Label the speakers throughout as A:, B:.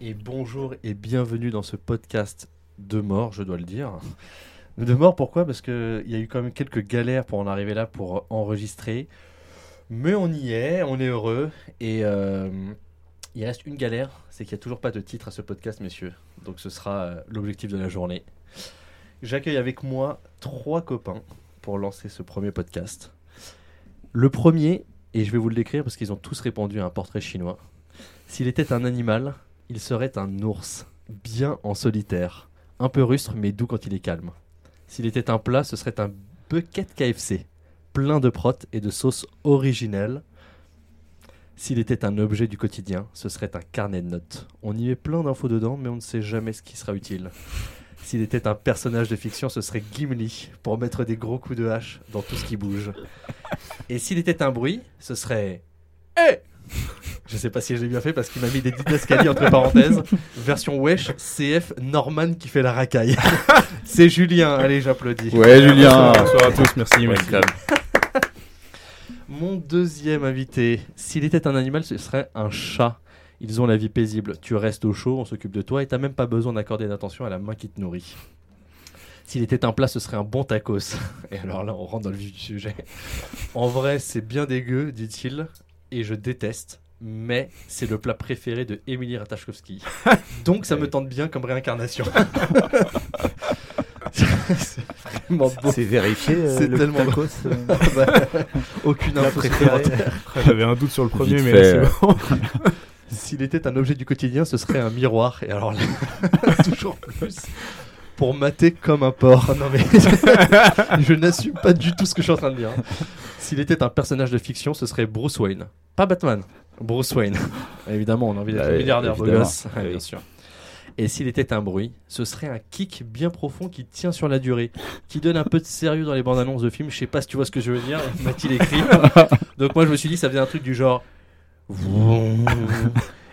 A: et bonjour et bienvenue dans ce podcast de mort, je dois le dire. De mort, pourquoi Parce qu'il y a eu quand même quelques galères pour en arriver là, pour enregistrer. Mais on y est, on est heureux. Et euh, il reste une galère, c'est qu'il n'y a toujours pas de titre à ce podcast, messieurs. Donc ce sera euh, l'objectif de la journée. J'accueille avec moi trois copains pour lancer ce premier podcast. Le premier, et je vais vous le décrire parce qu'ils ont tous répondu à un portrait chinois. S'il était un animal, il serait un ours, bien en solitaire, un peu rustre mais doux quand il est calme. S'il était un plat, ce serait un bucket KFC, plein de protes et de sauces originelles. S'il était un objet du quotidien, ce serait un carnet de notes. On y met plein d'infos dedans, mais on ne sait jamais ce qui sera utile. S'il était un personnage de fiction, ce serait Gimli, pour mettre des gros coups de hache dans tout ce qui bouge. Et s'il était un bruit, ce serait... Hey je sais pas si j'ai bien fait parce qu'il m'a mis des didascalies entre parenthèses. Version wesh, CF Norman qui fait la racaille. C'est Julien, allez j'applaudis.
B: Ouais, Julien.
C: Bonsoir à tous, merci. merci.
B: Welcome.
A: Mon deuxième invité, s'il était un animal, ce serait un chat. Ils ont la vie paisible. Tu restes au chaud, on s'occupe de toi et t'as même pas besoin d'accorder d'attention à la main qui te nourrit. S'il était un plat, ce serait un bon tacos. Et alors là, on rentre dans le vif du sujet. En vrai, c'est bien dégueu, dit-il, et je déteste, mais c'est le plat préféré de Émilie Ratajkowski. Donc ça me tente bien comme réincarnation. c'est vraiment beau.
D: C'est vérifié, euh,
A: C'est
D: le
A: tellement Bah,
D: tacos. euh,
A: Aucune
D: plat
A: info
D: préféré.
A: supplémentaire.
C: J'avais un doute sur le premier,
B: Vite
C: mais
B: fait.
C: c'est bon.
A: Euh, S'il était un objet du quotidien, ce serait un miroir. Et alors là, toujours plus. Pour mater comme un porc. Non mais je n'assume pas du tout ce que je suis en train de dire. S'il était un personnage de fiction, ce serait Bruce Wayne. Pas Batman. Bruce Wayne. Évidemment, on a envie d'être
B: Bah oui,
A: milliardaire de
B: évidemment. Ah
A: gosse. Ouais,
B: Oui.
A: bien sûr. Et s'il était un bruit, ce serait un kick bien profond qui tient sur la durée, qui donne un peu de sérieux dans les bandes annonces de films. Je sais pas si tu vois ce que je veux dire. Mathilde écrit. Donc moi je me suis dit ça faisait un truc du genre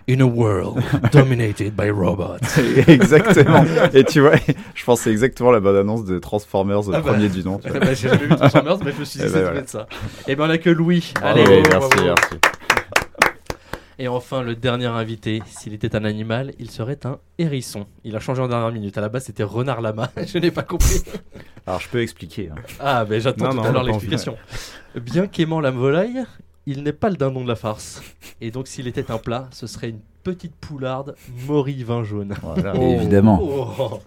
A: In a world dominated by robots.
B: exactement. Et tu vois, je pense que c'est exactement la bonne annonce de Transformers, le
A: Ah bah.
B: premier du nom. tu vois.
A: bah, J'ai jamais vu Transformers, mais je me suis dit
B: Eh
A: c'est
B: ben,
A: de
B: voilà.
A: mettre ça. Et bien on a que Louis.
B: Bravo,
A: Allez,
B: Ah merci,
A: bravo.
B: merci.
A: Et enfin le dernier invité, s'il était un animal, il serait un hérisson. Il a changé en dernière minute. À la base c'était renard lama. je n'ai pas compris.
B: Alors, je peux expliquer. hein.
A: Ah ben j'attends
C: Non,
A: tout
C: non,
A: à
C: on
A: l'heure
C: a pas envie.
A: l'explication. Bien qu'aimant la volaille, il n'est pas le dindon de la farce. Et donc s'il était un plat, ce serait une petite poularde morille vin jaune.
B: Voilà.
D: Oh. Évidemment.
A: Oh.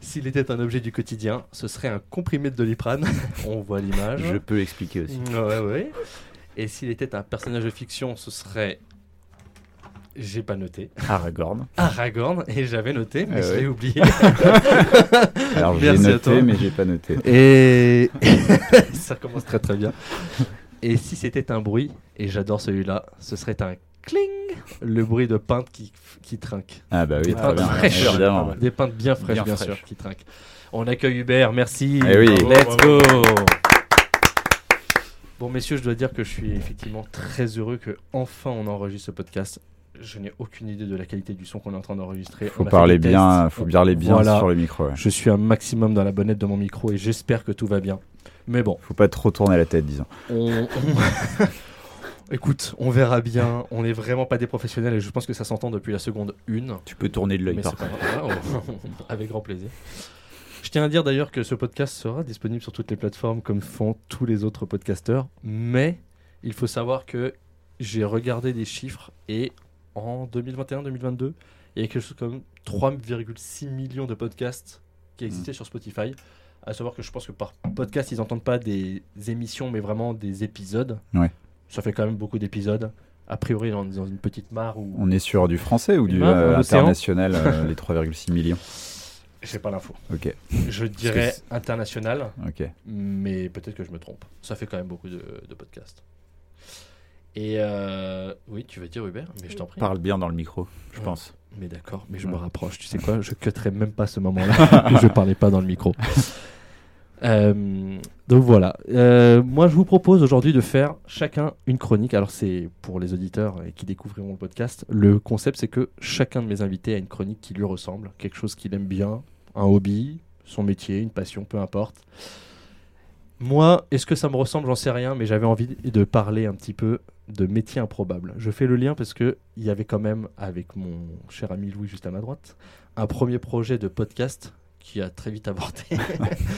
A: S'il était un objet du quotidien, ce serait un comprimé de doliprane. On voit l'image.
B: Je peux expliquer aussi.
A: Ouais, ouais. Et s'il était un personnage de fiction, ce serait. J'ai pas noté.
B: Aragorn.
A: Ah. Aragorn, et j'avais noté, mais
B: Eh
A: je
B: ouais.
A: l'ai oublié.
B: Alors, j'ai
A: Merci à toi.
B: noté, mais j'ai pas noté.
A: Et. Ça commence très très bien. Et si c'était un bruit, et j'adore celui-là, ce serait un cling Le bruit de pinte qui, qui trinque.
B: Ah, bah oui,
A: Ah,
B: très Ah, bah, bien.
A: fraîche.
B: Évidemment.
A: Des pintes bien fraîches, bien,
B: Bien
A: sûr, qui trinquent. On accueille Hubert, merci.
B: Eh oui.
A: Let's
C: Bravo,
A: go. Bon, messieurs, je dois dire que je suis effectivement très heureux que enfin on enregistre ce podcast. Je n'ai aucune idée de la qualité du son qu'on est en train d'enregistrer.
B: Faut
A: On a fait
B: parler
A: des
B: bien,
A: tests.
B: faut parler bien
A: Voilà.
B: sur le micro. ouais.
A: Je suis un maximum dans la bonnette de mon micro et j'espère que tout va bien. Mais bon,
B: Faut pas trop tourner la tête, disons.
A: on- on- Écoute, on verra bien. On n'est vraiment pas des professionnels et je pense que ça s'entend depuis la seconde une.
B: Tu peux tourner de
A: Mais c'est pas grave. Oh, Avec grand plaisir. Je tiens à dire d'ailleurs que ce podcast sera disponible sur toutes les plateformes comme font tous les autres podcasteurs. Mais il faut savoir que j'ai regardé des chiffres et en 2021-2022, il y a quelque chose comme 3,6 millions de podcasts qui
B: Hmm.
A: existaient sur Spotify. À savoir que je pense que par podcast, ils n'entendent pas des émissions, mais vraiment des épisodes.
B: Ouais.
A: Ça fait quand même beaucoup d'épisodes. A priori, on est dans une petite mare où
B: On est sur du français ou du
A: Humain,
B: euh,
A: l'océan.
B: international, euh, les 3,6 millions
A: j'ai pas l'info.
B: Ok,
A: Je dirais
B: c'est-
A: international,
B: ok.
A: mais peut-être que je me trompe. Ça fait quand même beaucoup de, de podcasts. Et euh, oui, tu veux dire Hubert Mais je t'en prie.
B: Parle bien dans le micro,
A: je
B: pense.
A: Mais d'accord, mais je me rapproche. Tu sais quoi Je cutterai même pas ce moment-là. je parlais pas dans le micro. Euh, donc voilà. Euh, moi, je vous propose aujourd'hui de faire chacun une chronique. Alors c'est pour les auditeurs et qui découvriront le podcast. Le concept, c'est que chacun de mes invités a une chronique qui lui ressemble, quelque chose qu'il aime bien, un hobby, son métier, une passion, peu importe. Moi, est-ce que ça me ressemble J'en sais rien, mais j'avais envie de parler un petit peu de métier improbable. Je fais le lien parce que il y avait quand même, avec mon cher ami Louis juste à ma droite, un premier projet de podcast qui a très vite avorté.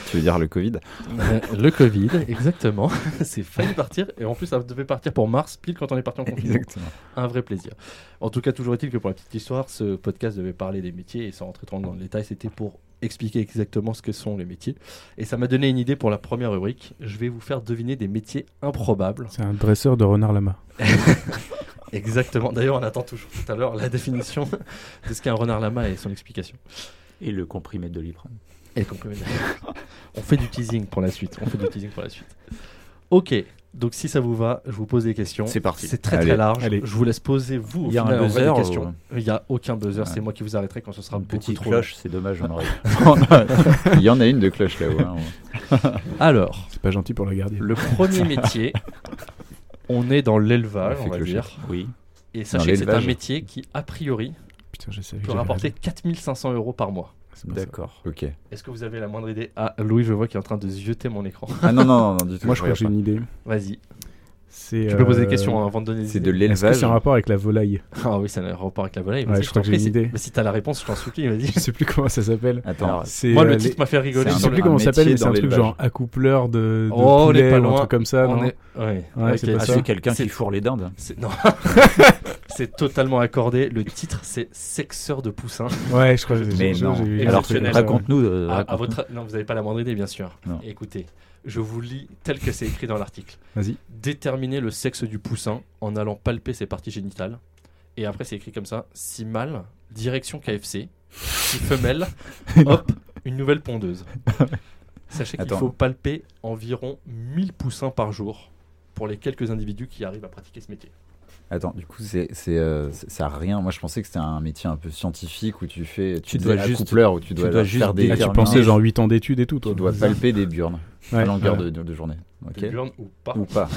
B: Tu veux dire le Covid
A: Euh, le Covid, exactement. C'est failli partir. Et en plus, ça devait partir pour mars, pile quand on est parti en confinement.
B: Exactement.
A: Un vrai plaisir. En tout cas, toujours est-il que pour la petite histoire, ce podcast devait parler des métiers et sans rentrer trop dans le détail, c'était pour expliquer exactement ce que sont les métiers. Et ça m'a donné une idée pour la première rubrique. Je vais vous faire deviner des métiers improbables.
C: C'est un dresseur de renard lama.
A: Exactement. D'ailleurs, on attend toujours tout à l'heure la définition de ce qu'est un renard lama et son explication.
D: Et le comprimé de Liprane.
A: Et comprimé. on fait du teasing pour la suite. On fait du teasing pour la suite. Ok. Donc si ça vous va, je vous pose des questions.
B: C'est parti.
A: C'est très
B: Allez,
A: très large.
C: allez.
A: Je vous laisse poser vous. au
D: Il y a
A: final,
D: un
A: en vrai, des
D: buzzer,
A: questions.
D: ou-
A: Il y a aucun buzzer.
B: Ouais.
A: C'est moi qui vous arrêterai quand ce sera
D: Une
A: beaucoup
D: petite
A: trop
D: cloche, c'est dommage, on aurait.
B: Il y en a une de cloche là-haut. hein.
A: long. Alors,
C: C'est pas gentil pour la garder.
A: le premier métier, on est dans l'élevage,
B: On
A: on,
B: fait
A: va
B: clocher.
A: dire.
D: Oui.
A: Et sachez que c'est un
B: l'élevage.
A: métier qui, a priori,
C: Putain, je savais que
A: peut
C: j'avais
A: rapporter
C: raison.
A: 4500 euros par mois.
C: C'est pas ça.
D: D'accord.
B: Ok.
A: Est-ce que vous avez la moindre idée Ah, Louis, je vois qu'il est en train de zioter mon écran.
B: Ah non, non, non, non, du tout.
C: Moi, je crois
B: regarde
C: que j'ai une idée.
A: Vas-y,
C: C'est,
A: tu peux poser des
C: euh,
A: questions hein, avant de donner
B: pas.
A: des
B: C'est de
A: idées.
C: Est-ce que
B: l'élevage.
C: c'est un rapport avec la volaille
A: Ah oui, ça a un rapport avec la volaille.
C: Ouais,
A: Vas-y,
C: je crois
A: t'en prie,
C: que j'ai une
A: si-
C: idée.
A: Mais si t'as la réponse, je t'en supplie, vas-y.
C: Je sais plus comment ça s'appelle.
B: Attends.
C: C'est,
A: Moi,
C: euh,
A: le
C: les-
A: titre m'a fait rigoler.
B: c'est un
C: Je
A: sur
C: sais
A: le-
C: plus
B: un
C: comment ça s'appelle,
B: métier
C: mais c'est
B: dans
C: un truc
B: l'élevage.
C: genre accoupleur de, de
A: Oh, on est
C: poulet
A: pas
C: ou un
A: loin.
C: truc comme ça.
A: On
C: non
A: est- ouais,
C: Ouais,
A: ok.
C: c'est pas
D: Ah,
C: ça.
D: c'est quelqu'un
A: C'est-
D: qui fourre les dindes.
A: C'est- Non. c'est totalement accordé. Le titre, c'est Sexeur de poussins.
C: Ouais, je crois que j'ai-
B: Mais
C: j'ai-
B: non.
C: j'ai- j'ai-
A: Et alors,
C: j'ai-
A: tu-
D: Raconte-nous. euh,
A: À, à
D: raconte-nous.
A: votre... Non, vous n'avez pas la moindre idée, bien sûr.
B: Non.
A: Écoutez, je vous lis tel que c'est écrit dans l'article.
C: Vas-y.
A: Déterminer le sexe du poussin en allant palper ses parties génitales. Et après, c'est écrit comme ça. Si mâle, direction KFC. Si femelle, hop, une nouvelle pondeuse. Sachez qu'il
B: Attends.
A: faut palper environ 1000 poussins par jour pour les quelques individus qui arrivent à pratiquer ce métier.
B: Attends, du coup, c'est, c'est, euh, c'est- ça a rien. Moi, je pensais que c'était un métier un peu scientifique où tu fais. Tu,
D: Tu
B: dois
D: dois juste-
B: Coupleur, où tu dois,
D: dois
B: là
D: juste
B: faire des.
C: Ah, tu
D: déterminer-
B: terminales.
D: pensais
C: pensais genre 8 ans d'études et tout, toi
B: Tu dois palper des burnes à
C: Ouais,
B: longueur
C: ouais.
B: de, de- de journée. Ok.
A: Des burnes ou pas.
B: Ou pas.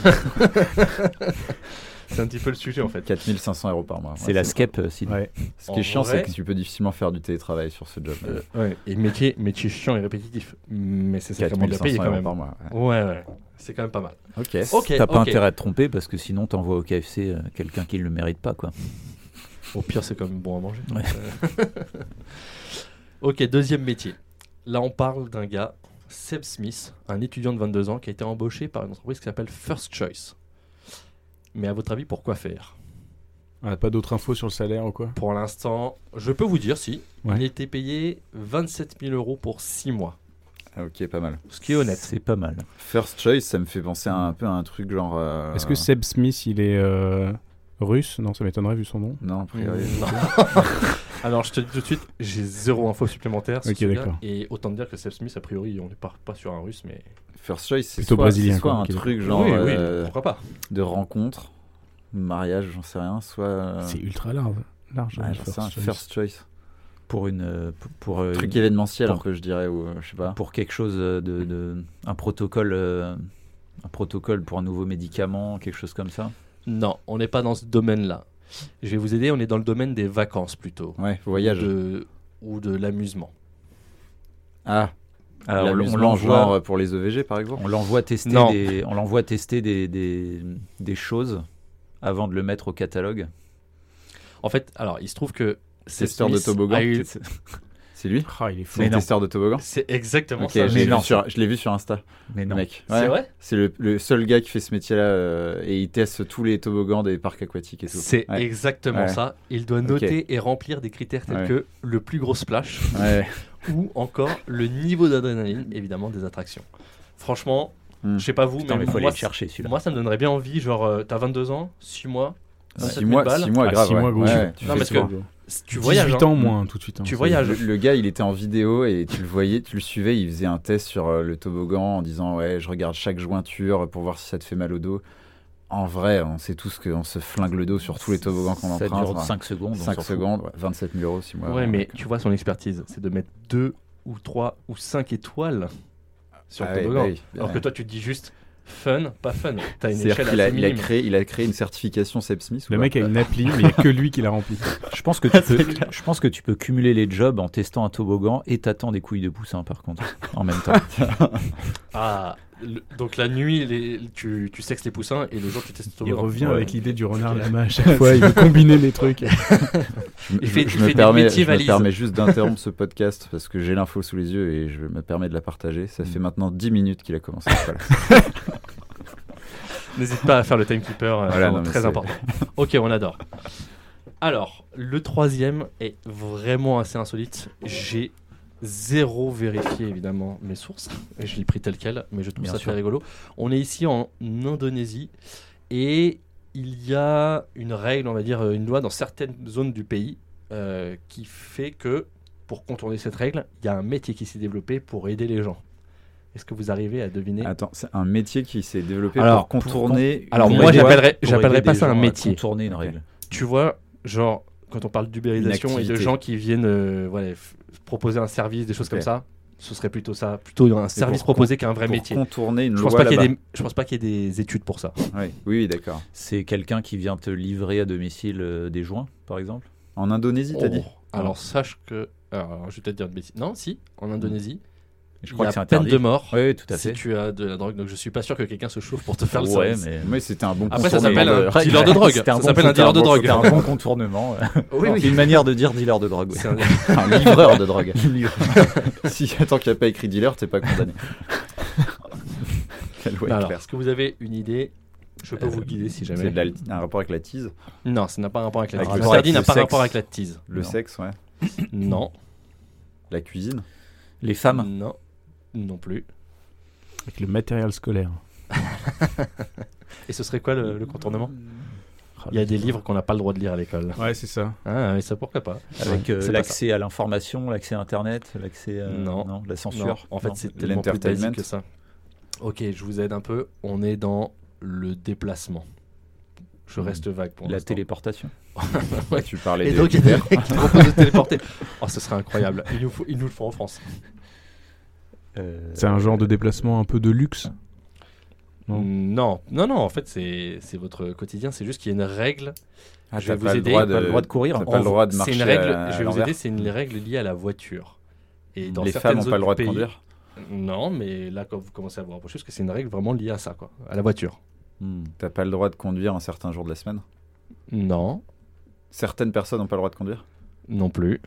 A: C'est un petit peu le sujet en fait.
B: 4500 euros par mois.
D: C'est
B: Ouais,
D: la skep, euh, Sid.
C: Ouais.
B: Ce
A: En
B: qui est chiant,
A: vrai-
B: c'est que tu peux difficilement faire du télétravail sur ce job.
A: Euh, ouais, et métier, métier chiant et répétitif. Mais c'est sacrément bien
B: 4500
A: payé quand
B: euros
A: même.
B: par mois. ouais.
A: Ouais, ouais. C'est quand même pas mal.
B: Ok.
A: Ok,
D: T'as pas
A: ok.
D: intérêt à te tromper parce que sinon t'envoies au KFC euh, quelqu'un qui le mérite pas quoi.
A: Au pire, c'est quand même bon à manger.
D: Ouais.
A: Euh, ok, deuxième métier. Là, on parle d'un gars, Seb Smith, un étudiant de 22 ans qui a été embauché par une entreprise qui s'appelle First Choice. Mais à votre avis, pourquoi faire
C: On a pas d'autres infos sur le salaire ou quoi
A: Pour l'instant, je peux vous dire si.
C: Ouais.
A: Il était payé 27 000 euros pour 6 mois.
B: Ah, Ok, pas mal.
A: Ce qui est honnête.
D: C'est pas mal.
B: First Choice, ça me fait penser à un peu à un truc genre. euh,
C: Est-ce que Seb Smith, il est euh, russe Non, ça m'étonnerait vu son nom.
B: Non, a priori.
A: Non. Alors, je te dis tout de suite, j'ai zéro info supplémentaire. sur
C: Ok,
A: ce gars,
C: d'accord.
A: Et autant te dire que Seb Smith, a priori, on ne part pas sur un russe, mais.
B: First Choice, c'est
C: Plutôt
B: soit,
C: brésilien,
B: c'est soit
C: quoi,
B: un
C: ok.
B: truc genre
A: Hmm. oui, oui,
B: euh,
A: pourquoi pas
B: de rencontre, mariage, j'en sais rien, soit. euh,
C: C'est ultra large. Large.
B: ouais,
C: hein,
B: j'en sais
C: First
B: rien,
C: Choice.
B: First Choice.
D: Pour une euh, pour- pour euh,
B: Truc événementiel,
D: pour-
B: que je dirais, ou euh, je sais pas.
D: pour quelque chose euh, de, de- un protocole euh, un protocole pour un nouveau médicament quelque chose comme ça
A: Non, on n'est pas dans ce domaine-là. Je vais vous aider, on est dans le domaine des vacances plutôt.
B: Ouais, voyage.
A: De- Ou de l'amusement.
B: Ah,
D: Ah, on- on
B: l'amusement, genre
D: l'envoie
B: euh, pour les EVG par exemple.
D: on l'envoie tester
A: Non.
D: des, on l'envoie tester des, des, des choses avant de le mettre au catalogue
A: En fait, alors, il se trouve que. Seb
B: Testeur de
A: Smith Ah
B: toboggan.
A: a eu-
B: C'est- C'est lui
C: Ah, il est fou.
B: C'est le testeur de toboggan
A: C'est exactement
B: Ok,
A: ça.
B: je l'ai
A: mais non.
B: vu sur- je l'ai vu sur Insta,
D: mais
B: le
D: non
B: mec.
A: C'est
B: Ouais.
A: vrai
B: C'est le, le seul gars qui fait ce métier-là euh, et il teste tous les toboggans des parcs aquatiques et tout.
A: C'est
B: Ouais.
A: exactement
B: Ouais.
A: ça. Il doit noter et remplir des critères tels
B: Ouais.
A: que le plus gros splash
B: Ouais.
A: ou encore le niveau d'adrénaline, évidemment, des attractions. Franchement,
B: Hmm.
A: je sais pas vous,
D: Putain, mais
A: mais,
D: faut aller
A: moi,
D: le chercher celui-là
A: moi, ça me donnerait bien envie. Genre, euh, t'as 22 ans, 6 mois, 27
B: Six
A: 000
B: mois,
A: balles.
B: six mois,
C: Ah,
B: grave.
C: six mois,
B: ouais.
C: gros.
B: Ouais, tu
A: Non,
B: fais
A: parce
B: six
A: que
B: mois.
A: Tu voyages.
C: 18
A: hein.
C: ans moins tout de suite. hein,
A: Tu
C: c'est-
A: voyages.
B: Le, le gars, il était en vidéo et tu le voyais, tu le suivais, il faisait un test sur euh, le toboggan en disant ouais, je regarde chaque jointure pour voir si ça te fait mal au dos. En vrai, on sait tous qu'on se flingue le dos sur tous les toboggans qu'on
D: ça
B: emprunte.
D: dure
B: hein.
D: 5 secondes on
B: 5
D: s'en fout.
B: secondes, ouais, 27 000 euros, 6 mois.
A: Ouais, mais tu vois son expertise, c'est de mettre 2 ou 3 ou 5 étoiles sur
B: Ah
A: le
B: ouais,
A: toboggan.
B: bah oui,
A: Alors
B: ouais.
A: que toi, tu te dis juste fun, pas fun. T'as une échelle
B: C'est-à-dire qu'il a,
A: assez
B: il a
A: minime.
B: créé, il a créé une certification Seb Smith.
C: Le
B: ou
C: mec
B: pas
C: a une appli, mais il n'y a que lui qui l'a rempli.
D: je pense que tu peux je pense que tu peux cumuler les jobs hein, en testant un toboggan et t'attends des couilles de poussin par contre en même temps
A: Ah, le- donc la nuit, les, tu, tu sexes les poussins et le jour tu testes le
C: Il
A: toboggan.
C: revient
A: Ouais.
C: avec l'idée du renard lama à chaque fois, il veut combiner les trucs.
B: Je,
A: Il fait-
B: je
A: il fait
B: me
A: des
B: permets,
A: métiers
B: je me
A: valises.
B: permets juste d'interrompre ce podcast parce que j'ai l'info sous les yeux et je me permets de la partager. Ça
A: Mm.
B: fait maintenant 10 minutes qu'il a commencé. Voilà.
A: N'hésite pas à faire le timekeeper, euh,
B: Voilà,
A: vraiment
B: non, mais
A: très
B: c'est-
A: important. Ok, on adore. Alors, le troisième est vraiment assez insolite. J'ai zéro vérifié évidemment mes sources. Et je l'ai pris tel quel, mais je trouve
D: Bien
A: ça
D: sûr.
A: très rigolo. On est ici en Indonésie et il y a une règle, on va dire une loi dans certaines zones du pays euh, qui fait que pour contourner cette règle, il y a un métier qui s'est développé pour aider les gens. Est-ce que vous arrivez à deviner
B: Attends, c'est un métier qui s'est développé
A: Alors,
B: pour contourner. une
A: Alors
B: loi.
A: moi
D: aider-
A: j'appellerais
D: pour
A: j'appellerais
D: aider
A: pas
D: des
A: ça un
D: gens à
A: métier.
D: Contourner une règle.
A: tu vois, genre, quand on parle d'ubérisation
B: Une
A: et de
B: activité.
A: gens qui viennent euh, voilà, f- proposer un service, des choses
B: Ok.
A: comme ça, ce serait plutôt ça, plutôt un service
B: pour
A: proposé qu'un vrai
B: pour
A: métier.
B: contourner une
A: Je
B: loi.
A: pense, pas qu'il y ait
B: là-bas.
A: des, je pense pas qu'il y ait des études pour ça.
B: Ouais. Oui, oui, d'accord.
D: C'est quelqu'un qui vient te livrer à domicile euh, des joints, par exemple.
B: En Indonésie,
A: Oh.
B: t'as dit
A: Alors sache que. Alors, je vais peut-être dire une bêtise. Non, si, en Indonésie,
D: Mm. Je
A: il
D: crois
A: y
D: que c'est
A: a peine
D: interdit.
A: de mort
D: Oui, oui, tout à
A: si
D: fait.
A: tu as de la drogue. Donc je suis pas sûr que quelqu'un se chauffe pour te faire le
D: Ouais,
A: service.
D: mais-
B: Mais c'était un bon
A: Après, ça
B: contournement
A: s'appelle un
B: de-
A: Après, dealer de drogue.
D: C'était un
A: Ça
D: bon
A: s'appelle un dealer de
D: contournement,
A: drogue.
D: C'était un bon contournement.
A: Oui, oui.
D: C'est une manière de dire dealer de drogue. ouais.
A: C'est un-
D: un livreur de drogue.
B: Si tant qu'il n'y a pas écrit dealer, t'es pas condamné. La loi est
A: Alors,
B: claire.
A: est-ce que vous avez une idée Je
D: Euh,
A: peux vous guider si jamais.
B: C'est de la- un rapport avec la tease,
A: Non, ça n'a pas rapport avec la
B: Avec
A: tease.
B: le
A: Le sardine n'a
B: sexe.
A: pas rapport avec la tease.
B: le
D: Non.
B: sexe, ouais.
A: Non.
B: La cuisine.
D: Les femmes.
A: Non. Non plus.
C: Avec le matériel scolaire.
A: Et ce serait quoi le, le contournement Oh, Il y a des livres qu'on n'a pas le droit de lire à l'école.
C: Ouais, c'est ça.
A: Ah, mais ça pourquoi pas
D: Avec euh,
A: C'est pas
D: l'accès à l'information, l'accès à Internet, l'accès à
A: Non.
D: la censure.
A: En fait,
D: Non.
A: c'est tellement plus
B: l'entertainment.
A: basique que ça. Ok, je vous aide un peu. On est dans le déplacement. Je
D: Hmm.
A: reste vague pour
D: la
A: l'instant.
D: téléportation.
B: Ouais, tu parlais
A: Et
B: des
A: donc, il y a
B: Uber.
A: des mecs qui proposent de téléporter. Oh, ce serait incroyable. Ils nous, faut- ils nous le font en France.
D: Euh,
C: C'est un genre de déplacement un peu de luxe. Non.
A: Non, non, non. En fait, c'est c'est votre quotidien. C'est juste qu'il y a une règle
B: Ah,
A: Je
B: t'as
A: vais
B: pas
A: vous
B: le
A: aider,
B: droit
D: pas le droit de
B: T'as
D: courir.
B: pas le droit de
A: C'est
B: marcher
A: une règle,
B: à- à
A: je vais vous
B: l'envers.
A: aider, c'est une règle liée à la voiture. Et dans
B: Les femmes
A: certaines
B: n'ont pas
A: autres
B: le droit de
A: pays-
B: conduire.
A: Non, mais là, quand vous commencez à vous rapprocher, parce que c'est une règle vraiment liée à ça, quoi, à la voiture.
D: hmm.
B: T'as pas le droit de conduire un certain jour de la semaine.
A: Non,
B: Certaines personnes n'ont pas le droit de conduire.
A: non plus.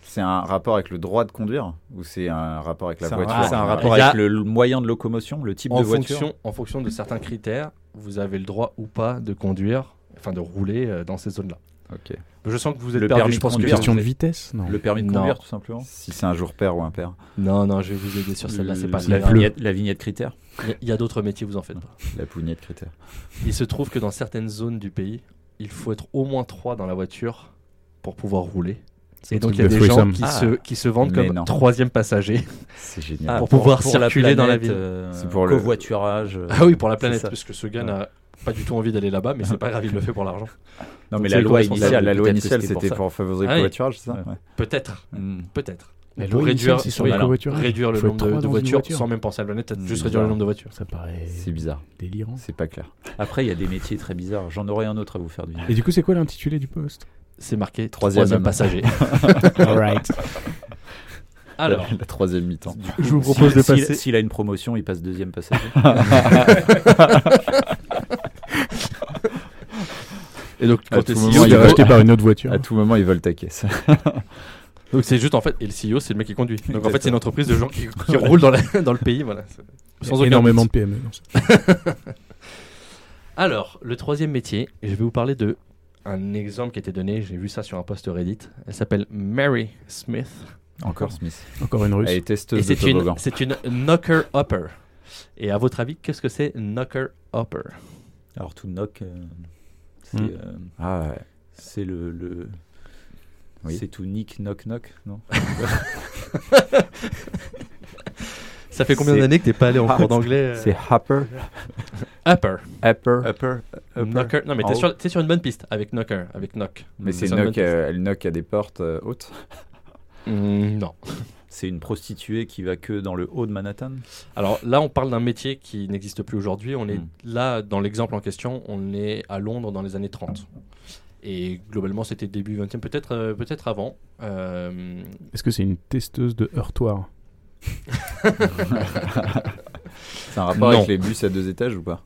B: C'est un rapport avec le droit de conduire ou c'est un rapport avec la
D: C'est un-
B: voiture
D: ah, c'est un rapport
A: Il y a-
D: avec le le moyen de locomotion, le type
A: En
D: de voiture.
A: fonction, en fonction de certains critères, vous avez le droit ou pas de conduire, enfin de rouler euh, dans ces zones-là.
B: Ok.
A: Je sens que vous êtes
D: Le
A: perdu,
D: permis
A: je
D: de
A: pense que
D: conduire.
C: Question
A: vous
C: de
A: êtes-
C: vitesse Non.
D: Le permis de
A: Non.
D: conduire, tout simplement.
B: Si c'est un jour pair ou impair.
A: Non, non, je vais vous aider sur celle-là, c'est pas
D: la,
A: celle-là.
D: vignette, la vignette critère.
A: Il y a- Il y a d'autres métiers, vous en faites pas.
B: La pougnée de critères.
A: Il se trouve que dans certaines zones du pays, il faut être au moins trois dans la voiture pour pouvoir rouler.
C: C'est
A: Et
C: un
A: donc il
C: truc
A: y a
C: de
A: des gens
C: threesome.
A: qui,
D: Ah.
A: se, qui se vendent
B: Mais
A: comme
B: non.
A: troisième passager.
B: C'est génial.
D: Ah.
A: Pour pouvoir circuler dans la ville.
D: euh,
B: C'est pour le-
D: covoiturage. euh,
A: Ah oui, pour la
D: c'est
A: planète,
D: ça.
A: parce que ce gars n'a pas du tout envie d'aller là-bas, mais c'est pas grave, il le fait pour l'argent.
B: non mais
A: c'est
B: la
A: les
B: loi
A: responsables.
B: initiale, la loi
D: Peut-être que
B: initiale
D: c'était pour
B: c'était
D: ça.
B: pour, favoriser
A: Ah
B: le
A: oui.
B: covoiturage, c'est ça
D: Ouais.
B: Ouais.
A: Peut-être,
D: hmm.
A: peut-être.
C: La
A: Pour
C: loi
A: réduire-
C: initiale, c'est sur
A: oui,
C: la
A: alors,
C: covoiturage.
A: Réduire le
C: Faut être
A: nombre de-
C: trois
A: euh, de,
C: dans une
A: voitures
C: voiture.
A: sans même penser à la planète, peut-être
B: Hmm,
A: juste réduire le
B: voilà.
A: nombre de voitures.
C: Ça paraît
B: C'est bizarre.
C: délirant.
B: C'est pas clair.
D: Après, il y a des métiers très bizarres. J'en aurais un autre à vous faire deviner.
C: Et du coup, c'est quoi l'intitulé du poste
A: C'est marqué
B: Troisième.
A: troisième, passager.
C: Alright.
A: Alors,
B: la troisième mi-temps.
C: Je vous propose de
D: S'il- s'il-
C: passer.
D: S'il a une promotion, il passe deuxième passager.
A: et donc,
B: À
A: quand t'es
B: tout moment,
A: CEO,
B: il
C: Il
A: du
B: va
A: coup-
B: acheter
C: est racheté par une autre voiture.
B: À tout moment, ils veulent ta caisse.
A: donc c'est juste en fait, et le CEO, c'est le mec qui conduit. Donc en fait, c'est une entreprise de gens qui, qui roulent dans, la- dans le pays, voilà. Sans aucun
C: énormément
A: doute.
C: de PME. dans ça.
A: Alors, le troisième métier, et je vais vous parler de un exemple qui a été donné, j'ai vu ça sur un post Reddit. Elle s'appelle Mary Smith.
B: Encore Smith.
C: Encore une russe.
B: Elle est
A: Et
B: testeuse de
A: c'est une,
B: toboggan.
A: c'est une knocker upper. Et à votre avis, qu'est-ce que c'est knocker upper
D: Alors, tout knock, euh, c'est
C: Hmm.
D: euh,
B: Ah ouais.
D: c'est le. le-
B: Oui.
D: C'est tout nick, knock, knock, non
A: Ça fait combien
B: C'est-
A: d'années que t'es pas allé en
B: Ah,
A: cours d'anglais euh,
B: C'est Happer.
A: upper.
B: Happer.
D: Upper.
A: Knocker. Non mais
D: En
A: t'es
D: haut.
A: sur, t'es sur une bonne piste avec knocker, avec knock.
B: Mais c'est
A: Ça me
B: knock,
A: donne-
B: euh, elle knock à des portes euh, hautes.
A: Mm, non.
D: C'est une prostituée qui va que dans le haut de Manhattan.
A: Alors là, on parle d'un métier qui n'existe plus aujourd'hui. On est
D: Mm.
A: là dans l'exemple en question, on est à Londres dans les années 30. Et globalement, c'était début 20e, peut-être euh, peut-être avant. Euh,
C: Est-ce que c'est une testeuse de heurtoir
B: C'est un rapport
A: Non.
B: avec les bus à deux étages ou pas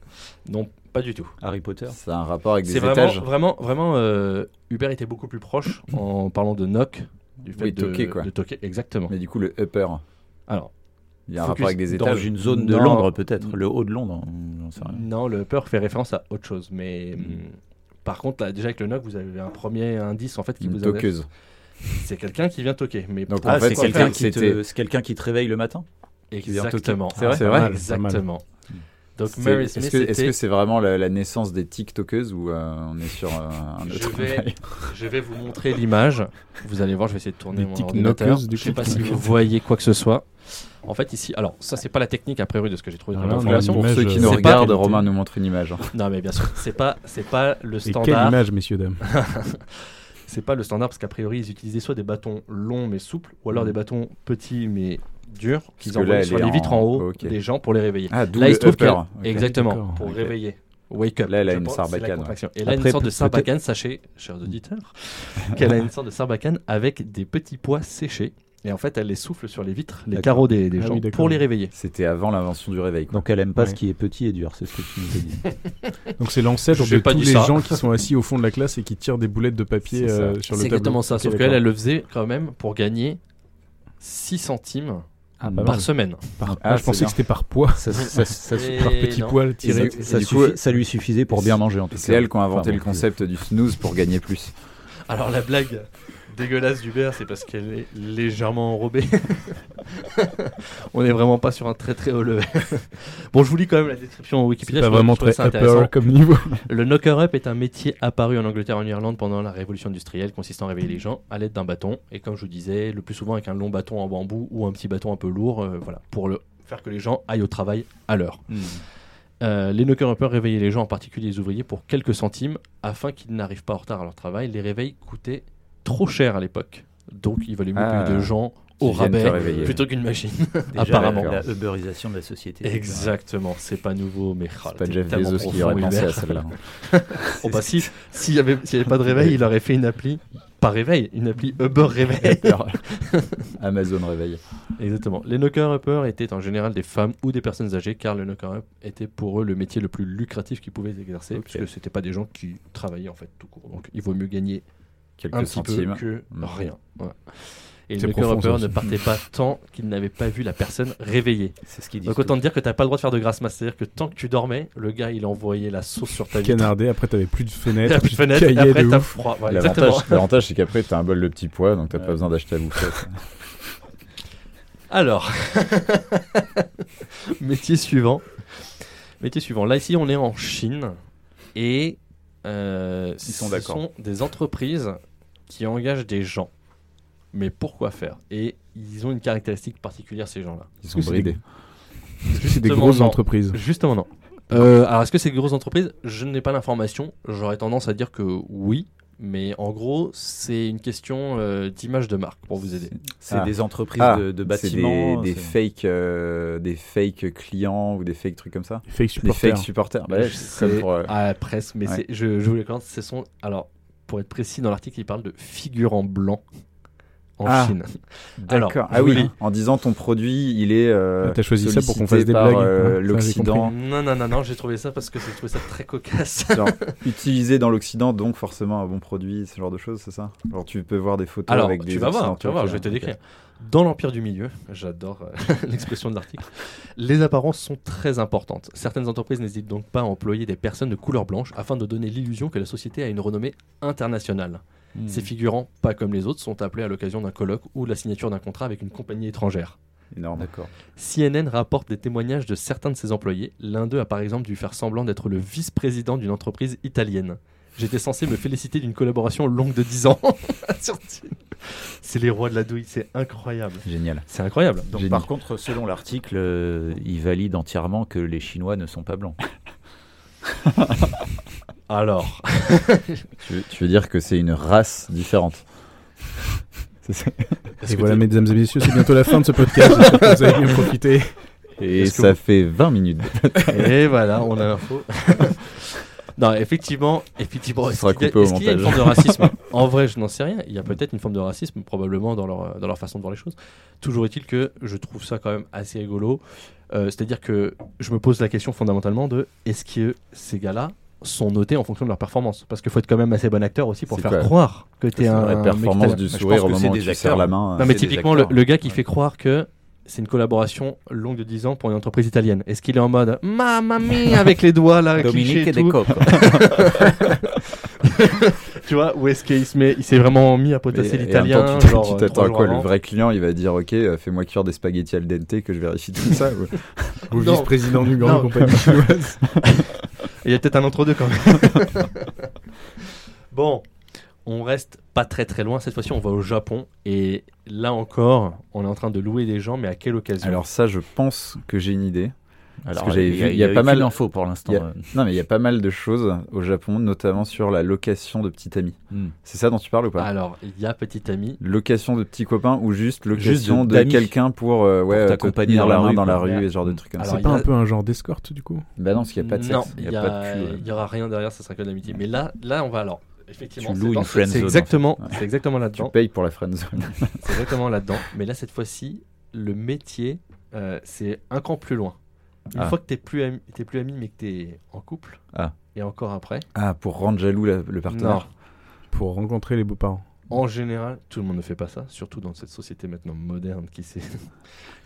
A: Non, pas du tout.
D: Harry Potter.
B: C'est un rapport avec des
A: C'est vraiment,
B: étages
A: vraiment, vraiment. euh, Uber était beaucoup plus proche en parlant de knock, du fait
B: Oui,
A: de,
B: toquer, quoi.
A: de toquer, exactement.
B: Mais du coup, le upper,
A: Alors,
B: il y a un
A: Focus
B: rapport avec des
A: dans
D: Dans
B: étages.
D: une zone de
A: Non.
D: Londres, peut-être. Le haut de Londres. on- J'en sais rien.
A: non, le peur fait référence à autre chose,
B: Mm.
A: mais. hum, Par contre, là, déjà avec le knock, vous avez un premier indice en fait qui
B: Une
A: vous a
B: toqueuse.
A: C'est quelqu'un qui vient toquer. Mais
B: Donc,
A: pas-
B: en fait,
D: Ah, c'est
B: c'est
D: quelqu'un
B: quelqu'un
D: qui, te...
B: c'était-
D: c'est quelqu'un qui te réveille le matin vient toquer.
A: exactement. Ah,
D: C'est vrai
B: C'est vrai Mm.
A: Exactement. Donc
B: C'est-
A: Mary
B: Est-ce
A: Smith,
B: que est-ce
A: était-
B: que c'est vraiment la, la naissance des tiktokeuses ou euh, on est sur euh, un
A: Je
B: autre
A: vais-
B: bail
A: je vais vous montrer l'image. Vous allez voir, je vais essayer de tourner
C: Des
A: mon
C: petites
A: ordinateur.
C: knockeuses, du
A: Je sais
C: coup.
A: pas si vous voyez quoi que ce soit. En fait, ici, alors ça, c'est pas la technique a priori de ce que j'ai trouvé dans
C: Ah, non,
A: l'information.
B: Pour
C: L'image,
B: ceux qui
C: euh,
B: nous
A: c'est pas
B: regardent,
C: qualité.
B: Romain nous montre une image. hein.
A: Non, mais bien sûr, c'est pas, c'est pas le
C: Et quelle
A: standard.
C: image, messieurs, dames
A: C'est pas le standard parce qu'a priori, ils utilisaient soit des bâtons longs mais souples, ou
C: Mm.
A: alors des bâtons petits mais durs qu'ils
B: que là,
A: envoyaient
B: elle
A: sur
B: est
A: les
B: en-
A: vitres en haut
B: ok.
A: des gens pour les réveiller.
B: Ah, d'où
A: Là, il se
B: le
A: trouve
B: upper.
A: qu'elle-
B: ok.
A: Exactement,
C: D'accord.
A: pour
B: Ok.
A: réveiller. Wake up.
B: Là, elle a
A: Je
B: une
A: pense, c'est la
B: sarbacane, ouais. Mm.
A: contraction. Et elle a une
C: Après,
A: sorte de
C: peut-être-
A: sarbacane, sachez, chers auditeurs, qu'elle a une sorte de sarbacane avec des petits pois séchés. Et en fait, elle les souffle sur les vitres, les
B: D'accord.
A: carreaux des, des
C: Ah
A: gens,
C: oui, d'accord.
A: pour les réveiller.
B: C'était avant l'invention du réveil. quoi.
D: Donc elle aime pas
C: Ouais.
D: ce qui est petit et dur, c'est ce que tu nous as dit.
C: Donc c'est l'ancêtre
A: J'ai
C: de
A: pas
C: tous
A: dit
C: les
A: ça.
C: gens qui sont assis au fond de la classe et qui tirent des boulettes de papier
B: C'est ça.
C: euh, sur le tableau.
A: C'est exactement ça,
C: Ok,
A: sauf
C: d'accord.
A: qu'elle, elle le faisait quand même pour gagner 6 centimes
C: pas
A: par
C: mal.
A: semaine.
C: Par-
B: Ah,
C: ah, je
B: c'est
C: pensais
B: bien.
C: que c'était par poids,
D: Ça, ça- ça-
A: Et
C: par petit
A: non.
C: poil
B: Et
C: tiré.
B: c'est-
D: ça
B: du
D: suffi-
B: coup,
D: ça lui suffisait pour bien manger en tout cas.
B: C'est elle qui a inventé
D: Enfin,
B: le
D: bon,
B: concept du snooze pour gagner plus.
A: Alors la blague dégueulasse d'Uber, c'est parce qu'elle est légèrement enrobée. On n'est vraiment pas sur un très très haut level. bon, je vous lis quand même la description
C: C'est
A: Wikipédia.
C: pas
A: parce que
C: vraiment
A: je trouvais
C: très
A: ça intéressant.
C: upper comme niveau.
A: Le knocker-up est un métier apparu en Angleterre et en Irlande pendant la révolution industrielle, consistant à réveiller les gens à l'aide d'un bâton. Et comme je vous disais, le plus souvent avec un long bâton en bambou ou un petit bâton un peu lourd, euh, voilà, pour le faire que les gens aillent au travail à l'heure.
D: Hmm.
A: Euh, les knocker-uppers réveillaient les gens, en particulier les ouvriers, pour quelques centimes, afin qu'ils n'arrivent pas en retard à leur travail. Les réveils coûtaient trop cher à l'époque, donc il valait mieux
B: Ah.
A: payer de gens
B: Qui
A: au
B: viennent te
A: rabais
B: réveiller.
A: plutôt qu'une machine.
D: déjà,
A: apparemment.
D: La, la uberisation de la société.
A: Exactement, c'est pas nouveau, mais
B: C'est pas Jeff Bezos qui aurait pensé à celle-là.
A: Oh bah si, s'il n'y avait, s'il y avait pas de réveil, il aurait fait une appli, pas réveil, une appli Uber Réveil.
B: Amazon réveil.
A: Exactement. Les knocker-uppers étaient en général des femmes ou des personnes âgées, car le knocker-up était pour eux le métier le plus lucratif qu'ils pouvaient exercer,
B: Ok.
A: parce que c'était pas des gens qui travaillaient en fait tout court. Donc il vaut mieux gagner
B: Quelques
A: un petit peu
B: centimes.
A: que
B: Mm.
A: rien. Voilà. Et les
C: C'est profond,
A: knocker-uppers
C: ça
A: ne partaient pas tant qu'ils n'avaient pas vu la personne réveillée.
D: C'est ce qu'ils disent.
A: Donc autant te dire que t'as pas le droit de faire de grasse masse, c'est-à-dire que tant que tu dormais, le gars il envoyait la sauce sur ta vitre.
C: Canardé, après t'avais plus de fenêtre,
A: T'as plus de fenêtre, et
C: cahier
A: après
C: de
A: t'as
C: ouf.
A: froid. Ouais, exactement.
B: L'avantage, l'avantage, c'est qu'après, t'as un bol de petits pois, donc t'as pas
D: Ouais.
B: besoin d'acheter à bouffer.
A: Alors, métier suivant. Métier suivant. Là, ici, on est en Chine et euh,
B: Ils sont
A: ce
B: d'accord.
A: sont des entreprises qui engagent des gens. Mais pourquoi faire Et ils ont une caractéristique particulière, ces gens-là.
B: Ils
C: Est-ce
B: sont
C: que c'est
B: bridés.
C: Est-ce que c'est des
A: Justement,
C: grosses
A: non.
C: entreprises
A: Justement, non. Euh, alors, est-ce que c'est des grosses entreprises Je n'ai pas l'information. J'aurais tendance à dire que oui. Mais en gros, c'est une question euh, d'image de marque pour vous aider.
D: C'est
B: Ah.
D: des entreprises
B: Ah,
D: de, de
B: c'est
D: bâtiments.
B: des, des
D: c'est-
B: fake, euh, des fake clients ou des fake trucs comme ça
C: Des fake
B: Des
C: supporters.
B: fake supporters. Bah,
A: Ah Je
B: ouais, c'est comme
A: sais.
B: pour, euh,
A: Ah, presque, mais
B: Ouais.
A: c'est- je, je vous l'accorde, ce sont. Alors, pour être précis, dans l'article, il parle de figurants blancs en
B: Ah.
A: Chine. Alors,
B: D'accord.
A: je
B: Ah
A: vous
B: oui,
A: lis.
B: en disant ton produit, il est. euh,
C: Ah, T'as choisi ça pour qu'on fasse
B: sollicité
C: des
B: par,
C: blagues.
B: euh,
C: Ouais, ça, j'ai
B: l'Occident.
C: compris.
A: Non, non, non, non, j'ai trouvé ça parce que j'ai trouvé ça très cocasse.
B: genre, utilisé dans l'Occident, donc forcément un bon produit, ce genre de choses, c'est ça Alors tu peux voir des photos
A: Alors,
B: avec des.
A: tu vas voir,
B: Occidentaux
A: tu vas voir,
B: qui-
A: je vais te
B: ok.
A: décrire. Dans l'Empire du Milieu, j'adore euh, l'expression de l'article, les apparences sont très importantes. Certaines entreprises n'hésitent donc pas à employer des personnes de couleur blanche afin de donner l'illusion que la société a une renommée internationale.
B: Hmm.
A: Ces figurants, pas comme les autres, sont appelés à l'occasion d'un colloque ou de la signature d'un contrat avec une compagnie étrangère.
B: Énorme.
D: D'accord.
A: CNN rapporte des témoignages de certains de ses employés. L'un d'eux a par exemple dû faire semblant d'être le vice-président d'une entreprise italienne. J'étais censé me féliciter d'une collaboration longue de 10 ans. Sur Teams. c'est les rois de la douille, c'est incroyable.
B: Génial.
A: C'est incroyable.
D: Donc,
B: Génie.
D: par contre, selon l'article, euh, il valide entièrement que les Chinois ne sont pas blancs.
A: Alors,
B: Tu veux, tu veux dire que c'est une race différente C'est ça.
A: est-ce
C: Et
A: que
C: voilà,
A: t'es-
C: mesdames et messieurs, c'est bientôt la fin de ce podcast. J'espère que vous avez bien profité.
B: Et
A: Est-ce que
B: ça fait 20 minutes.
A: Et voilà, on a l'info. Non, effectivement, effectivement
B: Ce
A: est-ce
B: sera
A: qu'il y a-
B: coupé au
A: est-ce qu'il y a une
B: montage.
A: forme de racisme En vrai, je n'en sais rien. Il y a peut-être une forme de racisme, probablement, dans leur, dans leur façon de voir les choses. Toujours est-il que je trouve ça quand même assez rigolo. Euh, C'est-à-dire que je me pose la question fondamentalement de est-ce que ces gars-là sont notés en fonction de leur performance Parce qu'il faut être quand même assez bon acteur aussi pour
B: C'est
A: faire
B: quoi
A: croire que t'es
B: C'est
A: un.
B: la
A: un mec
B: performance
A: talent.
B: du
D: pense
B: sourire au
D: que c'est
B: moment où
D: des
B: tu
D: acteurs.
B: serres la main.
A: Non,
B: euh,
A: mais
D: C'est des
A: typiquement, le,
D: acteurs,
A: le
D: hein.
A: gars qui
D: Ouais.
A: fait croire que c'est une collaboration longue de 10 ans pour une entreprise italienne. Est-ce qu'il est en mode Mamma mia avec les doigts là, cliché
D: Dominique
A: et
D: et des
A: tout
D: coques.
A: Tu vois, ou est-ce qu'il se met, il s'est vraiment mis à
B: mais-
A: potasser
B: et en même
A: l'italien
B: temps, tu-
A: genre,
B: Tu
A: euh,
B: t'attends
A: trois
B: à
A: jours
B: quoi Le
A: avant.
B: vrai client, il va dire Ok, euh, fais-moi cuire des spaghettis al dente que je vérifie tout ça. ou-
E: Ou
A: Non.
E: vice-président d'une
A: Non.
E: grande compagnie chinoise.
A: Il y a peut-être un entre-deux quand même. bon, on reste pas très très loin. Cette fois-ci, on va au Japon. Et là encore, on est en train de louer des gens, mais à quelle occasion
B: Alors, ça, je pense que j'ai une idée.
D: Alors,
B: que j'avais
D: il y a,
B: vu,
D: il y a pas mal d'infos pour l'instant.
B: il y a-
D: euh.
B: Non, mais il y a pas mal de choses au Japon, notamment sur la location de petits amis.
D: Hmm.
B: C'est ça dont tu parles ou pas
A: Alors, il y a petit ami.
B: Location de petits copains ou juste
D: Juste
B: location
D: de-
B: de,
D: d'amis.
B: quelqu'un pour, euh, ouais, te
D: t'accompagner
B: tenir
D: dans
B: la
D: la
B: main
D: rue,
B: dans la
D: quoi.
B: rue et ce genre de truc. comme
A: Alors,
B: ça.
A: il
C: C'est pas
A: y a-
C: un peu un genre d'escorte du coup
B: Bah non, parce qu'il n'y a pas de
A: Non,
B: sexe, il n'y a, pas de cul. euh, ouais.
A: Il y aura rien derrière, ça sera que de l'amitié. Mais là, là, on va alors. Effectivement,
D: Tu
A: c'est
D: loues
A: dans-
D: une friendzone,
A: c'est exactement,
B: en
A: c'est exactement
B: Tu
A: là-dedans.
B: payes pour la friendzone.
A: C'est exactement là-dedans. Mais là, cette fois-ci, le métier, euh, c'est un cran plus loin. Une
D: Ah.
A: fois que t'es plus, ami- t'es plus ami, mais que t'es en couple,
D: Ah.
A: et encore après,
B: Ah, pour rendre jaloux la- le
A: non.
B: partenaire.
C: pour rencontrer les beaux-parents.
A: En général, tout le monde ne fait pas ça, surtout dans cette société maintenant moderne qui, s'est-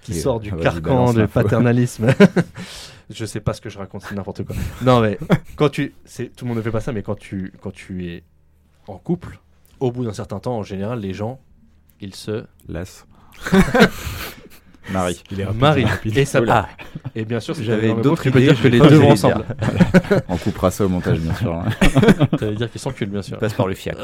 A: qui
B: Et-
A: sort du
B: ah, vas-y,
A: carcan
B: balance
A: de
B: l'info.
A: paternalisme. je sais pas ce que je raconte, c'est n'importe quoi. Non mais quand tu, c'est tout le monde ne fait pas ça, mais quand tu quand tu es en couple, au bout d'un certain temps, en général, les gens ils se
B: Las. Marie.
E: Il est rapide.
A: marient et ça.
D: Oula.
A: Et bien sûr, si
D: J'avais
A: t'avais un mot,
D: d'autres
A: tu peux
D: idées,
A: dire que
D: je
A: les
D: crois
A: deux
D: que
A: vont
D: j'allais
A: ensemble.
B: On coupera ça au montage, bien sûr. hein.
A: Tu dire qu'ils s'enculent, bien sûr.
D: Passe par le fiac.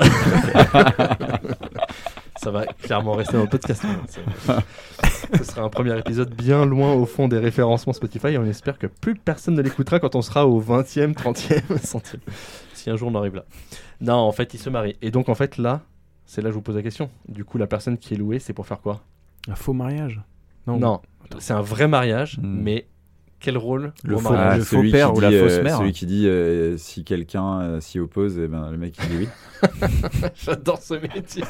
A: Ça va clairement rester dans le podcast. hein. C'est- Ce sera un premier épisode bien loin au fond des référencements Spotify et on espère que plus personne ne l'écoutera quand on sera au 20e, 30e, 100e. Si un jour on arrive là. Non, en fait, ils se marient. Et donc, en fait, là, c'est là que je vous pose la question. Du coup, la personne qui est louée, c'est pour faire quoi
C: Un faux mariage Non.
A: Non, c'est un vrai mariage,
D: Hmm.
A: mais quel rôle
D: Le
A: au
D: faux-
A: mariage
D: Ah, le faux père
B: qui
D: ou la
B: dit, euh,
D: fausse mère.
B: Celui qui dit euh, si quelqu'un euh, s'y oppose, eh ben, le mec il dit oui.
A: J'adore ce métier.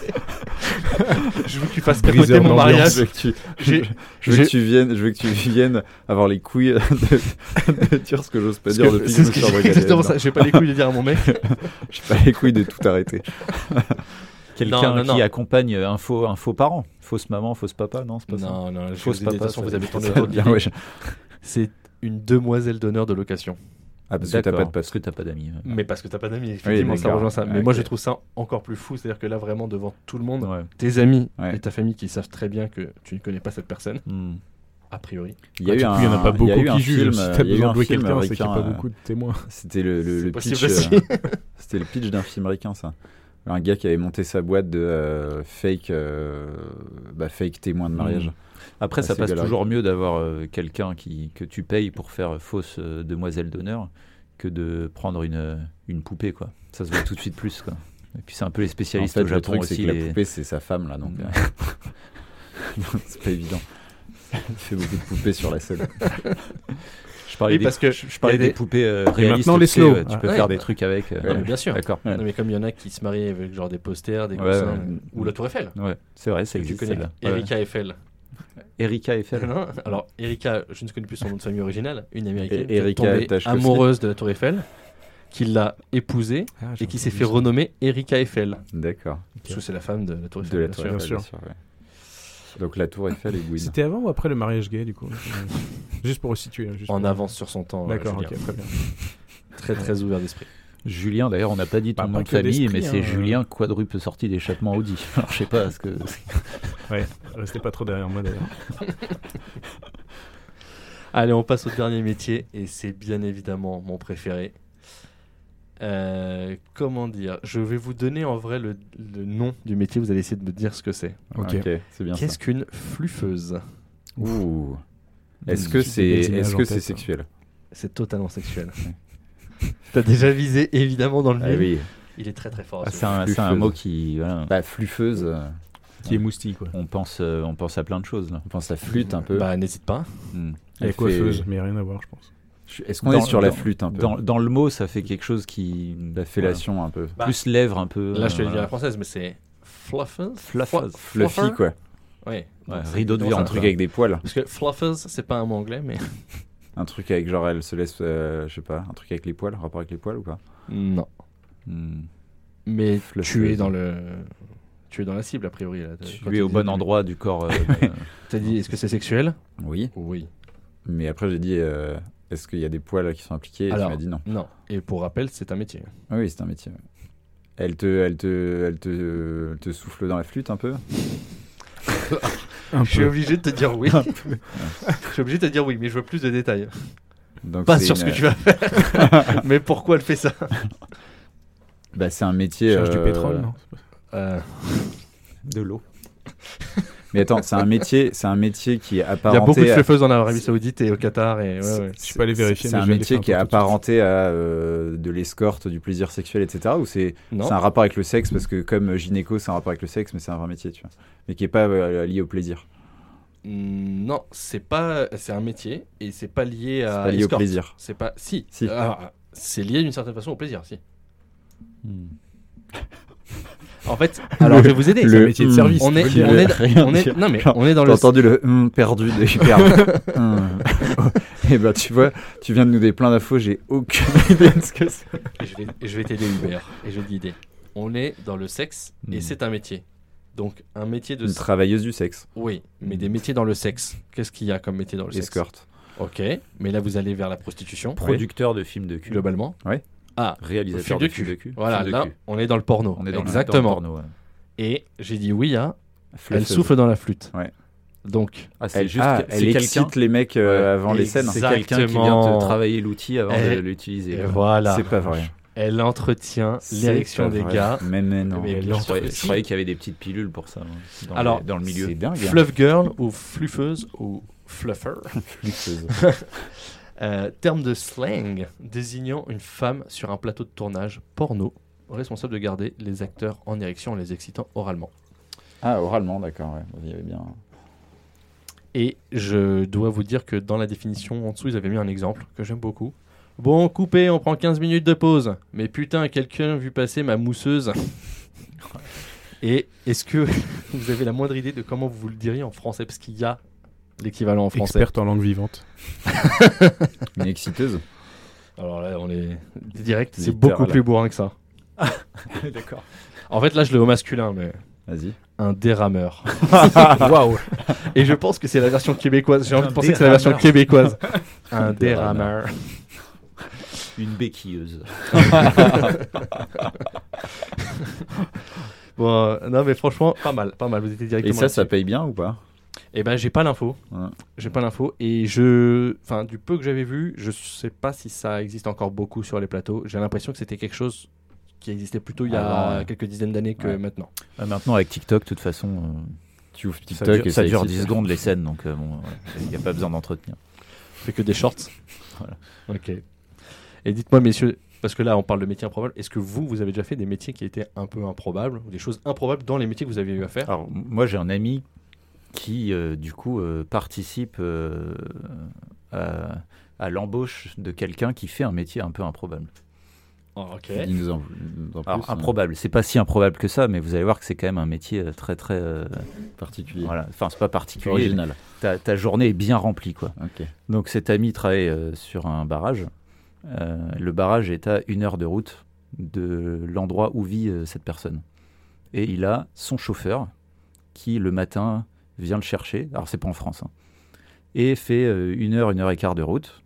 A: je veux que tu fasses capoter
E: Briseur
A: mon
E: d'ambiance.
B: Je veux
A: mariage.
B: que tu,
A: J'ai-
B: je veux que
A: j'ai-
B: tu viennes, je veux que tu viennes avoir les couilles euh, de, de dire ce que j'ose pas
A: Parce
B: dire
A: que
B: depuis
A: c'est
B: que
A: ce
B: je
A: que
B: me suis
A: j'ai-
B: regalé.
A: exactement ça. J'ai pas les couilles de dire à mon mec.
B: J'ai pas les couilles de tout arrêter.
A: Non, non,
D: Quelqu'un
A: non.
D: qui accompagne un faux, un faux parent. Fausse maman, fausse papa, non, c'est pas ça.
A: Non, non, je
D: Fausse
A: vous ai dit, de toute
D: papa,
A: façon,
D: ça
A: vous
D: fait
A: avez tourné
B: Ça
A: autour
B: va
A: de
B: bien,
A: l'idée.
B: Ah ouais, je-
A: C'est une demoiselle d'honneur de location.
B: Ah, parce que t'as pas de
D: D'accord,
B: poste.
D: Parce que t'as pas d'amis. ouais.
A: Mais parce que t'as pas d'amis, effectivement, ça
B: d'accord.
A: rejoint ça. Mais
B: Ok.
A: moi, je trouve ça encore plus fou. C'est-à-dire que là, vraiment, devant tout le monde,
D: Ouais.
A: tes amis
B: Ouais.
A: et ta famille qui savent très bien que tu ne connais pas cette personne,
D: Hmm.
A: a priori.
B: Il y a
C: Ah,
B: eu
C: du coup,
B: un,
C: il y en a pas
B: il y
C: beaucoup
B: eu un
C: qui jugent.
B: film,
C: si
B: euh,
C: t'as
B: il y a eu
C: besoin
B: un
C: de louer
B: film
C: quelqu'un, c'est qu'il n'y a pas
B: américain, euh,
C: beaucoup de témoins.
B: C'était le, le,
A: C'est
B: le
A: possible
B: pitch.
A: aussi.
B: euh, C'était le pitch d'un film américain, ça. Un gars qui avait monté sa boîte de euh, fake, euh, bah, fake témoin de mariage.
D: Hmm. Après,
B: Ah,
D: ça
B: c'est
D: passe
B: galère.
D: toujours mieux d'avoir euh, quelqu'un qui, que tu payes pour faire euh, fausse euh, demoiselle d'honneur que de prendre une, euh, une poupée, quoi. Ça se voit tout de suite plus, quoi. Et puis, c'est un peu les
B: En
D: spécialistes
B: fait,
D: au
B: le
D: Japon
B: truc, c'est
D: aussi.
B: que la
D: les-
B: poupée, c'est sa femme, là, donc.
D: Mm.
B: euh, c'est pas évident. Il fait beaucoup de poupées sur la scène.
D: Je parlais,
A: Oui,
D: des,
A: parce que
D: je parlais
A: il y a
D: des
A: des-
D: poupées euh, réalistes.
C: maintenant, les
D: tu sais,
C: slow.
D: ouais, tu peux
A: Ah Ouais.
D: faire des trucs avec. euh,
A: Non, mais bien sûr.
D: D'accord.
A: Non, mais comme il y en a qui se marient avec genre des posters, des
D: Ouais,
A: coussins,
D: ouais.
A: ou la Tour Eiffel.
D: Ouais, c'est vrai, ça
A: que tu
D: existe.
A: connais
D: celle-là. Ouais.
A: Erika Eiffel.
D: Erika Eiffel.
A: Non Alors, Erika, je ne connais plus son nom de famille originale, une américaine,
B: Et-
A: qui est
B: Erika
A: tombée
B: Tachkovsky.
A: amoureuse de la Tour Eiffel, qui l'a épousée
C: Ah,
A: et qui s'est fait renommer Erika Eiffel.
B: D'accord.
A: Parce que c'est la femme de la Tour Eiffel.
B: De la
A: bien
B: tour
A: sûr.
B: Eiffel,
C: bien sûr.
B: bien sûr, ouais. Donc la tour Eiffel est Gwyn.
C: C'était avant ou après le mariage gay, du coup Juste pour resituer. hein, juste
A: En euh,
C: pour-
A: avance sur son temps.
C: D'accord,
A: Julien.
C: ok, très bien.
A: Très très ouvert d'esprit.
D: Julien, d'ailleurs, on n'a pas dit
C: Pas-
D: ton
C: pas
D: nom de
C: que
D: famille,
C: d'esprit,
D: mais c'est
C: hein.
D: Julien quadruple sorti d'échappement Audi. Alors, je sais pas ce que.
C: Restez pas trop derrière moi, d'ailleurs.
A: Allez, on passe au dernier métier et c'est bien évidemment mon préféré. Euh, comment dire Je vais vous donner en vrai le, le nom du métier, vous allez essayer de me dire ce que c'est.
C: Ok.
B: Ok, c'est bien ça.
A: Qu'est-ce qu'une fluffeuse
B: Ouh.
C: Des-
B: Est-ce que
C: des
B: c'est
C: belles images
B: est-ce
C: en
B: que
C: tête,
B: c'est
C: hein.
B: sexuel
A: C'est totalement sexuel. T'as déjà visé évidemment dans le
B: Ah
A: mille.
B: oui.
A: Il est très très fort.
D: Ah,
A: ce
D: c'est un, c'est un
B: Fluffeuse.
D: mot qui. voilà,
B: Bah fluffeuse. euh,
C: Qui est moustille, quoi.
D: on, pense, euh, on pense à plein de choses, là.
B: On pense à flûte un
A: jeu.
B: peu.
A: Bah n'hésite pas.
C: Elle
D: Hmm.
C: est
B: Elle fait-
C: coiffeuse, mais rien à voir, je pense.
B: Je Je- Est-ce qu'on
D: Dans-
B: est sur la
D: dans-
B: flûte un peu
D: Dans, dans le mot, ça fait quelque chose qui.
B: La fellation un peu.
D: voilà. Bah, Plus lèvre un peu.
A: Bah, Là, je te
D: euh,
A: le dis à
D: voilà.
A: la française, mais c'est fluffers.
D: Fluffers.
A: Fla-
B: Fluffy
A: fluffer
B: quoi.
A: Ouais. Donc,
D: Ouais,
A: c'est
D: rideau de
A: plutôt
B: C'est
A: ça.
B: un
D: viande.
B: truc avec des poils.
A: Parce que fluffers, c'est pas un mot anglais, mais.
B: Un truc avec genre elle se laisse, euh, je sais pas, un truc avec les poils, rapport avec les poils ou pas
A: Non.
D: Hmm.
A: Mais
B: Fluffers.
A: tu es dans le. Tu es dans la cible, a priori. Là. Quand
D: Tu es au
A: dis-
D: bon endroit du corps. euh,
A: T'as dit, est-ce que c'est sexuel
B: Oui.
A: Oui.
B: Mais après j'ai dit, euh, est-ce qu'il y a des poils qui sont impliqués Et
A: Alors.
B: tu m'as dit non.
A: Non. Et pour rappel, c'est un métier.
B: Ah oui, c'est un métier. ouais. Elle te, elle te, elle te, elle te souffle dans la flûte un peu.
C: Un
A: Je suis
C: peu.
A: obligé de te dire oui. Je suis obligé de te dire oui, mais je veux plus de détails.
B: Donc
A: Pas
B: c'est
A: sur
B: une- euh,
A: ce que tu vas faire, mais pourquoi elle fait ça
B: Bah c'est un métier.
C: Cherche du
B: euh,
C: pétrole, non C'est pas-
D: De l'eau.
B: Mais attends, c'est un métier, c'est un métier qui est
A: Il y
B: apparenté.
A: a beaucoup de
B: à-
A: fluffeuses en Arabie Saoudite et au Qatar. Et... ouais,
B: C'est-
A: ouais.
C: Je suis pas allé vérifier,
B: C'est
C: mais
B: un
C: je vais aller
B: métier
C: faire
B: qui est
C: un tour tout de
B: apparenté à euh, de l'escorte, du plaisir sexuel, etc. Ou c'est
A: Non.
B: C'est un rapport avec le sexe, parce que comme euh, gynéco, c'est un rapport avec le sexe, mais c'est un vrai métier, tu vois. Mais qui est pas euh, lié au plaisir.
A: Mm, Non, c'est pas. C'est un métier et c'est pas lié
B: C'est
C: Ah,
A: à.
B: pas lié au
A: escorte.
B: plaisir.
A: C'est pas. Si.
B: Si.
A: Ah, c'est lié d'une certaine façon au plaisir, si. En fait, alors je vais vous aider.
C: Le- métier de
B: hmm,
C: service,
A: On est,
B: tu veux
A: on est,
B: rien
A: on est-
B: dire.
A: non mais
B: Genre,
A: on est dans
B: T'as
A: le.
B: entendu le hmm
A: Hum,
B: perdu de hyper. Et ben tu vois, tu viens de nous donner plein d'infos, j'ai aucune idée de ce que c'est.
A: Et Je vais, et je vais t'aider Hubert et je vais t'aider. On est dans le sexe et
D: Mm.
A: c'est un métier. Donc un métier de.
B: Une travailleuse du sexe,
A: Oui, mais
D: Mm.
A: des métiers dans le sexe. Qu'est-ce qu'il y a comme métier dans le sexe
B: escorte.
A: Ok, mais là vous allez vers la prostitution
D: Producteur de films de cul.
A: globalement.
D: Réalisateur
A: Film
D: de
A: de
D: films de cul.
A: Voilà,
D: Film de
A: là
D: cul.
A: on est dans le porno.
D: On est dans le- dans le
A: Exactement.
D: porno, ouais.
A: Et j'ai dit oui à. Elle
B: Fluffeuse.
A: souffle dans la flûte.
B: Ouais.
A: Donc
D: Ah, c'est
B: Elle,
D: juste
B: ah,
D: que- c'est
B: elle
D: quelqu'un.
B: excite les mecs euh, avant les scènes.
D: C'est quelqu'un qui vient
A: Exactement.
D: te travailler l'outil avant
A: Eh,
D: de l'utiliser.
A: et
D: quoi.
A: voilà,
B: C'est pas vrai.
A: elle entretient l'érection
B: C'est
A: des
B: pas vrai.
A: gars.
B: Mais, mais non.
A: Mais
D: Je
A: l'entre-
D: croyais, je
A: si.
D: croyais qu'il y avait des petites pilules pour ça. hein, Dans
A: Alors,
D: le, dans le milieu.
B: C'est dingue. hein.
A: Fluff girl ou fluffeuse ou fluffer.
B: Fluffeuse.
A: Euh, terme de slang désignant une femme sur un plateau de tournage porno responsable de garder les acteurs en érection en les excitant oralement.
B: Ah, oralement, d'accord. ouais. Il y avait bien.
A: Et je dois vous dire que dans la définition en dessous, ils avaient mis un exemple que j'aime beaucoup. Bon, coupé, on prend 15 minutes de pause. Mais putain, quelqu'un a vu passer ma mousseuse. Et est-ce que vous avez la moindre idée de comment vous le diriez en français Parce qu'il y a l'équivalent en
C: suite.
A: français.
C: Experte en langue vivante.
B: Une exciteuse.
A: Alors là, on est direct, c'est
B: Littéral.
A: beaucoup plus bourrin que ça.
D: D'accord.
A: En fait, là, je l'ai au masculin, mais
B: Vas-y.
A: un dérameur.
C: Waouh
A: Et je pense que c'est la version québécoise. J'ai envie de
D: Un
A: penser que c'est la version
D: dérameur.
A: québécoise. Un dérameur.
D: Une béquilleuse.
A: Bon, euh, non, mais franchement, pas mal, pas mal. Vous étiez directement.
B: Et ça, ça
A: là-dessus.
B: paye bien ou pas
A: Eh ben, j'ai pas l'info.
B: Ouais.
A: J'ai pas l'info. Et je. Enfin, du peu que j'avais vu, je sais pas si ça existe encore beaucoup sur les plateaux. J'ai l'impression que c'était quelque chose qui existait plutôt il y a
B: Avant, Ah ouais.
A: quelques dizaines d'années que
B: Ouais.
A: maintenant.
D: Ah, maintenant, avec TikTok, de toute façon,
B: Tu ouvres
D: euh,
B: TikTok
D: ça dure,
B: et
D: ça
B: ça
D: dure
B: excite.
D: 10 secondes les scènes, donc euh, bon, il n'y a pas besoin d'entretenir.
A: Fait que des shorts.
D: Voilà.
A: Ok. Et dites-moi, messieurs, parce que là, on parle de métiers improbables. Est-ce que vous, vous avez déjà fait des métiers qui étaient un peu improbables ou des choses improbables dans les métiers que vous avez eu à faire
D: Alors, m- moi, j'ai un ami qui, euh, du coup, euh, participe euh, à, à l'embauche de quelqu'un qui fait un métier un peu improbable.
A: Oh, Ok.
B: Dis-nous en, en plus.
D: Alors,
B: hein,
D: improbable, c'est pas si improbable que ça, mais vous allez voir que c'est quand même un métier euh, très, très. euh,
B: particulier.
D: voilà. Enfin, c'est pas particulier.
B: Original.
D: Ta, ta journée est bien remplie, quoi.
B: Ok.
D: Donc cet ami travaille euh, sur un barrage. Euh, le barrage est à une heure de route de l'endroit où vit euh, cette personne. Et il a son chauffeur qui le matin vient le chercher. Alors c'est pas en France. hein. Et fait euh, une heure, une heure et quart de route.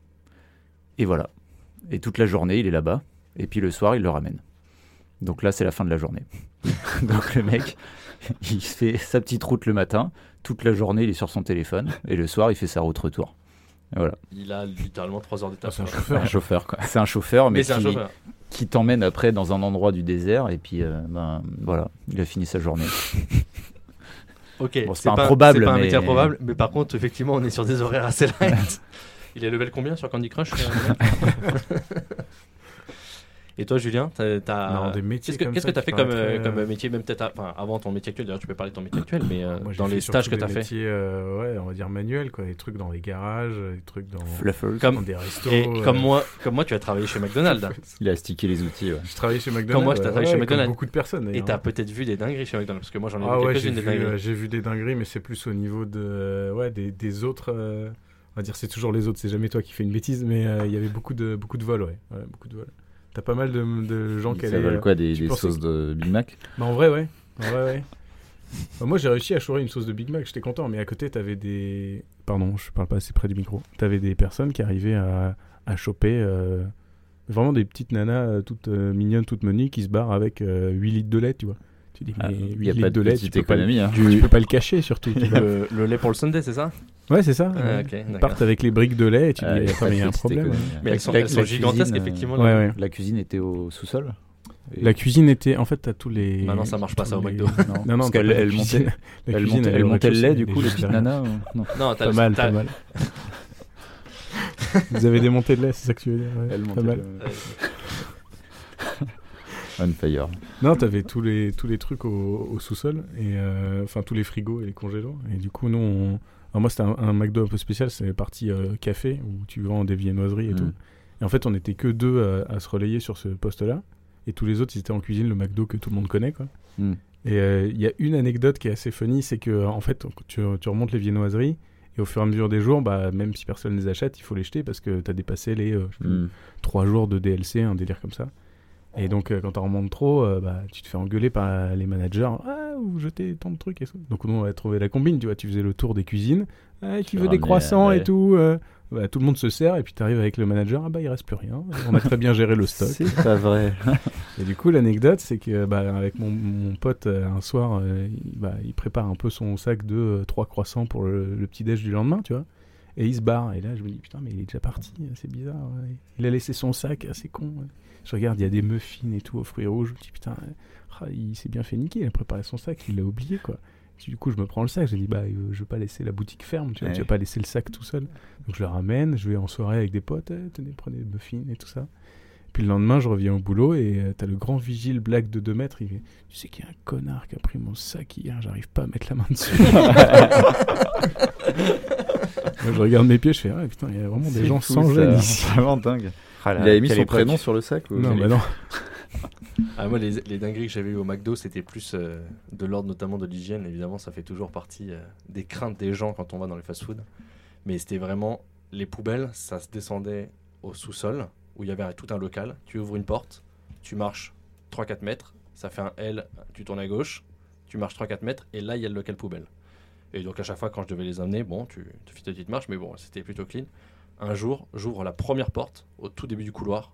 D: Et voilà. Et toute la journée, il est là-bas. Et puis le soir, il le ramène. Donc là, c'est la fin de la journée. Donc le mec, il fait sa petite route le matin. Toute la journée, il est sur son téléphone. Et le soir, il fait sa route retour. Et voilà.
A: Il a littéralement 3 heures de taf.
C: C'est
B: Ah,
C: un
A: quoi.
C: chauffeur.
D: Un chauffeur, quoi. C'est un chauffeur, mais,
A: Mais c'est un
D: qui,
A: chauffeur.
D: qui t'emmène après dans un endroit du désert. Et puis, euh, ben, voilà, il a fini sa journée.
A: Ok,
D: Bon, c'est
A: c'est
D: pas
A: pas,
D: improbable,
A: c'est pas un
D: mais-
A: métier improbable, mais par contre, effectivement, on est sur des horaires assez light. Il est level combien sur Candy Crush euh, le mec Et toi, Julien, t'as- t'as-
C: Non, Ah, des métiers
A: Qu'est-ce que
C: comme
A: qu'est-ce
C: ça
A: que t'as
C: qui
A: fait comme, euh,
C: paraîtraient,
A: comme
C: euh,
A: métier, même peut-être à- enfin, avant ton métier actuel D'ailleurs, tu peux parler de ton métier actuel, mais euh,
C: Moi, j'ai
A: dans
C: fait
A: les
C: surtout
A: stages que
C: des
A: t'as fait.
C: métiers, euh, ouais, on va dire manuels, quoi. Des trucs dans les garages, des trucs dans,
D: Fluffers.
A: Comme-
C: dans des restos.
A: Et
C: euh,
A: comme moi, comme moi, tu as travaillé chez McDonald's.
B: Il a stické les outils. ouais.
C: Je travaillais chez McDonald's.
A: moi, je travaille chez
C: comme
A: McDonald's.
C: beaucoup de personnes.
A: Et
C: d'ailleurs.
A: t'as peut-être vu des dingueries chez McDonald's, parce que moi j'en ai
C: Ah
A: vu
C: ouais, j'ai
A: quelques-unes
C: vu,
A: des dingueries.
C: euh, j'ai vu des dingueries, mais c'est plus au niveau de, euh, ouais, des, des autres. euh, on va dire, c'est toujours les autres, c'est jamais toi qui fais une bêtise, mais euh, il y avait beaucoup de, beaucoup de vols, ouais. Ouais, beaucoup de vols. T'as pas mal de, de gens qui
B: Ça
C: allaient.
B: vole
C: euh,
B: quoi Des,
C: tu
B: des
C: pensais
B: sauces de Big Mac
C: Bah, en vrai, ouais. En vrai, ouais. Bah, moi, j'ai réussi à chourer une sauce de Big Mac, j'étais content, mais à côté, t'avais des. Pardon, je parle pas assez près du micro. T'avais des personnes qui arrivaient à, à choper euh, vraiment des petites nanas euh, toutes euh, mignonnes, toutes menues, qui se barrent avec euh, 8 litres de lait, tu vois. Tu dis, mais
B: Ah,
C: 8
B: Il n'y a
C: litres
B: pas
C: de
B: de
C: lait,
B: petite
C: tu peux pas, le-
B: économie. hein.
C: tu peux pas le cacher surtout. tu vois.
A: Le, le lait pour le Sunday, c'est ça
C: ouais, c'est ça.
A: Ah,
C: ouais.
A: ok,
C: Ils
A: d'accord.
C: partent avec les briques de lait et tu
B: Ah,
C: dis,
B: y a
C: attends,
B: pas
C: mais il y a
B: de
C: un
B: petite
C: problème. hein.
B: économie, ouais.
A: Mais elles sont,
D: Avec
A: elles
D: la
A: sont
D: cuisine,
A: gigantesques,
D: euh,
A: effectivement.
C: Ouais,
A: là.
C: ouais. ouais.
D: La cuisine était au sous-sol. Et-
C: La cuisine était. En fait, t'as tous les.
A: Maintenant, ça marche pas,
C: tous
A: ça, au
C: les-
A: McDo.
C: Non, non,
D: Parce
C: t'as
D: qu'elle-
C: pas de
D: elle
C: cuisine.
D: montait-
C: La
D: Elle
C: cuisine,
D: montait,
C: est
D: elle
C: au
D: montait le
C: rez-de-chaussée,
D: lait, du
C: elle est
D: coup, les
C: juste
D: petites
C: derrière.
D: nanas. euh, Non,
A: Non, t'as
C: Pas mal,
A: t'as-
C: pas mal. Vous avez démonté de lait, c'est ça que tu veux dire ouais.
D: elle
C: Pas
D: montait
C: mal.
D: le-
A: euh,
B: On fire.
C: Non, t'avais tous les, tous les trucs au, au sous-sol, et euh, enfin tous les frigos et les congélos. Et du coup, nous, on... alors moi, c'était un, un McDo un peu spécial, c'est la partie euh, café, où tu vends des viennoiseries et
B: Mm.
C: tout. Et en fait, on était que deux à, à se relayer sur ce poste-là, et tous les autres, ils étaient en cuisine, le McDo que tout le monde connaît, quoi.
D: Mm.
C: Et euh, il y a une anecdote qui est assez funny, c'est que, en fait, quand tu, tu remontes les viennoiseries, et au fur et à mesure des jours, bah, même si personne les achète, il faut les jeter parce que t'as dépassé les, euh, je sais pas,
B: Mm.
C: trois jours de DLC, un délire comme ça. Et donc, euh, quand t'en remontes trop, euh, bah, tu te fais engueuler par les managers. Ah, vous jetez tant de trucs et ça. Donc, nous, on va trouver la combine, tu vois. Tu faisais le tour des cuisines. Ah, qui
B: Tu
C: veut des
B: ramenais,
C: croissants
B: ouais.
C: et tout euh, bah, Tout le monde se sert et puis t'arrives avec le manager. Ah, bah, il reste plus rien. On a très bien géré le stock.
B: C'est pas vrai.
C: Et du coup, l'anecdote, c'est que bah, avec mon, mon pote, euh, un soir, euh, il, bah, il prépare un peu son sac de euh, trois croissants pour le, le petit-déj du lendemain, tu vois. Et il se barre. Et là, je me dis, putain, mais il est déjà parti, euh, c'est bizarre. ouais. Il a laissé son sac, ah, c'est con. ouais. Je regarde, il y a des muffins et tout aux fruits rouges. Je me dis, putain, euh, ah, il s'est bien fait niquer. Il a préparé son sac, il l'a oublié, quoi. Puis, Du coup, je me prends le sac, j'ai dit, bah, euh, je vais pas laisser la boutique ferme, tu vois, tu
B: Ouais.
C: vas pas laisser le sac tout seul. Donc, je le ramène, je vais en soirée avec des potes, Eh, tenez, prenez des muffins et tout ça. Puis le lendemain, je reviens au boulot et euh, t'as le grand vigile blague de 2 mètres. Il fait Tu sais qu'il y a un connard qui a pris mon sac hier, j'arrive pas à mettre la main dessus. Moi, je regarde mes pieds, je fais Ah putain, il y a vraiment des
B: C'est
C: gens
B: fou,
C: sans
B: ça.
C: gêne ici.
B: C'est vraiment dingue.
D: Ah
B: Il
D: là,
B: avait mis
D: quelle
B: son
D: époque.
B: prénom sur le sac ou-
C: Non, bah non.
A: Ah, moi, les, les dingueries que j'avais eues au McDo, c'était plus euh, de l'ordre notamment de l'hygiène. Évidemment, ça fait toujours partie euh, des craintes des gens quand on va dans les fast-food. Mais c'était vraiment les poubelles, ça se descendait au sous-sol, où il y avait un- tout un local. Tu ouvres une porte, tu marches 3-4 mètres, ça fait un L, tu tournes à gauche, tu marches 3-4 mètres, et là, il y a le local poubelle. Et donc, à chaque fois, quand je devais les amener, bon, tu, tu fais ta petite marche, mais bon, c'était plutôt clean. Un jour, j'ouvre la première porte, au tout début du couloir,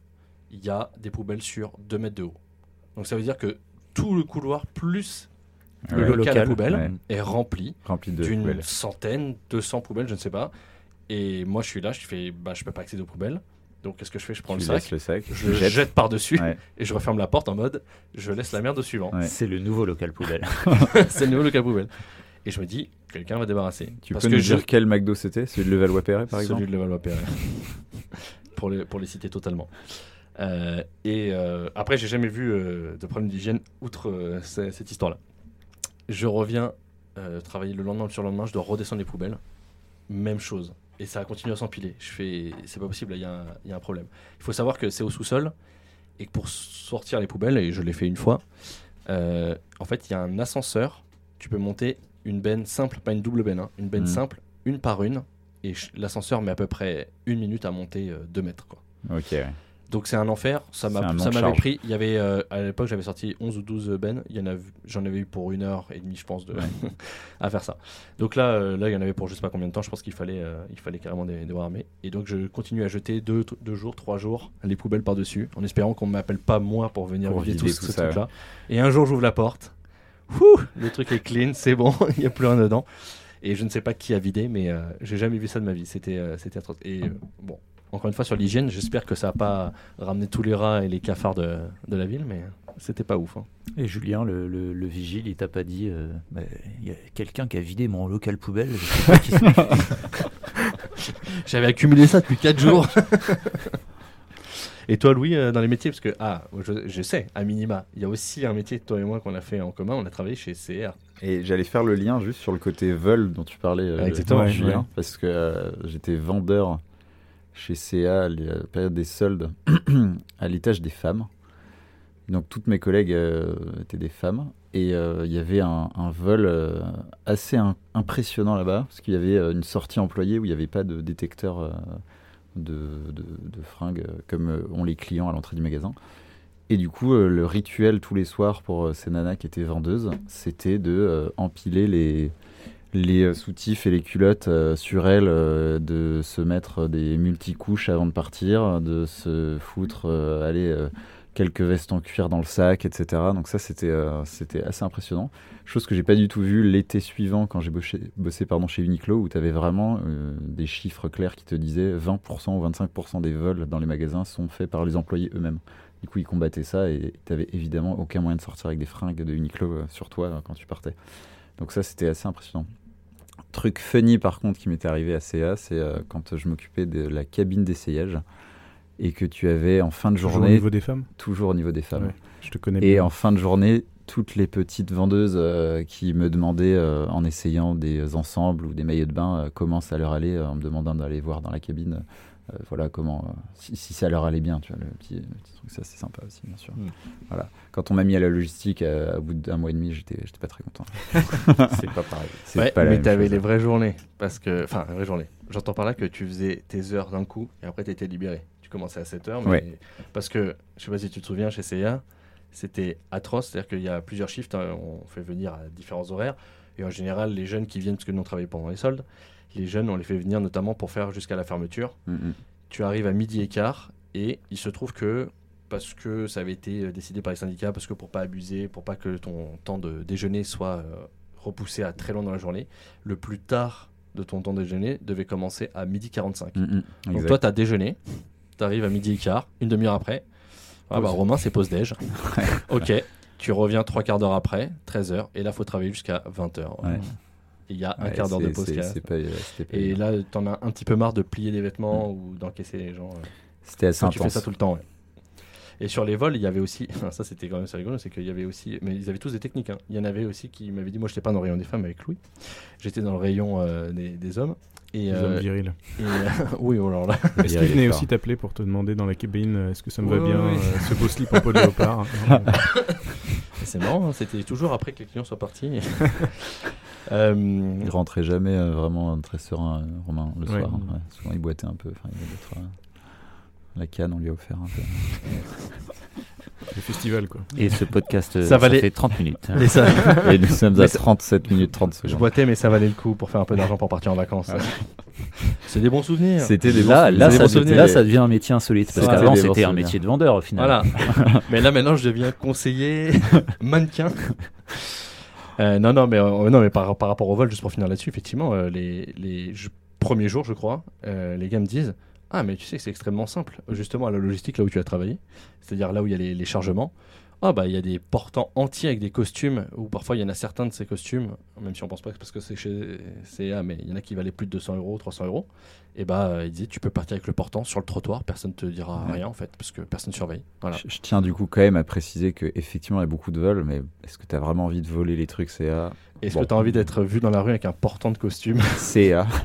A: il y a des poubelles sur 2 mètres de haut. Donc ça veut dire que tout le couloir plus
B: Ouais.
A: le local, à
D: local,
A: poubelle
B: ouais.
A: est rempli
B: Rempli de
A: d'une
B: poubelles.
A: centaine, 200 poubelles, je ne sais pas. Et moi je suis là, je fais bah je peux pas accéder aux poubelles. Donc qu'est-ce que je fais Je prends
B: Tu
A: le
B: laisses
A: sac,
B: le sac.
A: je
B: tu
A: le
B: jettes.
A: jette par-dessus
B: Ouais.
A: et je referme la porte en mode je laisse la merde au suivant.
B: Ouais.
D: C'est le nouveau local poubelle.
A: C'est le nouveau local poubelle. Et je me dis quelqu'un va débarrasser
B: Tu
A: parce
B: peux
A: que
B: nous
A: je-
B: dire quel McDo c'était Celui de Levallois-Perret, par exemple
A: Celui de Levallois-Perret. pour, les, pour les citer totalement. Euh, et euh, après, j'ai jamais vu euh, de problème d'hygiène outre euh, ce- cette histoire-là. Je reviens euh, travailler le lendemain, le surlendemain, je dois redescendre les poubelles. Même chose. Et ça continue à s'empiler. Je fais, c'est pas possible, là, il y a un- il y, a un problème. Il faut savoir que c'est au sous-sol et que pour sortir les poubelles, et je l'ai fait une fois, euh, en fait, il y a un ascenseur. Tu peux monter une benne simple, pas une double benne, hein, une benne
B: Mhm.
A: simple, une par une. Et ch- l'ascenseur met à peu près une minute à monter 2 mètres. Quoi.
B: Ok, ouais.
A: Donc c'est un enfer. Ça
B: C'est
A: m'a-
B: un
A: ça
B: long
A: m'avait
B: charge.
A: pris. Il y avait, euh, à l'époque, j'avais sorti 11 ou 12 bennes. Il y en a vu- J'en avais eu pour une heure et demie, je pense, de, à faire ça. Donc là, euh, là, il y en avait pour je sais pas combien de temps. Je pense qu'il fallait, euh, il fallait carrément des, des bras armés. Et donc je continue à jeter deux, t- deux jours, trois jours, les poubelles par-dessus, en espérant qu'on ne m'appelle pas moi pour venir
B: Pour
A: vider tout,
B: vider
A: ce-
B: tout
A: ce
B: ça,
A: truc-là. Et un jour, j'ouvre la porte. Ouh, le truc est clean, c'est bon, il n'y a plus rien dedans. Et je ne sais pas qui a vidé, mais euh, j'ai jamais vu ça de ma vie. C'était, euh, c'était atroce. Et euh, bon, encore une fois sur l'hygiène, j'espère que ça n'a pas ramené tous les rats et les cafards de, de la ville, mais c'était pas ouf. hein.
D: Et Julien, le, le- le vigile, il t'a pas dit euh, Bah, il y a quelqu'un qui a vidé mon local poubelle. je sais pas qui c'est.
A: J'avais accumulé ça depuis 4 jours. Et toi, Louis, euh, dans les métiers, parce que, ah, je, je sais, à minima, il y a aussi un métier, toi et moi, qu'on a fait en commun, on a travaillé chez CR.
B: Et j'allais faire le lien juste sur le côté vol dont tu parlais, euh,
A: Exactement,
B: Julien,
C: ouais.
B: parce que euh, j'étais vendeur chez CA à la période des soldes à l'étage des femmes. Donc toutes mes collègues euh, étaient des femmes. Et euh, il y avait un, un vol euh, assez im- impressionnant là-bas, parce qu'il y avait euh, une sortie employée où il n'y avait pas de détecteur euh, de, de- de fringues euh, comme euh, ont les clients à l'entrée du magasin. Et du coup, euh, le rituel tous les soirs pour euh, ces nanas qui étaient vendeuses, c'était de euh, empiler les, les euh, soutifs et les culottes euh, sur elles, euh, de se mettre des multicouches avant de partir, de se foutre, euh, aller euh, quelques vestes en cuir dans le sac, etc. Donc ça, c'était euh, c'était assez impressionnant. Chose que j'ai pas du tout vue l'été suivant quand j'ai bossé, bossé, pardon, chez Uniqlo, où tu avais vraiment euh, des chiffres clairs qui te disaient 20% ou 25% des vols dans les magasins sont faits par les employés eux-mêmes. Du coup, ils combattaient ça et t'avais évidemment aucun moyen de sortir avec des fringues de Uniqlo euh, sur toi euh, quand tu partais. Donc ça, c'était assez impressionnant. Truc funny par contre qui m'était arrivé à CA, c'est euh, quand je m'occupais de la cabine d'essayage et que tu avais en fin de
C: Toujours
B: journée
C: au niveau des femmes.
B: toujours au niveau des femmes.
C: Ouais, Je te connais
B: Et
C: bien.
B: en fin de journée, toutes les petites vendeuses euh, qui me demandaient, euh, en essayant des ensembles ou des maillots de bain, euh, comment ça leur allait, euh, en me demandant d'aller voir dans la cabine, euh, voilà comment, euh, si, si ça leur allait bien, tu vois, le petit, le petit truc, ça c'est sympa aussi, bien sûr.
A: Mm.
B: Voilà. Quand on m'a mis à la logistique, euh, au bout d'un mois et demi, j'étais j'étais pas très content.
D: C'est pas pareil.
B: C'est
A: Ouais,
B: pas la
A: mais
B: même
A: t'avais
B: chose. hein.
A: les vraies journées. Parce que, enfin, les vraies journées. J'entends par là que tu faisais tes heures d'un coup et après t'étais libéré. Tu commençais à 7 heures. Mais...
B: Ouais.
A: Parce que, je sais pas si tu te souviens, chez CA, c'était atroce. C'est-à-dire qu'il y a plusieurs shifts, hein, on fait venir à différents horaires. Et en général, les jeunes qui viennent, parce que nous on travaillait pendant les soldes, les jeunes, on les fait venir notamment pour faire jusqu'à la fermeture.
B: Mm, mm.
A: Tu arrives à midi et quart et il se trouve que parce que ça avait été euh, décidé par les syndicats, parce que pour pas abuser, pour pas que ton temps de déjeuner soit euh, repoussé à très loin dans la journée, le plus tard de ton temps de déjeuner devait commencer à midi 45.
B: Mm, mm.
A: Donc
B: Exact.
A: toi, tu as déjeuné, tu arrives à midi et quart, une demi-heure après. Ah bah
B: Pause.
A: Romain, c'est pause déj. ok, tu reviens trois quarts d'heure après, 13h, et là, faut travailler jusqu'à 20h.
B: Ouais.
A: Il y a un
B: Ouais,
A: quart d'heure de
B: c'est-
A: pause.
B: c'est-
A: qui a-
B: c'est pas- euh, c'était pas
A: Et
B: évident.
A: là, t'en as un petit peu marre de plier des vêtements
B: Mm.
A: ou d'encaisser les gens. euh.
B: C'était assez
A: Toi, tu fais
B: intense.
A: ça tout le temps, ouais. Et sur les vols, il y avait aussi, ça c'était quand même assez rigolo, c'est qu'il y avait aussi, mais ils avaient tous des techniques. hein. Il y en avait aussi qui m'avaient dit, moi j'étais pas dans le rayon des femmes avec Louis, j'étais dans le rayon euh, des, des hommes. Et,
C: Les hommes
A: euh,
C: virils.
A: et, euh, oui, oh là là.
C: Est-ce qu'il venait
B: fort.
C: aussi t'appeler pour te demander dans la cabine euh, est-ce que ça me
A: Ouais,
C: va bien
A: ouais, ouais.
C: euh, ce beau slip en hein, peau de léopard
A: Et c'est marrant, hein, c'était toujours après que les clients soient partis. Euh,
B: Il rentrait jamais euh, vraiment très serein, euh, Romain, le
C: Ouais.
B: soir. hein, ouais. Souvent, il boitait un peu. Enfin, il avait d'autres, euh, La canne, on lui a offert un peu.
C: Le festival quoi.
D: Et ce podcast, euh,
A: Ça
D: ça,
A: valait-
D: fait 30 minutes.
A: mais ça-
B: Et nous sommes
A: Mais
B: à
A: ça-
B: 37 minutes 30
A: je
B: secondes.
A: boitais, mais ça valait le coup pour faire un peu d'argent pour partir en vacances. c'est des bons souvenirs.
B: C'était des
D: Là,
B: bons-
D: là,
B: des bons
D: ça,
B: souvenirs.
D: là, ça devient un métier insolite. Parce
A: Ouais.
D: qu'avant,
B: Des bons
D: c'était un
B: souvenirs.
D: métier de vendeur au final.
A: Voilà. mais là maintenant je deviens conseiller mannequin. Euh, non non mais euh, non mais par, par rapport au vol juste pour finir là-dessus effectivement euh, les les je- premiers jours je crois euh, les gars me disent ah mais tu sais que c'est extrêmement simple justement à la logistique là où tu as travaillé c'est-à-dire là où il y a les, les chargements ah bah il y a des portants entiers avec des costumes ou parfois il y en a certains de ces costumes même si on pense pas que parce que c'est chez CA mais il y en a qui valaient plus de 200 euros 300 euros et bah euh, il disait tu peux partir avec le portant sur le trottoir personne te dira
B: Ouais.
A: rien en fait parce que personne surveille voilà
B: Je, je tiens du coup quand même à préciser qu'effectivement, il y a beaucoup de vols, mais est-ce que tu as vraiment envie de voler les trucs CA
A: Est-ce
B: Bon.
A: que tu as envie d'être vu dans la rue avec un portant de costume
B: CA.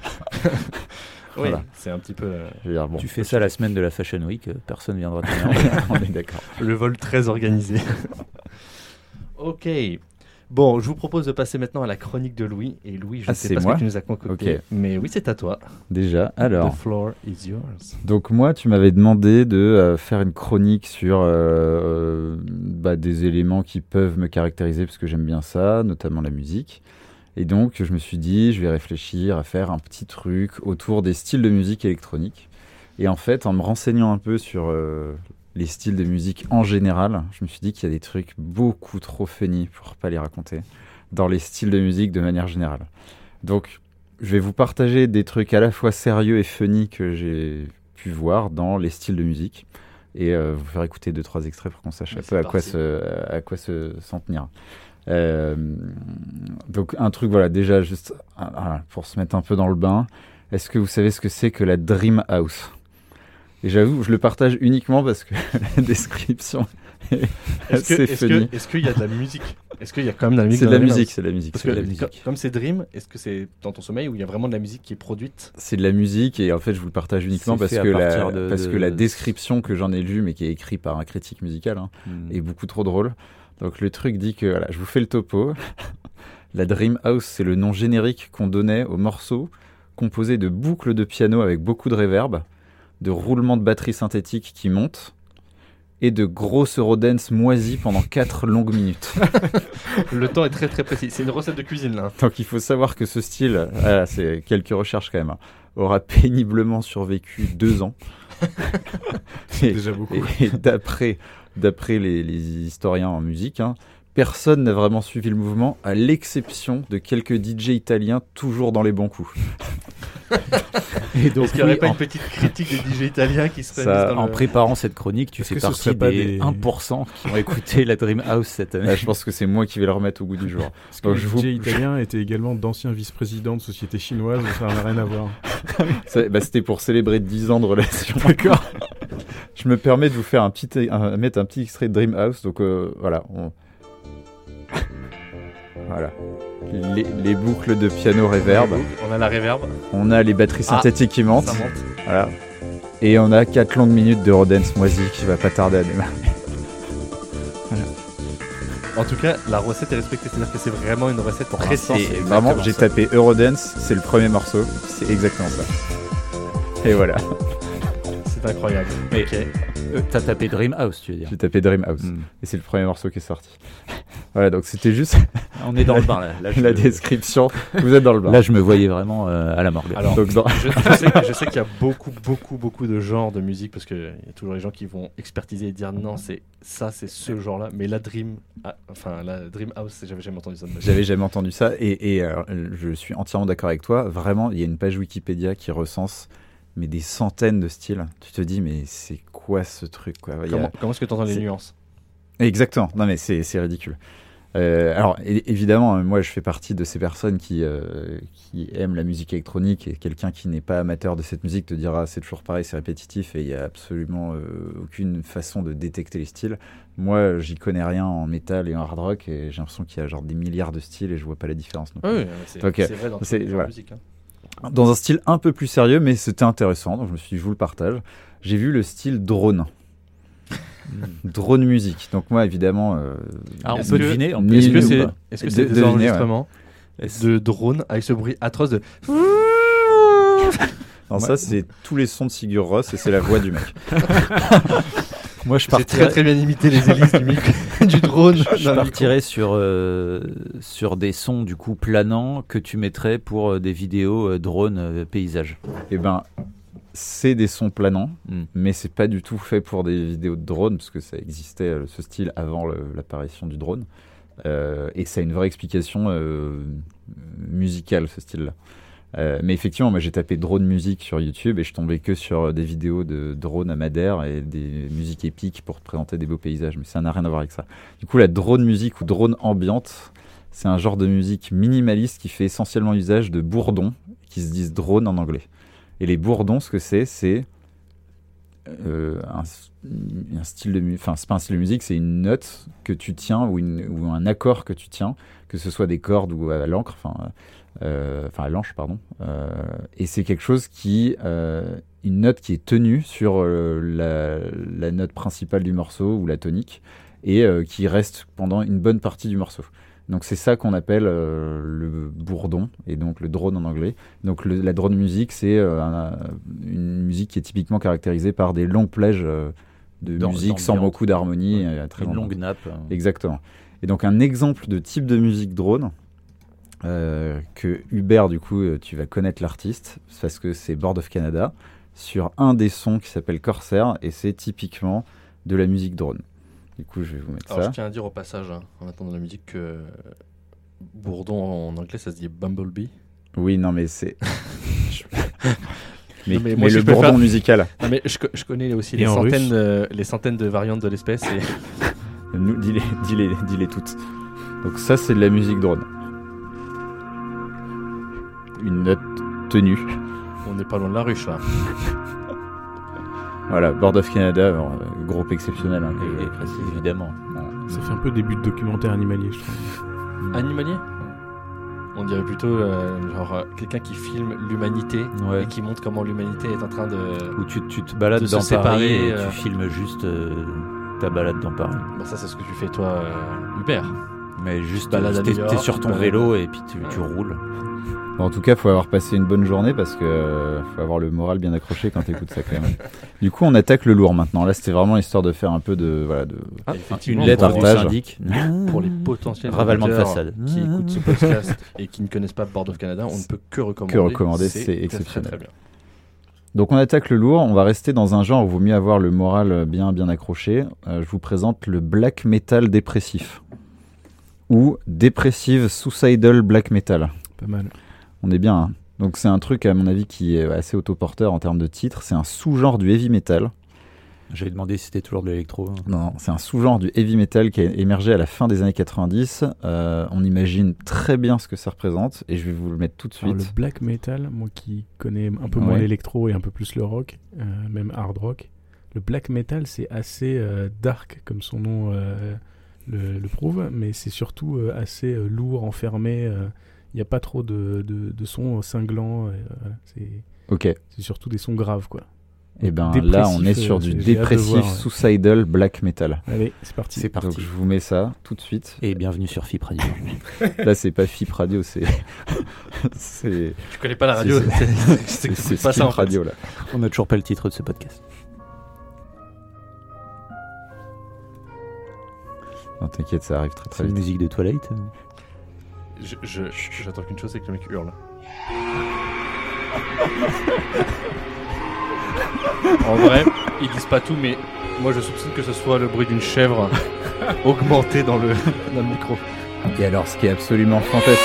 A: Voilà, c'est un petit peu euh,
B: Je veux dire, bon,
D: Tu fais ça la semaine de la Fashion Week, euh, personne viendra te dire.
B: on est d'accord.
A: le vol très organisé. ok. Bon, je vous propose de passer maintenant à la chronique de Louis. Et Louis, je ne
B: Ah,
A: sais
B: c'est
A: pas ce
B: moi
A: que tu nous as concocté,
B: Ok.
A: mais oui, c'est à toi.
B: Déjà, alors.
A: The floor is yours.
B: Donc moi, tu m'avais demandé de euh, faire une chronique sur euh, bah, des éléments qui peuvent me caractériser parce que j'aime bien ça, notamment la musique. Et donc je me suis dit, je vais réfléchir à faire un petit truc autour des styles de musique électronique. Et en fait, en me renseignant un peu sur euh, les styles de musique en général, je me suis dit qu'il y a des trucs beaucoup trop funny pour pas les raconter dans les styles de musique de manière générale. Donc je vais vous partager des trucs à la fois sérieux et funny que j'ai pu voir dans les styles de musique et euh, vous faire écouter deux trois extraits pour qu'on sache
A: Ouais,
B: un peu à
A: c'est
B: quoi,
A: parti.
B: se, à quoi se s'en tenir. Euh, donc un truc voilà déjà juste ah, ah, pour se mettre un peu dans le bain. Est-ce que vous savez ce que c'est que la dream house Et j'avoue, je le partage uniquement parce que la description est
A: Est-ce que-
B: assez
A: est-ce
B: funny.
A: que- est-ce qu'il y a de la musique Est-ce qu'il y a quand même de la musique
B: C'est de
A: dans
B: la
A: Dream
B: musique,
A: House
B: c'est de la musique.
A: Parce
B: c'est de
A: que
B: la musique.
A: co- comme c'est Dream, est-ce que c'est dans ton sommeil où il y a vraiment de la musique qui est produite
B: C'est de la musique et en fait je vous le partage uniquement
D: C'est
B: parce
D: fait à
B: que, la,
D: partir de-
B: parce
D: de-
B: que la description que j'en ai lue mais qui est écrite par un critique musical hein,
D: Hmm.
B: est beaucoup trop drôle. Donc le truc dit que voilà, je vous fais le topo. la Dream House c'est le nom générique qu'on donnait aux morceaux composés de boucles de piano avec beaucoup de réverb, de roulements de batterie synthétique qui montent et de grosses rodents moisies pendant 4 longues minutes.
A: Le temps est très très précis. C'est une recette de cuisine là.
B: Donc il faut savoir que ce style, voilà, c'est quelques recherches quand même, hein, aura péniblement survécu deux ans. et
C: Déjà beaucoup.
B: et- et d'après d'après les, les historiens en musique, hein, personne n'a vraiment suivi le mouvement, à l'exception de quelques DJ italiens toujours dans les bons coups. et donc,
A: Est-ce qu'il n'y aurait
B: oui,
A: pas
B: en-
A: une petite critique des DJ italiens qui serait
B: Ça,
A: mise dans
D: En
A: le-
D: préparant cette chronique, tu
C: Est-ce
D: fais
C: que ce
D: partie
C: serait pas
D: des,
C: des-
D: 1% qui ont écouté la Dream House cette année.
B: là, je pense que c'est moi qui vais le remettre au goût du jour.
C: Parce que
B: Bon,
C: les
B: je vous-
C: DJ italiens étaient également d'anciens vice-présidents de sociétés chinoises, ça n'a rien à voir.
B: Ça- bah, C'était pour célébrer 10 ans de relation. D'accord. Je me permets de vous faire un petit, un- mettre un petit extrait de Dream House. Donc euh, voilà. on- voilà. Les, les boucles de piano réverb.
A: On a la réverb.
B: On a les batteries
A: Ah,
B: synthétiques qui
A: Ça
B: mentent.
A: monte.
B: Voilà. Et on a 4 longues minutes de Rodance moisi qui va pas tarder à démarrer.
A: En tout cas, la recette est respectée. C'est-à-dire que c'est vraiment une recette
D: Pour
A: précise.
D: l'instant,
B: Et
D: Ah, c'est
B: vraiment,
D: exactement
B: j'ai
D: ça.
B: tapé Eurodance, c'est le premier morceau. C'est exactement ça. Et voilà,
A: C'est incroyable.
D: Mais-
A: Ok.
D: Euh, T'as tapé Dream House, tu veux dire.
B: j'ai tapé Dream House.
D: Hmm.
B: Et c'est le premier morceau qui est sorti. voilà, donc c'était juste
D: On est dans le bain là. Là, je,
B: la description. Vous êtes dans le bar.
D: là, je me voyais vraiment euh, à la morgue.
A: Alors,
B: Donc, dans-
A: je, je sais, je sais qu'il y a beaucoup, beaucoup, beaucoup de genres de musique parce qu'il y a toujours les gens qui vont expertiser et dire non, c'est ça, c'est ce genre-là. Mais la Dream, ah, enfin la Dream House, c'est- j'avais jamais entendu ça. de ma vie.
B: J'avais jamais entendu ça et, et, euh, je suis entièrement d'accord avec toi. Vraiment, il y a une page Wikipédia qui recense mais des centaines de styles. Tu te dis mais c'est quoi ce truc quoi Il y a-
A: Comment, comment est-ce que tu entends les
B: c'est-
A: nuances
B: Exactement. Non, mais c'est c'est ridicule. Euh, alors, é- évidemment, euh, moi, je fais partie de ces personnes qui, euh, qui aiment la musique électronique et quelqu'un qui n'est pas amateur de cette musique te dira c'est toujours pareil, c'est répétitif et il n'y a absolument euh, aucune façon de détecter les styles. Moi, euh, j'y connais rien en métal et en hard rock et j'ai l'impression qu'il y a genre des milliards de styles et je vois pas la différence. non plus.
A: Ah Oui, c'est
B: Ok.
A: c'est vrai dans
B: C'est-
A: toutes les
B: voilà.
A: musiques. hein.
B: Dans un style un peu plus sérieux, mais c'était intéressant, donc je me suis dit je vous le partage. J'ai vu le style drone. drone musique. Donc, moi, évidemment. euh,
D: Ah, on
A: Est-ce
D: peut
A: que-
D: deviner. en
B: ni-
D: plus.
A: Est-ce que
B: ou
A: c'est
B: pas.
A: est-ce que c'est
B: De-
A: des
B: devinez, ouais.
A: enregistrements
D: Est-ce-
A: de drones avec ce bruit atroce de
B: Alors
D: Ouais.
B: ça, c'est tous les sons de Sigur Ross et c'est la voix du mec.
D: Moi, je
A: J'ai très
D: partirais,
A: très bien imité les hélices du, micro- du drone.
D: je
A: Non, mais-
D: partirais sur, euh, sur des sons du coup planants que tu mettrais pour euh, des vidéos euh, drones euh, paysages.
B: Eh ben, c'est des sons planants,
D: Mm.
B: mais c'est pas du tout fait pour des vidéos de drone, parce que ça existait euh, ce style avant le- l'apparition du drone. Euh, et ça a une vraie explication euh, musicale, ce style-là. Euh, mais effectivement, moi j'ai tapé drone musique sur YouTube et je tombais que sur euh, des vidéos de drones à Madère et des musiques épiques pour te présenter des beaux paysages, mais ça n'a rien à voir avec ça. Du coup, la drone musique ou drone ambiante, c'est un genre de musique minimaliste qui fait essentiellement usage de bourdons qui se disent drones en anglais. Et les bourdons, ce que c'est, c'est euh, un, un style de musique, enfin c'est pas un style de musique, c'est une note que tu tiens ou, une- ou un accord que tu tiens, que ce soit des cordes ou à l'encre, enfin euh, enfin, à l'anche pardon. Euh, et c'est quelque chose qui euh, une note qui est tenue sur euh, la, la note principale du morceau ou la tonique et euh, qui reste pendant une bonne partie du morceau. Donc c'est ça qu'on appelle euh, le bourdon et donc le drone en anglais. Donc le- la drone music, c'est euh, un- une musique qui est typiquement caractérisée par des longs plages euh, de
D: Dans-
B: musique sans
D: d'ambiance.
B: beaucoup d'harmonie,
D: Ouais.
B: euh, très
D: Une
B: longue.
D: longue nappe. euh.
B: Exactement. Et donc un exemple de type de musique drone euh, que Hubert, du coup, euh, tu vas connaître l'artiste c'est parce que c'est Board of Canada sur un des sons qui s'appelle Corsair et c'est typiquement de la musique drone. Du coup, je vais vous mettre
A: Alors,
B: ça.
A: je tiens à dire au passage, hein, en attendant la musique, que euh, Bourdon en anglais ça se dit Bumblebee.
B: Oui, non, mais c'est. Je- mais,
A: Non, mais
B: mais
A: moi, si
B: le
A: je peux
B: bourdon
A: faire-
B: musical.
A: Non, mais je, co- je connais aussi
C: Et
A: les
C: en
A: centaines,
C: russe
A: euh, les centaines de variantes de l'espèce. Et...
B: Nous, dis-les, dis-les, dis-les toutes. Donc, ça, c'est de la musique drone. Une note tenue.
A: On n'est pas loin de la ruche là.
B: Voilà, Board of Canada, alors, euh, groupe exceptionnel. hein, que je-
D: Et, et précise, évidemment.
C: Ça fait un peu début de documentaire animalier, je trouve.
A: Animalier On dirait plutôt euh, genre euh, quelqu'un qui filme l'humanité
D: Ouais.
A: et qui montre comment l'humanité est en train de.
D: Où tu, tu te balades
A: De se
D: dans Paris
A: séparer,
D: et
A: euh.
D: tu filmes juste euh, ta balade dans Paris.
A: Bon, bah, ça, c'est ce que tu fais toi, euh, Hubert.
D: Mais juste, euh,
A: Balade à
D: t'es
A: New York,
D: t'es sur ton
A: balade.
D: vélo et puis tu,
A: Ouais.
D: tu roules.
B: Bon, en tout cas, faut avoir passé une bonne journée parce que euh, faut avoir le moral bien accroché quand t'écoutes ça quand même. Du coup, on attaque le lourd maintenant. Là, c'était vraiment histoire de faire un peu de voilà de
A: Et effectivement,
B: Ah, une lettre
A: pour,
B: à
A: les-
B: partage.
D: syndic.
A: pour les potentiels
D: Ravalement de
A: auditeurs
D: façade.
A: qui écoutent ce podcast et qui ne connaissent pas Board of Canada, on ne peut que recommander.
B: Que recommander, c'est
A: très,
B: exceptionnel.
A: Très, très bien.
B: Donc on attaque le lourd, on va rester dans un genre où il vaut mieux avoir le moral euh, bien bien accroché. Euh, je vous présente le black metal dépressif ou dépressive suicidal black metal.
C: Pas mal.
B: On est bien. hein. Donc c'est un truc à mon avis qui est assez autoporteur en termes de titre. C'est un sous-genre du heavy metal.
D: J'avais demandé si c'était toujours de l'électro. hein.
B: Non, non, c'est un sous-genre du heavy metal qui a émergé à la fin des années 90. Euh, on imagine très bien ce que ça représente et je vais vous le mettre tout de
C: Alors, Ah, le
B: suite.
C: black metal, moi qui connais un peu moins
B: Ouais.
C: l'électro et un peu plus le rock, euh, même hard rock, le black metal c'est assez euh, dark comme son nom euh, le, le prouve, mais c'est surtout euh, assez euh, lourd, enfermé. Il n'y a pas trop de, de, de sons cinglants. euh, voilà, c'est,
B: Ok.
C: c'est surtout des sons graves quoi.
B: Et ben
C: Dépressif,
B: là, on est
C: euh,
B: sur du
C: j'ai hâte de
B: dépressif
C: voir, ouais.
B: suicidal black metal.
C: Allez, c'est parti.
D: C'est parti.
B: Donc je vous mets ça tout de suite.
D: Et bienvenue sur FIP Radio.
B: Là, c'est pas FIP Radio, c'est c'est
A: Tu connais pas la
B: Si,
A: radio, c'est-
B: c'est-
A: c'est- c'est
B: c'est
A: que
B: c'est
A: t'écoutes pas ça
B: Skip
A: en fait.
B: Radio là.
D: On n'a toujours pas le titre de ce podcast.
B: Non, t'inquiète, ça arrive très
D: C'est
B: très
D: une
B: vite.
D: musique de Twilight.
A: Je- je- J'attends qu'une chose, c'est que le mec hurle. en vrai, ils disent pas tout, mais moi je soupçonne que ce soit le bruit d'une chèvre augmenté dans le, dans le micro.
B: Et alors, ce qui est absolument fantastique.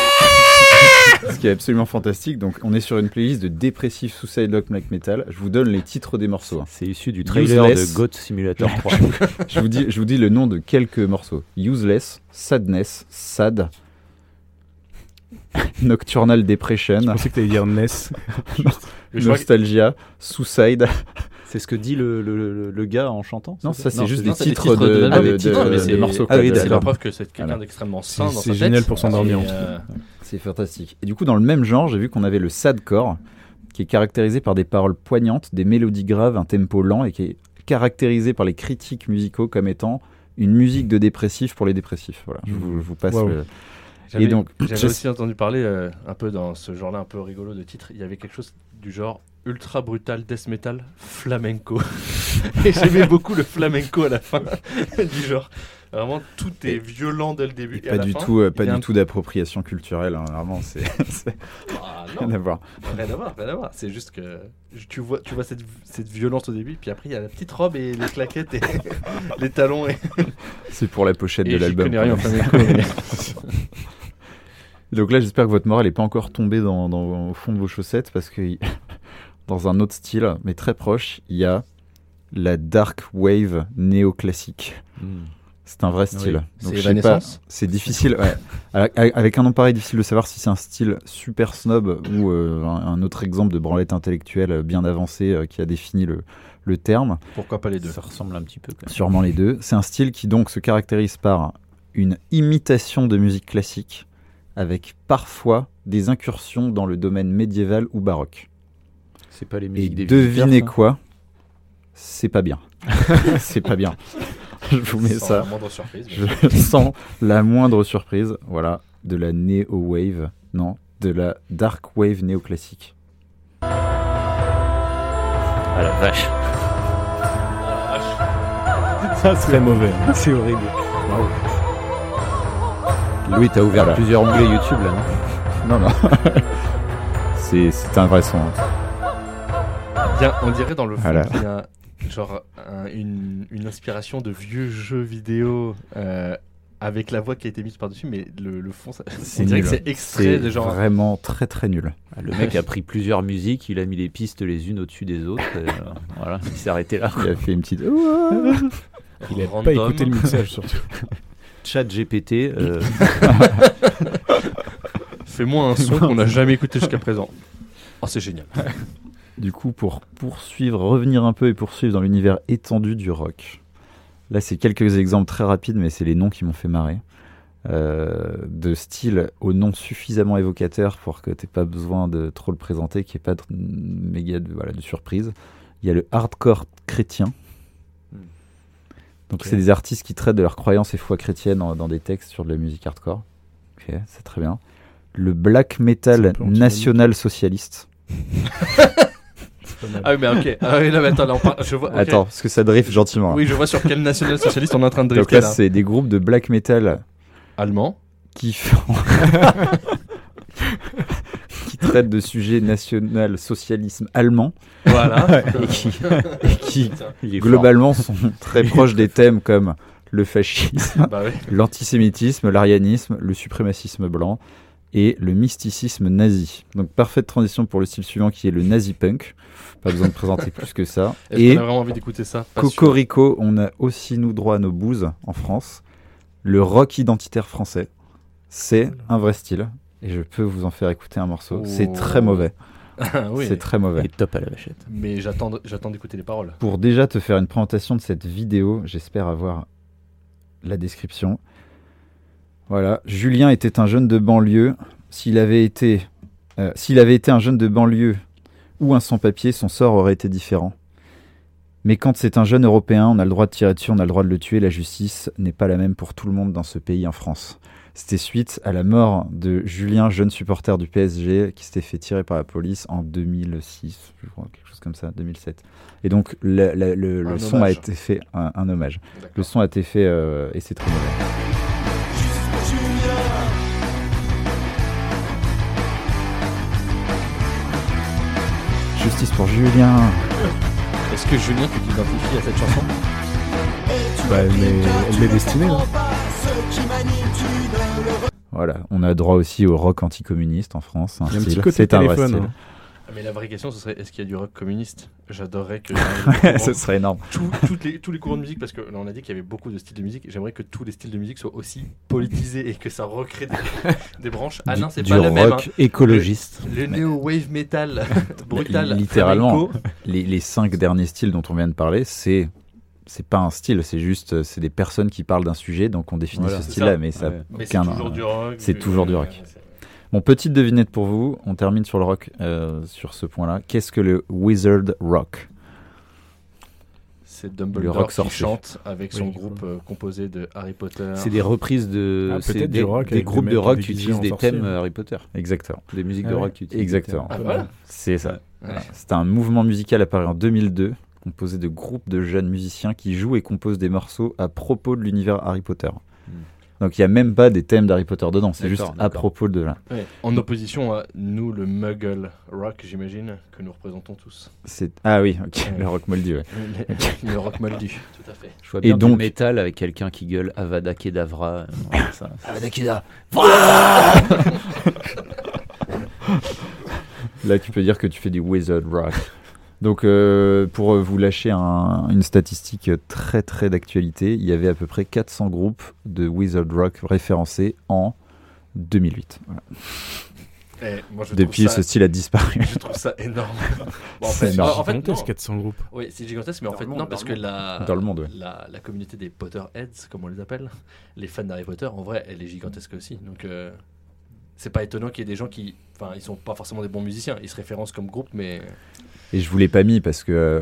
B: Ce qui est absolument fantastique, donc on est sur une playlist de dépressif suicidal black metal. Je vous donne les titres des morceaux. hein.
D: C'est issu du trailer
B: Useless.
D: de Goat Simulator 3.
B: je, vous dis, je vous dis le nom de quelques morceaux. Useless, Sadness, Sad, Nocturnal
C: Je
B: Depression,
C: pensais que t'allais dire Ness.
A: Mais je crois que-
B: Nostalgia, Suicide.
D: c'est ce que dit le, le- le- le gars en chantant
B: Non, ça c'est juste
A: non,
B: des
A: c'est des
B: titres de,
A: l'album.
B: de-
A: Ah, des titres,
B: de-
A: mais
B: de
A: c'est-
B: morceaux.
D: Ah oui,
B: quoi,
A: c'est
B: de
A: la
B: l'album.
A: preuve que c'est quelqu'un
B: Voilà.
A: d'extrêmement sain dans
C: C'est-
A: sa
C: c'est
A: tête.
C: génial pour s'endormir,
A: Et,
C: en tout
A: euh,
B: C'est fantastique. Et du coup, dans le même genre, j'ai vu qu'on avait le sadcore, qui est caractérisé par des paroles poignantes, des mélodies graves, un tempo lent, et qui est caractérisé par les critiques musicaux comme étant une musique de dépressif pour les dépressifs. Voilà, je vous, je vous passe
C: Wow.
B: le-
A: j'avais-
B: Et donc,
A: J'avais
B: je-
A: aussi entendu parler euh, un peu dans ce genre-là, un peu rigolo de titre. Il y avait quelque chose du genre ultra brutal death metal flamenco. Et j'aimais beaucoup le flamenco à la fin du genre. Vraiment, tout est violent dès le début.
B: Et
A: à
B: pas
A: la
B: du
A: fin,
B: tout, euh,
A: il
B: pas
A: y a
B: du
A: un-
B: tout d'appropriation culturelle. hein, Vraiment, c'est c'est
A: Ah, non,
B: rien à voir.
A: rien à voir, rien à voir. C'est juste que tu vois, tu vois cette, cette violence au début, puis après il y a la petite robe et les claquettes et les talons. Et,
B: C'est pour la pochette
A: et
B: de
A: j'y
B: l'album.
A: connais rien en
B: quand même.
A: flamenco. mais-
B: Donc là, j'espère que votre morale n'est pas encore tombée dans, dans- au fond de vos chaussettes parce que dans un autre style, mais très proche, il y a la dark wave néoclassique. C'est un vrai style.
A: Oui.
B: Donc,
A: C'est
B: je sais pas,
A: Evanescence
B: c'est difficile. ouais. Avec- Avec un nom pareil, difficile de savoir si c'est un style super snob ou euh, un, un autre exemple de branlette intellectuelle euh, bien avancée euh, qui a défini le, le terme.
A: Pourquoi pas les deux
D: Ça ressemble un petit peu quand même.
B: Sûrement les deux. C'est un style qui donc se caractérise par une imitation de musique classique avec parfois des incursions dans le domaine médiéval ou baroque.
D: C'est pas les
B: Et
D: musiques des hein.
B: devinez
D: visiteurs, ça
B: quoi C'est pas bien. c'est pas bien. Je vous mets
A: Sans
B: ça.
A: la moindre surprise. mais-
B: Je sens la moindre surprise, voilà, de la Neo Wave, non, de la Dark Wave néoclassique.
D: Ah la vache.
C: Ça serait mauvais.
D: C'est horrible. Louis, t'as ouvert
B: Voilà.
D: plusieurs onglets YouTube là, non
B: Non, non. c'est, c'est un vrai son. hein.
A: Il y a- on dirait dans le fond
B: Voilà.
A: qu'il y a genre un- une, une inspiration de vieux jeux vidéo euh, avec la voix qui a été mise par-dessus, mais le, le fond, ça- on dirait
B: nul.
A: que c'est extrait
B: C'est
A: de genre.
B: vraiment très très nul.
D: Ah, Le mec a pris plusieurs musiques, il a mis les pistes les unes au-dessus des autres. et, euh, voilà, il s'est arrêté là.
B: Il a fait une petite.
C: Il a pas
A: random.
C: écouté le mixage surtout.
D: Chat GPT, euh,
A: Fais-moi un son qu'on n'a jamais écouté jusqu'à présent. Oh, c'est génial.
B: Du coup, pour poursuivre, revenir un peu et poursuivre dans l'univers étendu du rock. Là, c'est quelques exemples très rapides, mais c'est les noms qui m'ont fait marrer. Euh, de style au nom suffisamment évocateur pour que t'aies pas besoin de trop le présenter, qu'il n'y ait pas de méga de, voilà, de surprise. Il y a le hardcore chrétien. Donc
A: Ok.
B: c'est des artistes qui traitent de leurs croyances et foi chrétienne dans, dans des textes sur de la musique hardcore. Ok, c'est très bien. Le black
C: C'est un
B: metal
C: peu antinomique.
B: national socialiste.
C: C'est pas mal.
A: Ah oui, mais ok. Ah oui, non, mais attends, là, on parle- je vois. ok.
B: Attends, parce que ça drift gentiment. hein.
A: Oui, je vois sur quel national socialiste on est en train de
B: Donc
A: drifter
B: là,
A: là.
B: c'est des groupes de black metal
A: Allemand.
B: qui font- qui traitent de sujets national socialisme allemand
A: Voilà. euh,
B: et qui, et qui,
D: Il est fort.
B: globalement sont très proches des thèmes comme le fascisme,
A: bah oui.
B: l'antisémitisme, l'arianisme, le suprémacisme blanc et le mysticisme nazi. Donc parfaite transition pour le style suivant qui est le nazi punk. Pas besoin de présenter plus que ça.
A: Est-ce
B: Et
A: qu'on a vraiment envie d'écouter ça Pas sûr.
B: Cocorico, on a aussi nous droit à nos bouses en France. Le rock identitaire français, c'est un vrai style. Et je peux vous en faire écouter un morceau. C'est
A: Oh.
B: très mauvais.
A: Ah oui.
B: C'est très mauvais.
D: Il est top à la vachette.
A: Mais j'attends, j'attends d'écouter les paroles.
B: Pour déjà te faire une présentation de cette vidéo, j'espère avoir la description. Voilà, Julien était un jeune de banlieue. S'il avait été, euh, s'il avait été un jeune de banlieue ou un sans-papier, son sort aurait été différent. Mais quand c'est un jeune européen, on a le droit de tirer dessus, on a le droit de le tuer. La justice n'est pas la même pour tout le monde dans ce pays, en France. C'était suite à la mort de Julien, jeune supporter du PSG, qui s'était fait tirer par la police en 2006, je crois, quelque chose comme ça, 2007. Et donc, la- la- le, le
A: Un
B: son
A: hommage.
B: a été fait, un- un hommage. Le
A: D'accord.
B: son a été fait euh, et c'est très mauvais. Justice pour Julien.
A: Est-ce que Julien, tu t'identifies à cette chanson
C: Bah, elle m'est- elle m'est destinée, hein. là.
B: Voilà, on a droit aussi au rock anticommuniste en France. un
C: Il y a un
B: style.
C: petit côté
B: C'est un vrai
C: téléphone. hein.
A: Ah, Mais la vraie question, ce serait est-ce qu'il y a du rock communiste J'adorerais que.
C: hein.
B: style. Ce serait énorme.
A: Tout- toutes les, tous les courants de musique, parce que là, on a dit qu'il y avait beaucoup de styles de musique. J'aimerais que tous les styles de musique soient aussi politisés et que ça recrée des, des branches. Ah non, c'est
B: Du
A: pas
B: rock
A: la même. hein.
D: Écologiste.
A: Le néo wave metal brutal,
B: Littéralement.
A: flamenco.
B: Les, les cinq derniers styles dont on vient de parler, c'est c'est pas un style, c'est juste euh, c'est des personnes qui parlent d'un sujet, donc on définit
D: Voilà.
B: ce
A: C'est
B: style-là,
A: ça.
B: mais ça a
A: Mais c'est
B: aucun- euh,
A: toujours du rock.
B: c'est toujours du rock.
A: c'est-
B: Bon, petite devinette pour vous, on termine sur le rock, euh, sur ce point-là. Qu'est-ce que le Wizard Rock
A: C'est
B: Le
A: Dumbledore
B: rock
A: qui
B: sorcier.
A: chante avec son
C: Oui,
A: groupe euh, composé de Harry Potter.
D: C'est des reprises de
C: Ah,
D: c'est
C: peut-être
D: des,
C: du rock
D: des
C: avec des
D: groupes de
C: mecs
D: rock qui
C: déguisés
D: utilisent
C: en
D: des
C: sorciers.
D: thèmes euh, Harry Potter,
B: Exactement,
D: des musiques
C: Ah
D: de
C: ouais.
D: rock qui utilisent des
B: Exactement.
A: Ah,
C: Pas
A: voilà.
C: mal.
B: c'est ça.
A: Ouais.
B: C'est un mouvement musical apparu en 2002, composé de groupes de jeunes musiciens qui jouent et composent des morceaux à propos de l'univers Harry Potter.
D: Hmm.
B: Donc il n'y a même pas des thèmes d'Harry Potter dedans, c'est
D: D'accord,
B: juste à
D: d'accord.
B: propos de là.
A: Ouais. En opposition à nous, le muggle rock, j'imagine, que nous représentons tous.
B: C'est- Ah oui, ok,
A: Ouais.
B: le rock moldy, ouais.
A: le rock moldu. Tout à fait.
D: Je vois
B: Et
D: bien du
B: donc-
D: métal avec quelqu'un qui gueule Avada Kedavra. euh, voilà, ça.
B: Là, tu peux dire que tu fais du wizard rock. Donc, euh, pour euh, vous lâcher un- une statistique très très d'actualité, il y avait à peu près 400 groupes de wizard rock référencés en 2008. Voilà.
A: Eh, moi, je
B: Depuis,
A: trouve ça-
B: ce style a disparu.
A: Je trouve ça énorme. Bon, en
B: C'est
A: fait,
B: énorme.
A: Ah, en fait, non.
C: Gigantesque, 400 groupes.
A: Oui, c'est gigantesque, mais en
B: Dans
A: fait,
B: le monde,
A: non,
B: dans
A: parce
B: le
A: que
B: monde.
A: la,
B: Dans le monde, ouais.
A: la, la communauté des Potterheads, comme on les appelle, les fans d'Harry Potter, en vrai, elle est gigantesque aussi. Donc, euh, c'est pas étonnant qu'il y ait des gens qui. Enfin, ils sont pas forcément des bons musiciens, ils se référencent comme groupe, mais.
B: Et je vous l'ai pas mis parce que euh,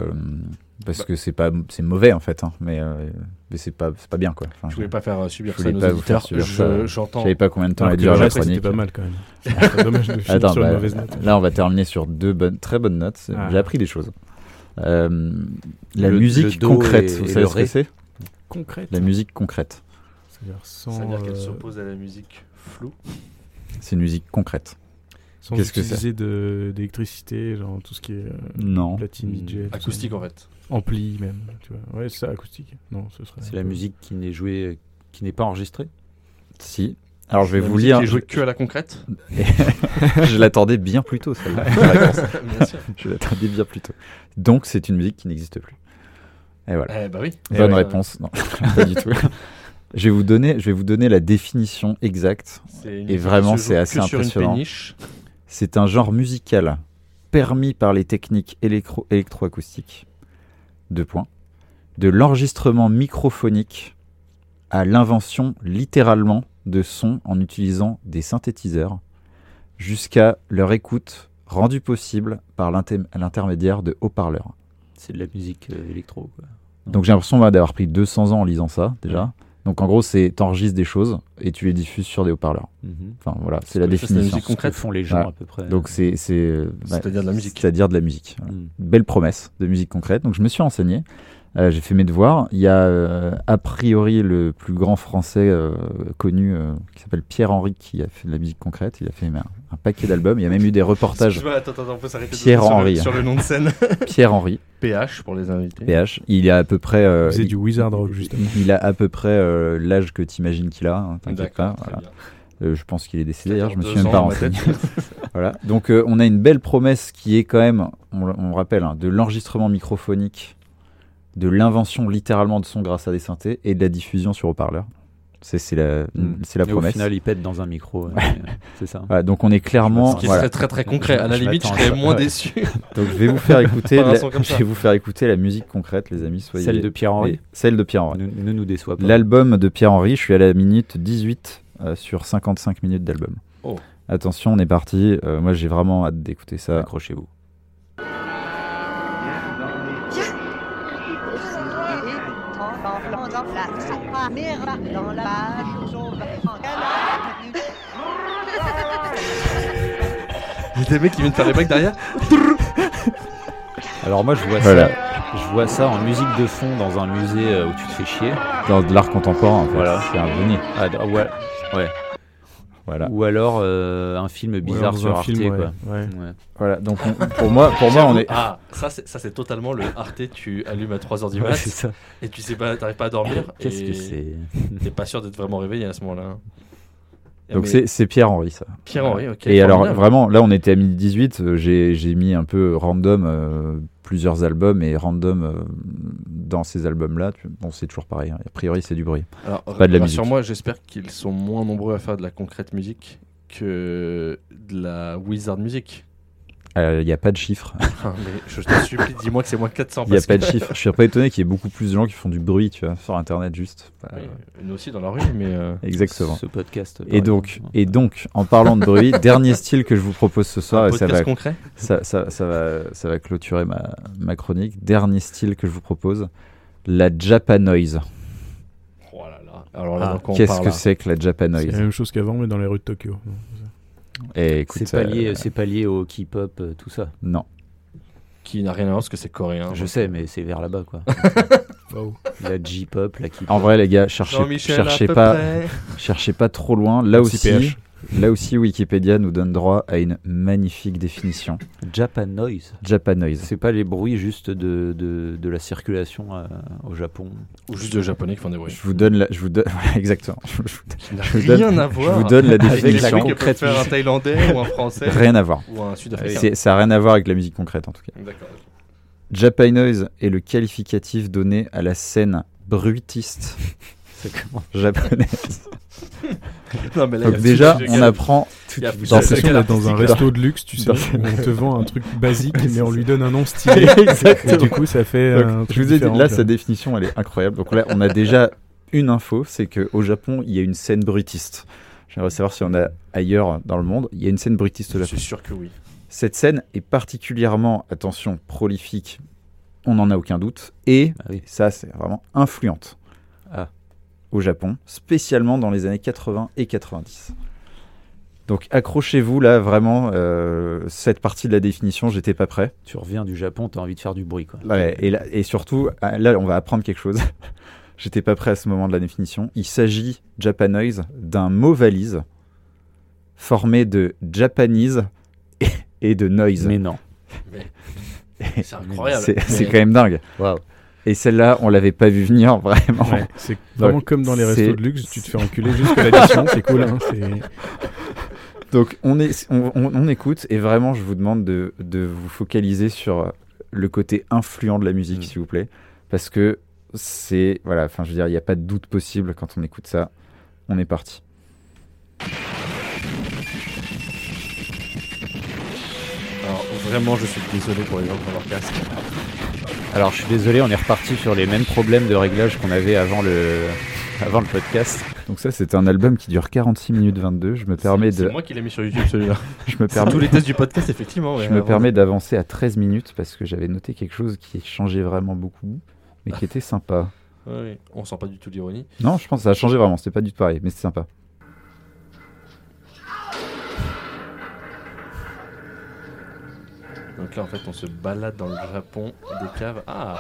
B: parce
A: Bah.
B: que c'est pas c'est mauvais en fait, hein, mais euh, mais c'est pas c'est pas bien quoi. Enfin,
A: Je voulais pas faire euh, subir
B: Je
A: ça à nos
B: voulais pas vous
A: auditeurs.
B: faire subir ça.
A: Je- J'entends.
B: je savais pas combien de temps
C: Alors
B: allait
C: que le
B: durer la
C: reste, c'était
B: chronique.
C: pas mal quand même. C'est dommage de finir
B: Attends,
C: sur une
B: bah,
C: mauvaise note.
B: là on va terminer sur deux bonnes très bonnes notes. C'est-
C: Ah.
B: J'ai appris des choses. Euh, la
D: Le- le
B: musique
D: do
B: concrète,
D: et-
B: vous
D: et
B: savez
D: le
B: ce que
D: ré.
B: c'est
C: Concrète.
B: La musique concrète,
C: C'est-à-dire sans,
A: Ça veut dire qu'elle
C: euh,
A: s'oppose à la musique floue.
B: c'est une musique concrète.
C: sans
B: Qu'est-ce que
C: utiliser de- d'électricité, genre tout ce qui est euh,
B: Non.
C: platine, DJ,
D: Mm,
C: tout ça.
A: Acoustique, en fait.
C: ampli même. Tu vois. Ouais, c'est ça, acoustique. Non, ce serait.
D: C'est la musique qui n'est jouée, euh, qui n'est pas enregistrée.
B: Si. Alors je vais
A: La
B: vous
A: musique
B: lire.
A: Qui est jouée que à la concrète
B: je l'attendais bien plus tôt celle-là. la réponse.
A: Bien sûr.
B: je l'attendais bien plus tôt. Donc c'est une musique qui n'existe plus. Et voilà.
A: Eh, bah oui.
B: Bonne
A: Eh ouais.
B: réponse. Non, pas du tout. Je vais vous donner, je vais vous donner la définition exacte.
A: C'est une
B: Et
A: musique
B: vraiment,
A: qui se
B: c'est
A: joue
B: assez
A: que sur une
B: impressionnant.
A: péniche.
B: C'est un genre musical permis par les techniques électro- électroacoustiques, deux points, de l'enregistrement microphonique à l'invention littéralement de sons en utilisant des synthétiseurs, jusqu'à leur écoute rendue possible par l'inter- l'intermédiaire de haut-parleurs.
D: C'est de la musique euh, électro. quoi.
B: Donc j'ai l'impression bah, d'avoir pris 200 ans en lisant ça déjà. Donc en gros, c'est t'enregistres des choses et tu les diffuses sur des haut-parleurs. Enfin voilà, c'est la
A: que ça, c'est la
B: définition.
A: musique concrète.
D: Ce que font les gens
B: Ouais.
D: à peu près.
B: Donc c'est c'est euh,
A: C'est-à-dire de la musique.
B: C'est-à-dire de la musique. Voilà.
D: Mm.
B: Belle promesse de musique concrète. Donc je me suis renseigné. Euh, j'ai fait mes devoirs. Il y a euh, a priori le plus grand français euh, connu euh, qui s'appelle Pierre Henry qui a fait de la musique concrète. Il a fait un, un paquet d'albums. Il y a même eu des reportages
A: Excuse-moi, attends, attends, on peut s'arrêter deux
B: Pierre
A: secondes sur le-
B: Henry.
A: Sur, le nom de scène.
B: Pierre Henry
A: PH pour les invités.
B: PH. Il a à peu près. euh,
C: C'est
B: il-
C: du wizard rock, justement.
B: Il a à peu près euh, l'âge que t'imagines qu'il a. hein, T'inquiète pas.
A: D'accord. très
B: voilà.
A: bien.
B: Euh, je pense qu'il est décédé d'ailleurs, je me suis
A: Deux
B: même
A: ans
B: pas
A: dans ma tête.
B: renseigné. voilà. Donc euh, on a une belle promesse qui est quand même, on, le- on le rappelle, hein, de l'enregistrement microphonique, de l'invention littéralement de son grâce à des synthés et de la diffusion sur haut-parleur. C'est c'est la,
D: Mm.
B: c'est la
D: Et
B: promesse.
D: Au final, ils pètent dans un micro. euh, c'est ça.
B: Voilà, donc on est clairement.
A: Ce qui
B: voilà.
A: serait très très concret. À la
D: Je
A: limite, je
D: m'attends à
A: serais
D: ça.
A: moins
D: Ouais.
A: déçu.
B: Donc je vais vous faire écouter,
A: Par un
B: la,
A: son comme ça.
B: je vais vous faire écouter la musique concrète, les amis. Soyez
D: Celle de Pierre Henry
B: Et Celle de Pierre Henry.
D: ne, ne nous déçoit pas.
B: L'album de Pierre Henry, je suis à la minute 18 euh, sur 55 minutes d'album.
A: Oh.
B: Attention, on est parti. Euh, moi, j'ai vraiment hâte d'écouter ça.
D: Accrochez-vous.
E: dans la page, on va en canard.
A: Il y a des mecs qui viennent faire les bacs derrière.
D: Alors moi, je vois,
B: Voilà.
D: ça, je vois ça en musique de fond dans un musée euh, où tu te fais chier.
B: Dans de l'art contemporain, en fait.
D: Voilà.
B: c'est un génie.
D: Ah, d- ah, ouais.
B: Voilà.
D: Ou alors euh, un film bizarre
C: Dans
D: sur
C: un
D: Arte.
C: film, ouais.
D: quoi.
C: Ouais.
D: Ouais.
B: Voilà. Donc on- pour moi, pour moi, on est.
A: Ah, ça c'est, ça c'est totalement le Arte, tu allumes à 3h du
D: Ouais,
A: mat
D: c'est ça.
A: et tu sais pas, t'arrives pas à dormir.
D: Qu'est-ce
A: et
D: que c'est
A: T'es pas sûr d'être vraiment réveillé à ce moment-là. hein.
B: Donc
A: Ah, Mais
B: c'est- c'est Pierre Henry ça.
A: Pierre Henry, ok.
B: Et alors
A: formidable.
B: vraiment, là, on était à minute 18. euh, J'ai j'ai mis un peu random euh, plusieurs albums et random euh, dans ces albums-là. tu- Bon, c'est toujours pareil. hein. A priori, c'est du bruit.
A: Alors,
B: pas de la
A: sur moi, j'espère qu'ils sont moins nombreux à faire de la concrète musique que de la wizard music.
B: Il n'y Euh, a pas de chiffres.
A: Ah, mais je te supplie, dis-moi que c'est moins 400.
B: Il n'y a
A: parce
B: pas
A: que-
B: de chiffres. Je suis pas étonné qu'il y ait beaucoup plus de gens qui font du bruit, tu vois, sur Internet juste. Euh,
A: Oui, Ah nous aussi dans la rue, mais. euh,
B: Exactement.
D: Ce podcast. par
B: Et donc,
D: exemple. hein.
B: et donc, en parlant de bruit, dernier style que je vous propose ce soir,
A: un
B: et ça
A: podcast
B: va,
A: concret
B: ça, ça- ça va, ça va clôturer ma, ma chronique. Dernier style que je vous propose, la japanoise.
A: Oh là là. Alors là,
C: Ah,
A: dans quoi on
B: Qu'est-ce
A: parle,
B: que
A: là
B: c'est que la
C: C'est la
B: japanoise
C: même chose qu'avant, mais dans les rues de Tokyo.
B: Et écoute,
D: C'est pas, lié-
B: euh,
D: c'est pas lié au K-pop, euh, tout ça.
B: non.
A: Qui n'a rien à voir parce que c'est coréen.
D: Je sais, mais c'est vers là-bas, quoi.
C: Waouh.
D: La J-pop, la K-pop.
B: En vrai, les gars, cherchez,
A: Jean-Michel, à
B: cherchez
A: peu
B: pas,
A: près.
B: cherchez pas trop loin. Là
C: Merci,
B: aussi,
C: PH.
B: là aussi, Wikipédia nous donne droit à une magnifique définition.
D: Japan Noise.
B: Japanoise.
D: C'est pas les bruits juste de, de, de la circulation euh, au Japon.
A: Ou juste de japonais qui font des bruits.
B: Je vous donne, la, je vous donne, voilà, exactement. Je vous
A: Qui n'a
B: je vous
A: rien
B: donne-
A: à voir. Ah,
B: vous donne la
A: avec les
B: définition
A: bruits que peut
D: concrète.
A: faire un Thaïlandais ou un Français
B: Rien à voir.
A: ou un Sud-Africain.
B: C'est- Ça n'a rien à voir avec la musique concrète en tout cas.
A: Ah D'accord.
B: Japanoise est le qualificatif donné à la scène bruitiste
D: C'est comment
B: japonaise.
A: Non, mais là, il y
B: Donc
A: a
B: déjà,
A: tout de
B: on
A: suite-
B: apprend
A: il y a tout de
C: J'ai
B: Dans
A: suite-
B: ce-
C: l'impression d'être dans un
B: dans-
C: resto de luxe, tu sais,
B: dans-
C: où on te vend un truc basique, mais on lui donne un nom stylé. Et du coup, ça fait
B: Donc,
C: un truc
B: je vous ai dit,
C: différent,
B: là,
C: quoi.
B: sa définition, elle est incroyable. Donc là, on a déjà une info, c'est qu'au Japon, il y a une scène brutiste. J'aimerais savoir si on a ailleurs dans le monde, il y a une scène brutiste au
A: Je
B: Japon.
A: suis sûr que oui.
B: Cette scène est particulièrement, attention, prolifique, on n'en a aucun doute, et
D: Ah oui.
B: ça, c'est vraiment influente
D: Ah.
B: au Japon, spécialement dans les années 80 et 90. Donc accrochez-vous là, vraiment, euh, cette partie de la définition, j'étais pas prêt.
D: Tu reviens du Japon, t'as envie de faire du bruit, quoi.
B: Ouais, et, là- et surtout, ah, là, on va apprendre quelque chose. J'étais pas prêt à ce moment de la définition. Il s'agit, Japanoise, d'un mot valise formé de Japanese et, et de noise.
D: Mais non.
A: C'est incroyable.
B: C'est
A: Mais-
B: c'est quand même dingue.
D: Waouh.
B: Et celle-là, on l'avait pas vu venir, vraiment.
C: Ouais, c'est vraiment
B: Donc,
C: comme dans les
B: c'est-
C: restos de luxe, tu te fais enculer jusqu'à l'addition, c'est cool. Hein, c'est-
B: Donc, on, est, on, on- on écoute et vraiment, je vous demande de, de vous focaliser sur euh, le côté influent de la musique,
D: Mm.
B: s'il vous plaît. Parce que c'est. Voilà, enfin, je veux dire, il n'y a pas de doute possible quand on écoute ça. On est parti.
A: Alors, Vraiment, je suis désolé pour les gens qui ont leur casque.
D: Alors je suis désolé, on est reparti sur les mêmes problèmes de réglage qu'on avait avant le, avant le podcast.
B: Euh, Donc ça, c'est un album qui dure 46 minutes 22. Je me permets
A: C'est
B: de,
A: moi qui l'ai mis sur YouTube celui-là.
B: je me permets,
A: Tous les tests du podcast, effectivement. ouais,
B: je me
A: avant.
B: permets d'avancer à 13 minutes parce que j'avais noté quelque chose qui changeait vraiment beaucoup, mais qui était sympa.
A: Ouais, ouais. On sent pas du tout l'ironie.
B: Non, je pense que ça a changé vraiment. C'était pas du tout pareil, mais c'est sympa.
A: Donc là, en fait, on se balade dans le Japon des caves. Ah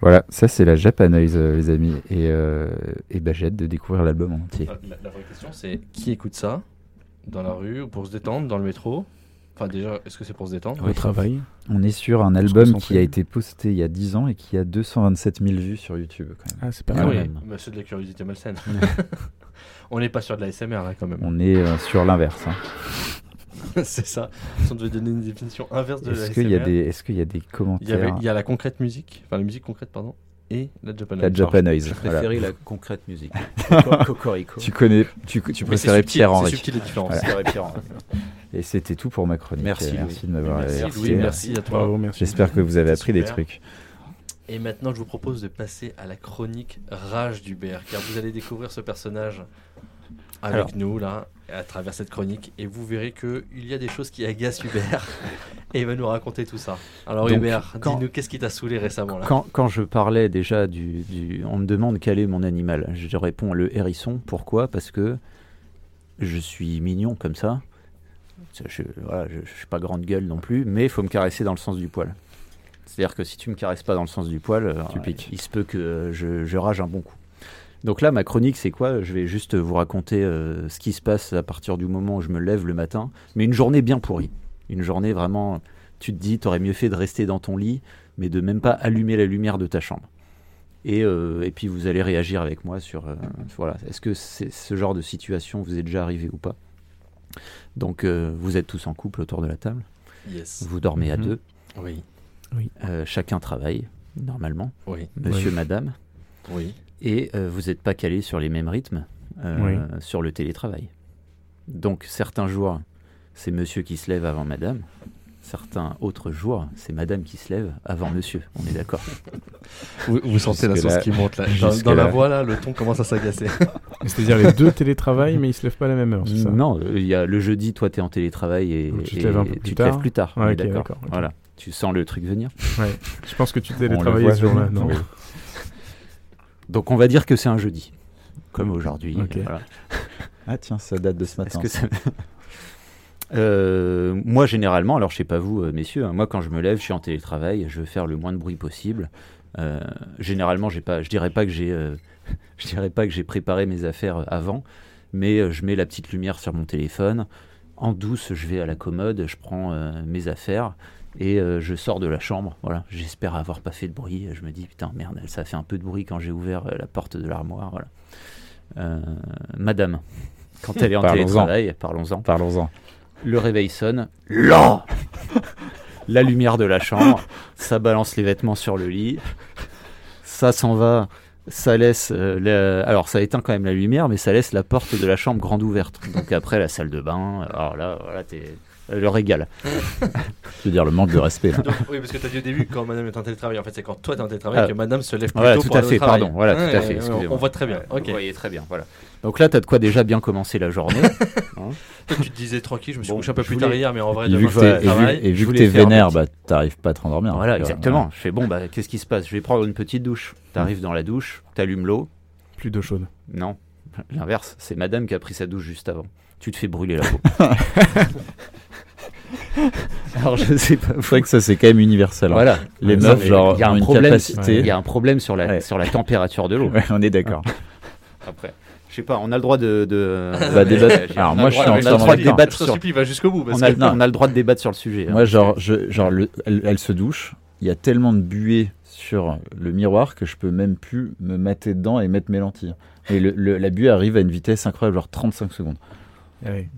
B: Voilà, ça c'est la Japanoise, euh, les amis, et, euh, et bah, j'ai hâte de découvrir l'album en entier.
A: La, la vraie question, c'est qui écoute ça Dans la rue ou pour se détendre Dans le métro Enfin, déjà, est-ce que c'est pour se détendre
C: Au travail.
B: On est sur un
C: se
B: album
C: concentrer.
B: qui a été posté il y a 10 ans et qui a 227 000 vues sur YouTube quand même.
C: Ah, c'est pas
A: Ah
C: mal.
A: oui,
B: même.
A: mais c'est de la curiosité malsaine. on n'est pas sur de la SMR là, hein, quand même.
B: On est euh, sur l'inverse. hein.
A: c'est ça. Si on devait donner une définition inverse de la
B: Est-ce
A: SMR,
B: qu'il y, a des- est-ce qu'il y a des
A: il y avait-
B: commentaires
A: il y a la concrète musique, enfin la musique concrète, pardon, et la japonaise.
B: La Japanoise.
D: Je
B: voilà.
D: préférais la concrète musique. Cocorico.
B: Tu connais, tu, tu
A: Mais c'est
B: préférais
A: subtil, C'est
B: Pierre-Henri.
A: subtil les différences.
D: C'est vrai, Pierre.
B: Et c'était tout pour ma chronique.
D: Merci,
B: Euh, Merci
D: Louis.
B: de m'avoir
A: Merci,
B: écouté.
A: Louis, merci à toi.
C: Bravo, merci.
B: J'espère que vous avez appris des
A: Super.
B: trucs.
A: Et maintenant, je vous propose de passer à la chronique Rage du Bear, car vous allez découvrir ce personnage avec
D: Alors.
A: nous, là, à travers cette chronique, et vous verrez que il y a des choses qui agacent Hubert, et il va nous raconter tout ça. Alors
D: Donc,
A: Hubert,
D: quand-
A: dis-nous, qu'est-ce qui t'a saoulé récemment, là
D: Quand, quand je parlais déjà du, du- On me demande quel est mon animal. Je réponds le hérisson. Pourquoi Parce que je suis mignon comme ça. Ça, Je, voilà, je, je suis pas grande gueule non plus, mais il faut me caresser dans le sens du poil. C'est-à-dire que si tu me caresses pas dans le sens du poil, euh,
B: Tu piques.
D: il se peut que euh, je, je rage un bon coup. Donc là, ma chronique, c'est quoi Je vais juste vous raconter euh, ce qui se passe à partir du moment où je me lève le matin. Mais une journée bien pourrie. Une journée vraiment, tu te dis, t'aurais mieux fait de rester dans ton lit, mais de même pas allumer la lumière de ta chambre. Et, euh, et puis vous allez réagir avec moi sur euh, voilà est-ce que c'est ce genre de situation vous est déjà arrivé ou pas donc euh, vous êtes tous en couple autour de la table
A: Yes.
D: vous dormez à
C: Mhm.
D: deux
A: Oui,
D: euh, chacun travaille normalement
A: oui,
D: monsieur madame
A: oui.
D: et euh, vous n'êtes pas calé sur les mêmes rythmes euh, sur le télétravail. Donc certains jours, c'est monsieur qui se lève avant madame. Certains autres jours, c'est madame qui se lève avant monsieur. On est d'accord.
A: Vous, sentez la sauce
B: Jusque-là.
A: qui monte, là. Dans, dans
B: Jusque-là.
A: la voix, là, le ton commence à s'agacer.
C: C'est-à-dire les deux télétravaillent, mais ils se lèvent pas à la même heure, c'est ça
D: Non, euh, il y a le jeudi, toi, tu es en télétravail et
C: Donc, tu te
D: et
C: lèves un peu plus
D: tu te
C: tard.
D: lèves plus tard.
C: Ouais,
D: on est
C: ok,
D: d'accord.
C: d'accord, ok.
D: Voilà. Tu sens le truc venir.
C: Ouais. Je pense que tu
B: On le
C: télétravaillais
B: voit
C: ce jour-là.
B: venir.
C: Non.
B: Oui.
D: Donc on va dire que c'est un jeudi. Comme aujourd'hui.
C: Ok.
D: voilà.
B: Ah tiens, ça date de ce
D: Est-ce
B: matin.
D: que ça- Euh, moi, généralement, alors je sais pas vous, euh, messieurs, hein, moi quand je me lève, je suis en télétravail, je veux faire le moins de bruit possible. Euh, généralement, j'ai pas, je dirais pas que j'ai, euh, je dirais pas que j'ai préparé mes affaires avant, mais euh, je mets la petite lumière sur mon téléphone. En douce, je vais à la commode, je prends euh, mes affaires et euh, je sors de la chambre. Voilà, j'espère avoir pas fait de bruit. Je me dis putain merde, ça a fait un peu de bruit quand j'ai ouvert euh, la porte de l'armoire. Voilà. Euh, madame, quand elle est en
B: Parlons-en.
D: télétravail, parlons-en.
B: Parlons-en.
D: Le réveil sonne. Là La lumière de la chambre. Ça balance les vêtements sur le lit. Ça s'en va. Ça laisse. euh, la- Alors, ça éteint quand même la lumière, mais ça laisse la porte de la chambre grande ouverte. Donc, après, la salle de bain. Alors là, voilà, t'es. euh, Le régal.
B: Je veux dire le manque de respect. là.
A: Donc, oui, parce que t'as dit au début, quand madame est en télétravail, en fait, c'est quand toi t'es en télétravail
D: Ah.
A: que madame se lève plus
D: Voilà,
A: tôt
D: tout
A: pour
D: à
A: aller au
D: fait,
A: travail.
D: pardon. Voilà, tout à
A: Ouais,
D: fait,
A: ouais,
D: excusez-moi.
A: On voit très bien,
D: Euh, Vous
A: ok.
D: voyez très bien, voilà. Donc là, t'as de quoi déjà bien commencer la journée.
A: Toi, tu te disais tranquille, je me suis
D: Bon,
A: couché un peu
D: je
A: plus
D: voulais-
A: tard hier, mais en vrai,
B: Et vu
A: demain,
B: que
A: je vais
B: t'es-
A: au
B: et vu-
A: travail.
B: et
D: je
B: vu que
D: voulais
B: t'es
D: faire un
B: vénère,
D: petit-
B: bah, t'arrives pas à te rendormir. hein.
D: Voilà,
B: Tu vois,
D: exactement.
B: ouais.
D: Je fais bon, bah, qu'est-ce qui se passe Je vais prendre une petite douche. T'arrives dans la douche, t'allumes l'eau,
C: Plus d'eau chaude.
D: Non, l'inverse, c'est madame qui a pris sa douche juste avant. Tu te fais brûler la peau. Alors je sais pas.
B: C'est vrai que ça, c'est quand même universel. hein.
D: voilà,
B: Les
D: Ça,
B: meufs,
D: mais
B: genre,
D: il y a
B: ont
D: un
B: une
D: problème.
B: capacité.
D: Il y a un problème sur la
B: Ouais.
D: sur la température de l'eau.
B: Ouais, on est d'accord.
D: Après, je sais pas, on a le droit de. de-
B: Bah, débattre. Alors,
D: on a
B: moi, je
D: le droit-
B: suis
D: on a le
B: entièrement
D: droit de
B: d'accord.
D: débattre
A: Je
D: sur.
A: supplie, va bah, jusqu'au bout. parce
D: On a,
A: que-
B: non.
D: on a le droit de débattre sur le sujet. hein.
B: Moi, genre, je, genre le- elle, elle se douche, il y a tellement de buée sur le miroir que je peux même plus me mater dedans et mettre mes lentilles. Et le- le- la buée arrive à une vitesse incroyable, genre 35 secondes.
C: Allez.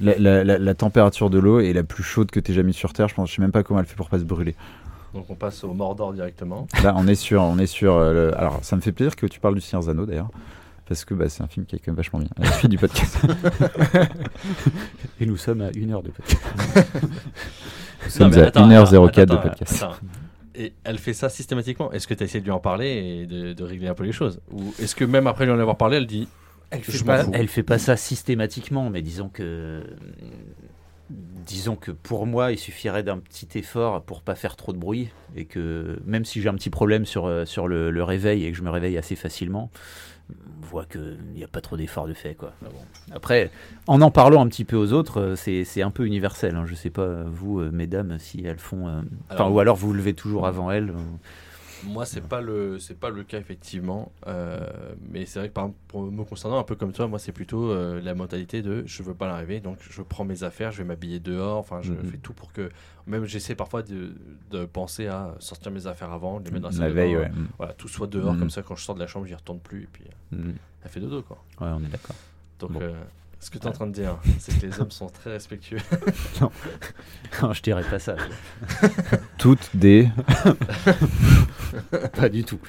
B: La, la- la- la température de l'eau est la plus chaude que t'aies jamais sur Terre. Je pense, je sais même pas comment elle fait pour pas se brûler.
A: Donc on passe au Mordor directement.
B: Là, on est sur, on est sur. euh, le- Alors, ça me fait plaisir que tu parles du Seigneur Zano d'ailleurs. parce que bah, c'est un film qui est quand même vachement bien. À la suite du podcast.
D: Et nous sommes à une heure de podcast.
B: Nous sommes à 1h04 de podcast.
A: attends. Et elle fait ça systématiquement. Est-ce que tu as essayé de lui en parler et de, de régler un peu les choses Ou est-ce que même après lui en avoir parlé, elle dit
D: Elle
A: Je
D: fait,
A: m'en
D: pas,
A: fous.
D: elle fait pas ça systématiquement, mais disons que disons que pour moi, il suffirait d'un petit effort pour pas faire trop de bruit et que même si j'ai un petit problème sur euh, sur le, le réveil et que je me réveille assez facilement, on voit que il n'y a pas trop d'effort de fait quoi. Mais bon. Après, en en parlant un petit peu aux autres, euh, c'est c'est un peu universel. hein. Je sais pas euh, vous euh, mesdames si elles font euh, enfin,
A: Alors-
D: ou alors vous vous levez toujours avant elles. ou-
A: Moi, c'est pas le c'est pas le cas effectivement, Euh, mais c'est vrai que par exemple, pour me concernant un peu comme toi, moi c'est plutôt euh, la mentalité de je veux pas l'arriver, donc je prends mes affaires, je vais m'habiller dehors, enfin je
B: Mhm.
A: fais tout pour que même j'essaie parfois de, de penser à sortir mes affaires avant, de les mettre dans la,
B: La
A: salle de
B: veille,
A: bain.
B: ouais.
A: Voilà, tout soit dehors
B: Mhm.
A: comme ça quand je sors de la chambre, j'y retourne plus et puis euh,
D: Ouais,
A: elle fait dodo quoi.
D: on est d'accord.
A: Donc
D: Bon.
A: euh, ce que tu es en train de dire, hein, c'est que les hommes sont très respectueux.
D: Non, je dirais pas ça.
B: Toutes des.
D: pas du tout.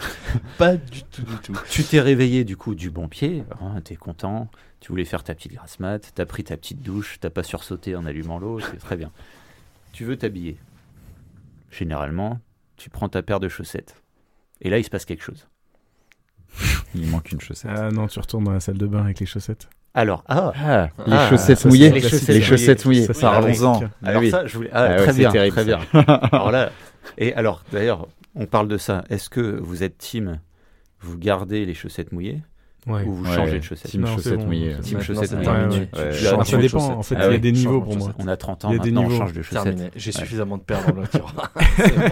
A: pas du tout du tout.
D: Tu t'es réveillé du coup du bon pied, hein, t'es content, tu voulais faire ta petite grasse mat, t'as pris ta petite douche, t'as pas sursauté en allumant l'eau, c'est très bien. Tu veux t'habiller. Généralement, tu prends ta paire de chaussettes. Et là, il se passe quelque chose.
B: Il manque une chaussette.
C: Ah non, tu retournes dans la salle de bain avec les chaussettes.
D: Alors, ah,
B: Ah, les
D: Ah,
B: chaussettes
C: ça,
B: mouillées.
C: c'est
B: Les
C: classique.
B: chaussettes,
D: Les chaussettes
B: mouillées.
C: Ça,
D: c'est
B: Parlons-en.
C: classique.
B: Ah
D: alors
B: oui.
D: ça, je voulais. ah,
B: Ah ouais,
D: très
B: c'est
D: bien,
B: terrible,
D: très
B: ça.
D: bien. Alors là, et alors d'ailleurs, on parle de ça. Est-ce que vous êtes team, vous gardez les chaussettes mouillées
C: Ouais.
D: ou vous
B: Ouais,
D: changez de Ah chaussettes
B: Team
C: Non, c'est
B: chaussettes
C: bon,
B: mouillées.
C: c'est
D: Team
A: Maintenant,
D: chaussettes
A: c'est
D: mouillées.
A: terminé.
B: Ouais, ouais.
A: Tu- tu
B: Ah,
A: as changé
C: Alors, ça
A: de
C: dépend.
A: chaussettes.
C: En fait,
B: Ah
C: il y
B: ouais.
C: a des
A: Change
C: niveaux
A: de
C: pour moi.
D: On a 30
C: Il
D: ans
C: y a des
D: maintenant, on
C: niveaux.
D: change de chaussettes.
A: Terminé. J'ai
D: Ouais.
A: suffisamment de pertes dans l'autre. C'est bon.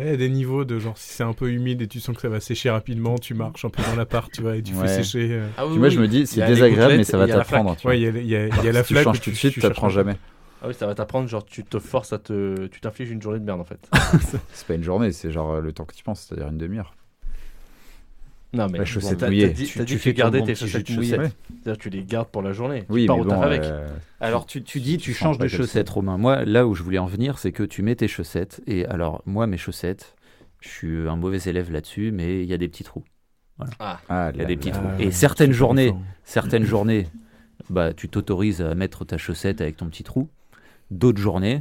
C: Il y a Eh, des niveaux de genre, si c'est un peu humide et tu sens que ça va sécher rapidement, tu marches un peu dans l'appart, tu vois, et tu
B: Ouais.
C: fais sécher. euh.
A: Ah oui,
B: Puis moi,
A: oui.
B: je me dis,
A: Il y
B: c'est
A: a les
B: désagréable, mais
A: gouttelettes
B: ça va
A: et il y a la
B: t'apprendre. tu vois. Bah,
C: Ouais, il y a, il y a- il y a la
B: Si
C: flaque.
B: tu changes
C: où
B: tout de
C: tu
B: suite,
C: cherches
B: t'apprends
C: un-
B: jamais.
A: Ah oui, ça va t'apprendre, genre tu te forces à te. Tu t'infliges une journée de merde en fait.
B: C'est pas une journée, c'est genre euh, le temps que tu penses, c'est-à-dire une demi-heure.
A: Non, mais
B: La
A: chaussettes
B: chaussette
A: t'as,
B: mouillée.
A: t'as dit,
D: Tu-
A: t'as
D: tu
A: dit que
D: fais
A: tu gardais
D: ton
A: tes
D: petit jus de
A: chaussettes
D: chaussette.
A: mouillées. C'est-à-dire que tu les gardes pour la journée.
B: Oui,
A: tu pars
B: mais
A: au taf
B: bon.
A: avec.
B: euh,
D: Alors tu, tu dis tu
B: Tu
D: changes
B: changes pas comme
D: de
B: ça.
D: chaussettes Romain. Moi là où je voulais en venir c'est que tu mets tes chaussettes et alors moi mes chaussettes je suis un mauvais élève là-dessus mais il y a des petits trous.
B: Ah,
D: Il y a
B: là,
D: des
B: là.
D: petits trous.
C: Ah,
D: Et
C: ouais,
D: certaines
C: c'est pas
D: journées,
C: fort.
D: certaines journées bah tu t'autorises à mettre ta chaussette avec ton petit trou. D'autres journées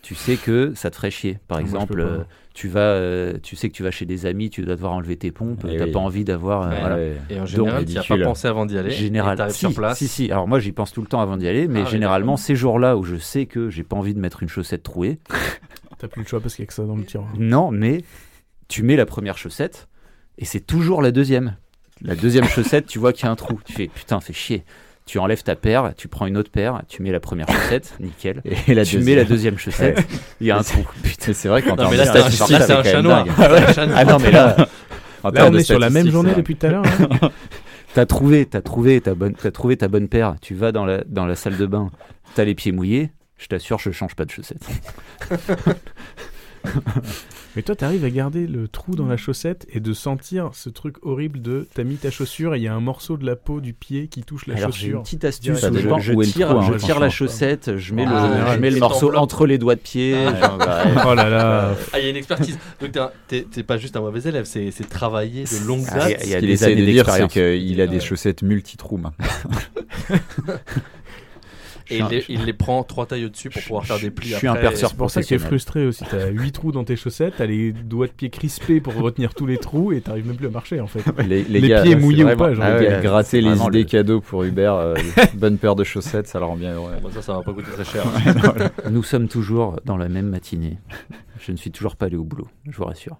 D: tu sais que ça te ferait chier. Par
C: Ah, Moi, je
D: exemple
C: peux pas.
D: euh, tu vas euh, tu sais que tu vas chez des amis tu dois devoir enlever tes pompes
B: Eh
D: t'as
B: oui.
D: pas envie d'avoir euh,
A: Ouais.
D: voilà.
B: Ouais.
A: Et en général, tu n'y as pas
B: ridicule.
A: pensé avant d'y aller.
D: Général-
A: Et t'arrives
D: si,
A: sur place.
D: Si, si. Alors moi, j'y pense tout le temps avant d'y aller, mais
A: Ah oui,
D: généralement,
A: d'accord.
D: ces jours-là où je sais que j'ai pas envie de mettre une chaussette trouée,
C: T'as plus le choix parce qu'il y a que ça dans le tiroir.
D: non, mais tu mets la première chaussette et c'est toujours la deuxième. La deuxième chaussette, tu vois qu'il y a un trou. Tu fais putain, fais chier. Tu enlèves ta paire, tu prends une autre paire, tu mets la première chaussette, nickel.
B: Et la
D: tu mets la
B: deuxième.
D: deuxième chaussette, il y a un trou.
B: Mais C'est vrai qu'en
A: Non,
B: termes
A: mais
B: de
A: là, c'est un-
B: statistiques,
A: là, c'est un
B: quand même
A: chat
B: dingue.
A: noir. C'est un chat
B: Ah non, mais là, en
C: Là,
B: termes
C: on
B: de
C: est sur la même
B: statistiques,
C: journée
B: c'est dingue.
C: depuis tout à l'heure. hein.
D: T'as trouvé, t'as trouvé, ta bonne, t'as trouvé ta bonne paire. Tu vas dans la, dans la salle de bain, t'as les pieds mouillés. Je t'assure, je change pas de chaussette.
C: Mais toi, t'arrives à garder le trou dans la chaussette et de sentir ce truc horrible de t'as mis ta chaussure et il y a un morceau de la peau du pied qui touche la
D: Alors j'ai une
C: chaussure.
D: petite astuce,
C: Ça
D: où je,
B: dépend
D: je
B: où est le
D: tire,
B: trou, hein,
D: je
B: ouais,
D: tire
C: ça
D: la
C: change pas.
D: chaussette, je mets,
A: Ah,
D: le, je
A: général,
D: mets le
A: tu
D: morceau
A: t'enveloppes.
D: entre les doigts de pied. genre, bah,
C: Oh là là.
A: Ah, il y a une expertise. Donc t'es un- t'es t'es pas juste un mauvais élève, c'est c'est travailler de longue
D: Ah,
A: date.
D: il y
B: Ce
D: a
B: qu'il
D: des
B: essaie
D: années
B: de dire, c'est
D: d'expérience.
B: qu'il a
A: Ouais.
B: des chaussettes multi-trous maintenant.
A: Et il les, il les prend trois tailles au-dessus pour pouvoir faire des plis.
D: je suis un
A: après.
D: perceur.
C: C'est pour ça que t'es frustré
D: Professionnel.
C: aussi. T'as 8 trous dans tes chaussettes, t'as les doigts de pied crispés pour retenir tous les trous et t'arrives même plus à marcher en fait.
B: Les, les
C: Les
B: gars,
C: pieds
B: c'est
C: mouillés ou
B: vraiment-
C: pas, j'ai
B: ah
C: envie de
B: ouais,
D: dire.
B: gratter les
D: Vraiment,
B: idées
D: le-
B: cadeaux pour Hubert, euh, bonne paire de chaussettes, ça le rend bien heureux.
A: Bon, ça, ça va pas coûter très cher.
D: Nous sommes toujours dans la même matinée. Je ne suis toujours pas allé au boulot, je vous rassure.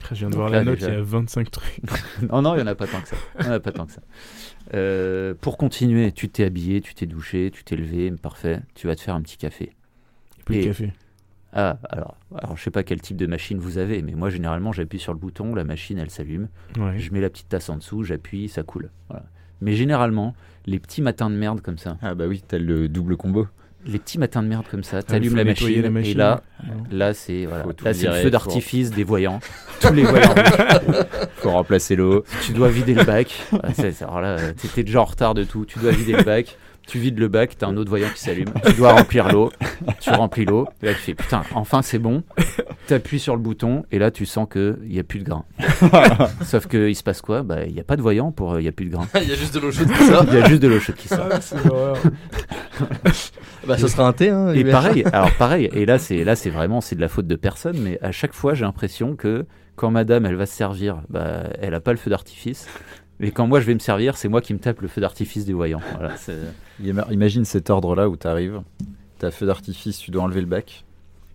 C: Après, je viens de
D: Donc
C: voir
D: là,
C: la note, il
D: déjà.
C: y a 25 trucs.
D: Oh Non, non, il n'y en a pas tant que ça. Il y en a pas tant que ça. Euh, pour continuer, tu t'es habillé, tu t'es douché, tu t'es levé, parfait. Tu vas te faire un petit café.
C: Plus de
D: Et-
C: café.
D: Ah, alors, alors je sais pas quel type de machine vous avez, mais moi généralement j'appuie sur le bouton, la machine elle s'allume.
C: Ouais.
D: Je mets la petite tasse en dessous, j'appuie, ça coule. Voilà. Mais généralement, les petits matins de merde comme ça,
B: Ah bah oui, t'as le double combo.
D: les petits matins de merde comme ça,
C: Ah, il
D: t'allumes
C: faut
D: la
C: nettoyer
D: machine,
C: la
D: et
C: machine,
D: là,
C: Non.
D: là c'est voilà,
B: Faut tout
D: là c'est le
B: virer,
D: feu
B: faut-
D: d'artifice des voyants, tous les voyants.
B: Faut remplacer l'eau.
D: tu dois vider le bac. Voilà, c'est- c'est- alors là, euh, t'es t'es déjà en retard de tout. Tu dois vider le bac. Tu vides le bac, t'as un autre voyant qui s'allume. Tu dois remplir l'eau. Tu remplis l'eau. Et là, tu fais putain, enfin c'est bon. T'appuies sur le bouton et là, tu sens qu'il n'y a plus de grain. Sauf qu'il se passe quoi Bah, il n'y a pas de voyant pour il n'y a plus de grain.
A: Il y a juste de l'eau chaude qui sort.
D: Il y a juste de l'eau chaude qui sort.
C: Ah, c'est l'horreur.
A: Bah, ça sera un thé, hein.
D: Et
A: UH.
D: pareil, alors pareil, et là c'est là c'est vraiment c'est de la faute de personne, mais à chaque fois j'ai l'impression que quand madame elle va se servir, bah, elle a pas le feu d'artifice. Mais quand moi je vais me servir, c'est moi qui me tape le feu d'artifice du voyant. Voilà, c'est-
B: Ima- Imagine cet ordre-là où tu arrives, t'as feu d'artifice, tu dois enlever le bac,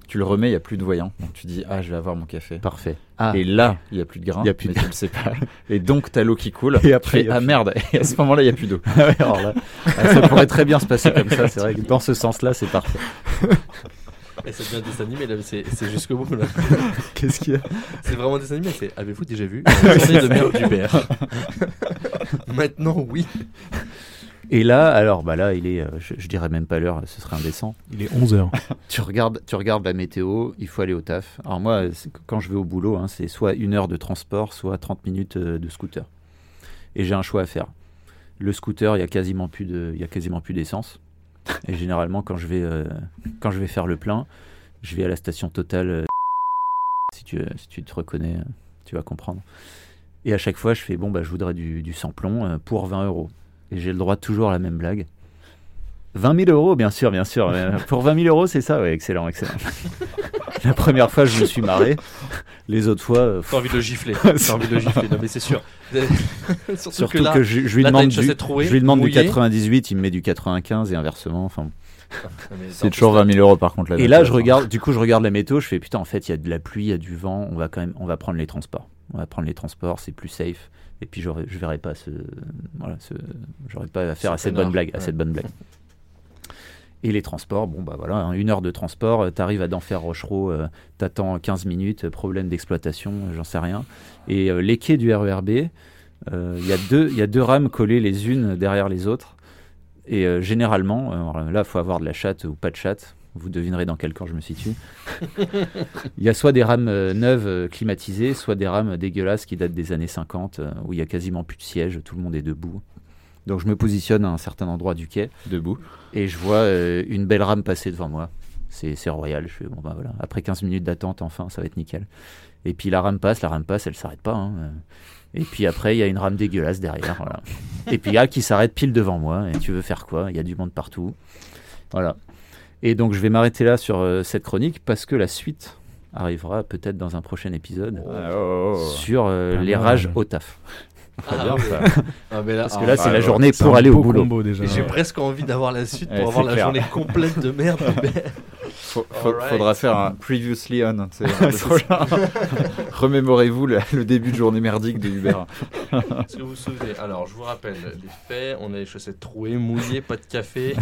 B: tu le remets, il n'y a plus de voyant. Donc tu dis, ah, je vais avoir mon café.
D: parfait. Ah,
B: Et là, il n'y a plus de grain,
D: Il y a plus de-
B: mais tu le sais pas. Et donc, t'as l'eau qui coule.
D: Et après,
B: Tu fais,
D: il y a
B: ah merde, et à ce moment-là, il n'y a plus d'eau.
D: alors là, Ah, ça pourrait très bien se passer comme ça. C'est vrai que dans ce sens-là, c'est parfait.
A: Et ça devient Eh, dessin animé, là, mais c'est c'est jusqu'au bout, là.
C: Qu'est-ce qu'il y a
A: C'est vraiment dessin animé, c'est avez-vous déjà vu la journée de merde du père Maintenant, oui.
D: Et là, alors bah là, il est, euh, je, je dirais même pas l'heure, ce serait indécent.
C: Il est 11h.
D: tu regardes, tu regardes la météo, il faut aller au taf. Alors moi, c'est que quand je vais au boulot, hein, c'est soit une heure de transport, soit 30 minutes euh, de scooter. Et j'ai un choix à faire. Le scooter, il y a quasiment plus de, il y a quasiment plus d'essence. Et généralement, quand je vais, euh, quand je vais faire le plein, je vais à la station totale. si tu, si tu te reconnais, euh, tu vas comprendre. Et à chaque fois, je fais bon, bah, je voudrais du, du sans-plomb euh, pour 20 euros. Et j'ai le droit toujours à la même blague. 20 000 euros, bien sûr, bien sûr. Euh, Pour 20 000 euros, c'est ça, ouais, excellent, excellent. La première fois, je me suis marré. Les autres fois, euh,
A: T'as envie de le gifler. T'as envie de le gifler, non, mais c'est sûr. Surtout,
D: surtout
A: que là,
D: que, je, je lui
A: là, t'as
D: demande
A: une
D: du,
A: chaussette trouée,
D: je lui demande du
A: mouillée.
D: 98, il me met du 95 et inversement. Enfin,
B: C'est toujours 20 000 euros par contre.
D: et là, je
B: note.
D: regarde, du coup, je regarde la météo, je fais putain, en fait, il y a de la pluie, il y a du vent, on va quand même, on va prendre les transports. On va prendre les transports, c'est plus safe. Et puis, j'aurai- je verrai pas ce, voilà, ce, j'aurai pas à faire à cette
A: connard,
D: bonne blague, à
A: ouais.
D: cette bonne blague. Et les transports, bon bah voilà, hein, une heure de transport, euh, t'arrives à Denfert Rochereau, euh, t'attends 15 minutes, euh, problème d'exploitation, euh, j'en sais rien. Et euh, les quais du RERB, euh, il y, a deux- il y a deux rames collées les unes derrière les autres. Et euh, généralement, alors là, il faut avoir de la chatte ou pas de chatte. Vous devinerez dans quel corps je me situe. Il y a soit des rames euh, neuves euh, climatisées, soit des rames dégueulasses qui datent des années 50, euh, où il y a quasiment plus de sièges, tout le monde est debout. Donc je me positionne à un certain endroit du quai
B: Debout.
D: et je vois euh, une belle rame passer devant moi. C'est c'est royal. Je fais, bon, bah, voilà. Après 15 minutes d'attente, enfin, ça va être nickel. Et puis la rame passe, la rame passe, elle s'arrête pas. hein. Et puis après, il y a une rame dégueulasse derrière. Voilà. Et puis ah, qui s'arrête pile devant moi. Et tu veux faire quoi Il y a du monde partout. Voilà. Et donc je vais m'arrêter là sur euh, cette chronique parce que la suite arrivera peut-être dans un prochain épisode
B: Ah, oh, oh, oh.
D: sur euh,
C: Pas
D: les
C: mal.
D: rages au taf.
A: Ah,
B: bien,
A: ouais.
B: ça.
A: Ah, mais là,
D: Parce que là, oh.
A: ah,
D: c'est
B: bah,
D: la
B: ouais,
D: journée
C: C'est
D: pour
C: un
D: aller
C: beau
D: au boulot.
C: combo, déjà.
A: Et J'ai
C: Ouais.
A: presque envie d'avoir la suite pour
B: Ouais,
A: avoir
B: c'est
A: la
B: clair.
A: journée complète de merde.
B: Faut- faut-
A: Alright.
B: Faudra faire un previously on. tu sais, un truc genre. Remémorez-vous le, le début de journée merdique de Uber.
A: Est-ce que vous vous souvenez Alors, je vous rappelle les faits on a les chaussettes trouées, mouillées, pas de café,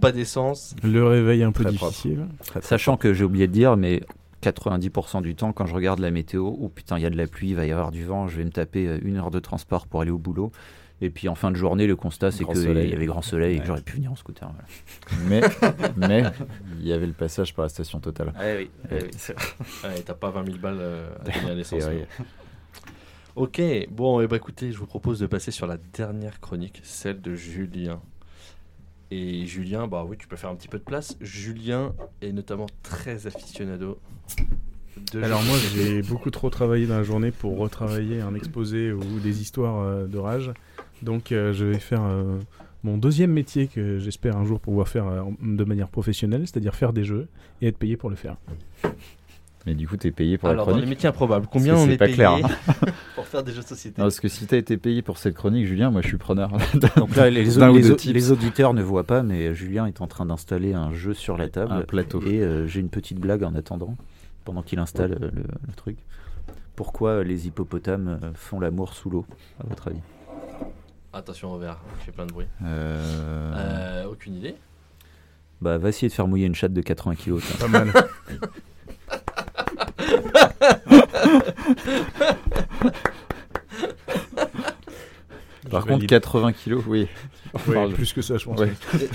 A: pas d'essence.
C: Le réveil un peu
B: Très propre.
C: difficile.
D: Sachant que j'ai oublié de dire, mais 90% du temps, quand je regarde la météo, oh putain, il y a de la pluie, il va y avoir du vent, je vais me taper euh, une heure de transport pour aller au boulot. Et puis en fin de journée, le constat, c'est
B: Grand
D: qu'il
B: soleil.
D: y avait grand soleil et que
B: Ouais.
D: j'aurais pu venir en scooter. voilà.
B: Mais, mais, il y avait le passage par la station totale.
A: Eh Ouais, t'as pas 20 000 balles euh, à donner à l'essence.
B: Et ouais.
A: Ok, bon, et bah écoutez, je vous propose de passer sur la dernière chronique, celle de Julien. Et Julien, bah oui, tu peux faire un petit peu de place. Julien est notamment très aficionado. De
C: Alors moi j'ai beaucoup trop travaillé dans la journée pour retravailler un exposé ou des histoires euh, de rage. Donc euh, je vais faire euh, mon deuxième métier que j'espère un jour pouvoir faire euh, en- de manière professionnelle, c'est-à-dire faire des jeux et être payé pour le faire.
B: Mais du coup, t'es payé pour
A: Alors,
B: la
A: dans les
B: chronique.
A: métiers improbables, combien
B: Parce que
A: on
B: c'est
A: est
B: pas
A: payé
B: clair, hein. Ah,
A: pour faire des jeux de société
B: Non, parce que si t'as été payé pour cette chronique, Julien, moi je suis preneur.
D: Donc là, les,
B: D'un ou
D: les-
B: deux
D: les-
B: types.
D: les auditeurs ne voient pas, mais Julien est en train d'installer un jeu sur la table.
B: Un plateau.
D: Et euh, j'ai une petite blague en attendant, pendant qu'il installe euh, le, le truc. Pourquoi euh, les hippopotames euh, font l'amour sous l'eau, à votre avis
A: Attention au verre, je fais plein de bruit.
B: Euh,
A: Euh, aucune idée.
D: Bah, va essayer de faire mouiller une chatte de 80 kilos.
C: Pas
D: toi.
C: mal.
B: Par contre, 80 kilos, oui.
C: Ouais,
B: Parle.
C: plus que ça je pense.
B: Ouais.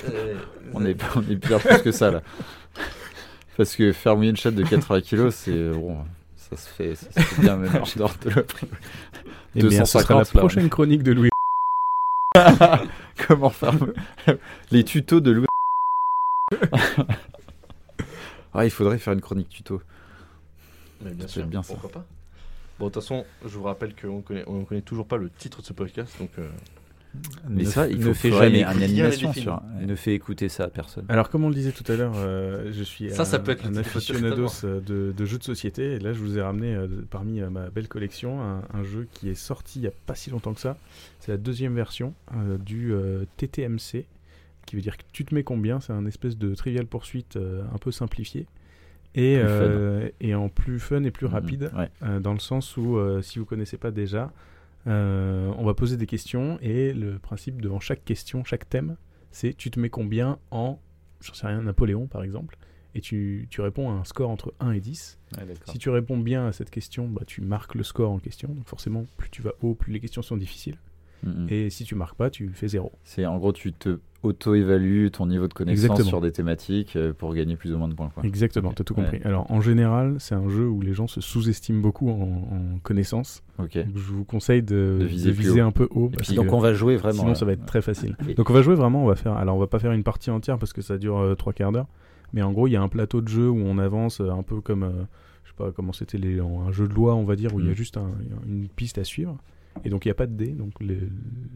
A: Euh,
B: On est, on est bien plus que ça là. Parce que faire mouiller une chatte de 80 kilos, c'est bon, ça se fait, ça se fait bien même en dehors de la prime.
C: Eh bien, ce sera
B: 250, là,
C: la
B: on est-
C: prochaine chronique de Louis.
B: Comment faire Les tutos de Louis. ah, il faudrait faire une chronique tuto.
A: Mais bien
B: peut
A: sûr,
B: être bien, ça.
A: pourquoi pas Bon, de toute façon, je vous rappelle qu'on connaît, on connaît toujours pas le titre de ce podcast, donc euh,
D: Mais
B: Ne
D: ça,
B: f-
D: il
B: faut-
D: ne fait
B: faudrait
D: jamais
B: une
D: écouter
B: animation
A: les films.
B: sur.
D: Ne fais écouter ça à personne.
C: Alors, comme on le disait tout à l'heure, euh, je suis
A: Ça,
C: un,
A: ça peut être le
C: un
A: titre de votre
C: aficionados euh, de, de jeux de société. Et là, je vous ai ramené euh, de- parmi euh, ma belle collection un, un jeu qui est sorti il n'y a pas si longtemps que ça. C'est la deuxième version euh, du euh, TTMC, qui veut dire que tu te mets combien. C'est un espèce de trivial poursuite euh, un peu simplifié. Et,
D: Plus fun. Mhm,
C: euh, et en plus fun et plus rapide.
B: Ouais.
C: Euh, dans le sens où, euh, si vous connaissez pas déjà, euh, on va poser des questions et le principe devant chaque question, chaque thème, c'est tu te mets combien en, j'en sais rien, Napoléon par exemple, et tu, tu réponds à un score entre 1 et 10. Si tu réponds bien à cette question, bah, tu marques le score en question, donc forcément, plus tu vas haut, plus les questions sont difficiles,
D: Mm.
B: Mhm.
C: et si tu marques pas, tu fais zéro.
B: C'est en gros, tu te auto-évalues ton niveau de connaissance
C: Exactement. Mm.
B: sur des thématiques euh, pour gagner plus ou moins de points. Quoi.
C: Exactement,
B: Ok.
C: t'as tout
B: Ouais.
C: compris. Alors en général, c'est un jeu où les gens se sous-estiment beaucoup en, en connaissance,
B: Ok.
C: donc je vous conseille de,
B: De
C: de
B: viser
C: viser,
B: plus haut.
C: un peu haut. parce
D: Donc
C: que-
D: Bah, on va jouer vraiment. hein.
C: Sinon,
D: là.
C: ça va être très facile.
D: Et-
C: Donc, on va jouer vraiment. On va faire. Alors, on va pas faire une partie entière parce que ça dure euh, trois quarts d'heure. Mais en gros, il y a un plateau de jeu où on avance euh, un peu comme, euh, je sais pas comment c'était les, un jeu de loi, on va dire, où il y a
B: Mhm.
C: juste un- une piste à suivre. Et donc, il n'y a pas de dé. Donc, le,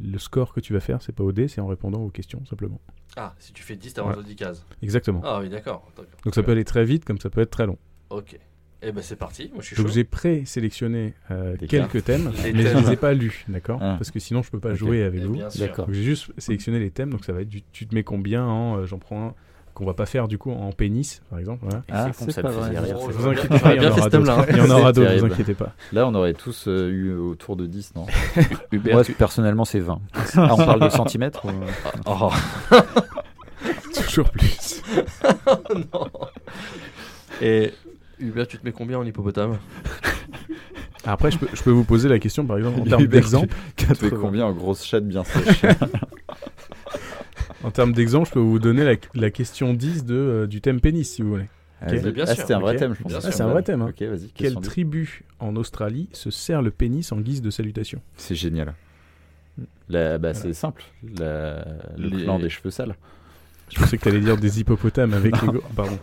C: le score que tu vas faire, c'est pas au dé, c'est en répondant aux questions simplement.
A: Ah, si tu fais 10, t'avances de 10 cases.
C: Exactement.
A: Ah oui, d'accord. d'accord.
C: Donc, ça peut aller très vite, comme ça peut être très long.
A: Ok. Eh ben c'est parti, moi je suis
C: Je
A: chaud.
C: vous ai présélectionné euh,
B: Des
C: quelques thèmes,
A: Les
C: mais je
A: thèmes.
C: les ai pas lus, d'accord
B: Ah.
C: Parce que sinon, je peux pas
B: Ok.
C: jouer
A: Eh
C: avec vous.
A: bien sûr.
D: D'accord.
C: Donc, J'ai juste sélectionné les thèmes, donc ça va être du tu te mets combien en, euh, j'en prends un qu'on va pas faire du coup en pénis, par exemple. voilà.
D: Et
B: Ah,
D: c'est con,
B: c'est
D: ça
B: pas
D: me faisait
B: vrai.
D: rire.
A: Oh,
D: ça.
A: je
C: vous
A: vois
C: inquiétez
A: bien.
C: pas,
A: J'aurais
C: il y
A: bien
C: en
A: fait
C: aura
A: ce thème-là,
C: d'autres.
A: hein.
C: Il y en aura d'autres, vous
B: terrible.
C: inquiétez pas.
B: Là, on aurait tous euh, eu autour de 10, non
A: hein.
D: Hubert, Moi, personnellement, c'est 20. Ah, on parle de centimètres ou-
A: Oh,
C: Toujours plus.
A: non. Et Hubert, tu te mets combien en hippopotame
C: Après, je peux, je peux vous poser la question, par exemple, en
B: Il y a
C: termes
B: Hubert
C: d'exemple.
B: Tu fais combien en grosse chatte bien sèche
C: En termes d'exemple, je peux vous donner la, la question 10 de, euh, du thème pénis, si vous voulez.
B: Vas-y.
A: Mais bien
B: Ah,
A: sûr,
B: c'était un vrai
C: ok.
B: thème, je pense.
A: Bien
C: sûr. Ah, c'est un vrai thème, hein.
B: Ok, vas-y.
C: Quelle
B: question dix.
C: tribu en Australie se sert le pénis en guise de salutation
B: C'est génial. La- bah, C'est simple. La- Le
A: Les-
B: clan des cheveux sales.
C: Je pensais que t'allais dire des hippopotames avec les... go- Pardon.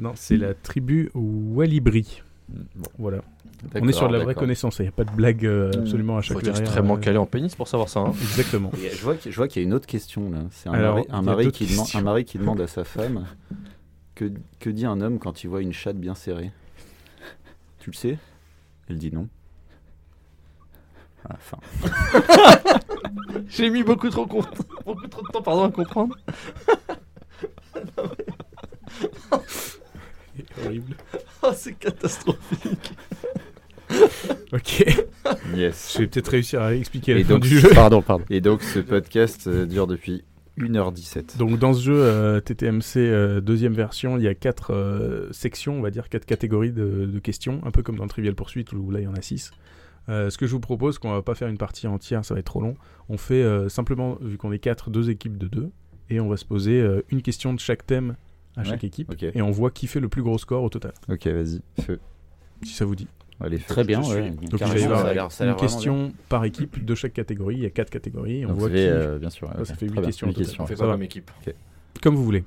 C: Non, c'est la tribu Walibri.
B: Bon,
C: Voilà. On
B: d'accord,
C: est sur de la vraie
B: d'accord.
C: connaissance, il n'y a pas de blague euh, absolument à
A: Faut
C: chaque
A: être
C: verrière,
A: extrêmement
C: euh,
A: calé en pénis pour savoir ça. hein.
C: Exactement.
D: Et Je vois qu'il je vois qu'il y a une autre question là. C'est un,
C: Alors,
D: mari,
C: il y
D: un,
C: a
D: mari
C: d'autres
D: qui demande,
C: questions.
D: un mari qui demande à sa femme que, que dit un homme quand il voit une chatte bien serrée Tu le sais Elle dit non. Ah, fin.
A: J'ai mis beaucoup trop, con- beaucoup trop de temps pardon, à comprendre.
C: Horrible.
A: Oh, c'est catastrophique.
C: Ok,
B: Yes.
C: je vais peut-être réussir à expliquer la
B: Et
C: fin
B: donc,
C: du jeu.
B: pardon, pardon. Et donc, ce podcast euh, dure depuis 1h17.
C: Donc dans ce jeu euh, TTMC euh, deuxième version, il y a quatre euh, sections, on va dire quatre catégories de, de questions, un peu comme dans le Trivial Pursuit où là il y en a six. Euh, ce que je vous propose, qu'on va pas faire une partie entière, ça va être trop long. On fait euh, simplement, vu qu'on est quatre, deux équipes de deux, et on va se poser euh, une question de chaque thème à
B: Ouais,
C: chaque équipe,
B: ok.
C: et on voit qui fait le plus gros score au total,
B: Ok, vas-y. Feu.
C: si ça vous dit.
B: Allez, feu.
D: Très bien.
A: Je
D: ouais.
C: Donc
D: Carrément,
C: il va y avoir
D: ça a l'air- ça a
C: une
D: l'air vraiment bien.
C: question par équipe de chaque catégorie. Il y a quatre catégories. On
B: Donc,
C: voit
B: c'est,
C: qui.
B: euh, bien sûr.
C: Ça, ça
B: ok.
C: fait huit
B: Très bien.
C: questions au
B: Huit
C: total.
A: On
B: questions.
A: fait
C: Ça
A: quoi
C: va.
A: comme équipe
C: Comme vous voulez.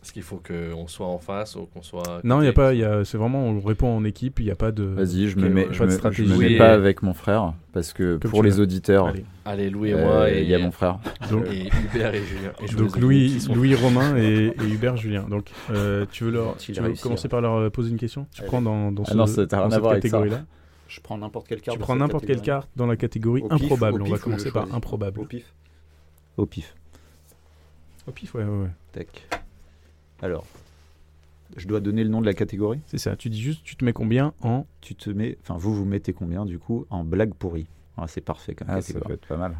A: Est-ce qu'il faut qu'on soit en face ou qu'on soit. à
C: Non, il y a
A: côté
C: pas. il y a- C'est vraiment on répond en équipe. Il n'y a pas de.
B: Vas-y, je me
A: Ok,
B: mets,
A: ouais,
B: je
C: euh, pas de
B: me, je
C: stratégie.
B: me mets
A: Oui.
B: pas avec mon frère parce que
C: Comme
B: pour
C: tu
B: les
C: veux.
B: auditeurs,
C: Allez.
A: Allez, Louis et
B: euh,
A: moi.
B: il
A: Et
B: y a mon frère.
C: Donc,
A: Et Hubert et Julien. Et je vous
C: donc
A: les ai mis,
C: Louis,
A: ils sont-
C: Louis Romain et, et Hubert Julien. Donc euh, tu veux leur,
D: Gentil,
C: tu veux
D: réussir.
C: commencer par leur euh, poser une question. Tu
D: Allez.
C: prends dans, dans,
B: hein. Ah
C: ce-
B: non, ça t'a rien
C: dans
B: à
C: cette
B: voir avec ça.
C: catégorie-là.
D: Je prends n'importe quelle carte.
C: Tu
D: dans
C: prends
D: cette
C: n'importe quelle
D: catégorie.
C: carte dans la catégorie
D: Au pif,
C: improbable.
D: au
C: on va
D: pif, ou
C: commencer
D: je
C: par
D: choisis
C: improbable.
D: Au pif. Au pif.
C: Au pif, ouais, ouais, ouais.
D: Tac. Alors, je dois donner le nom de la catégorie.
C: C'est ça. Tu dis juste, tu te mets combien en
D: Tu te mets, enfin vous vous mettez combien du coup en blague pourrie. Ah, c'est parfait comme
B: Ah, ça
D: catégorie.
B: peut être pas mal.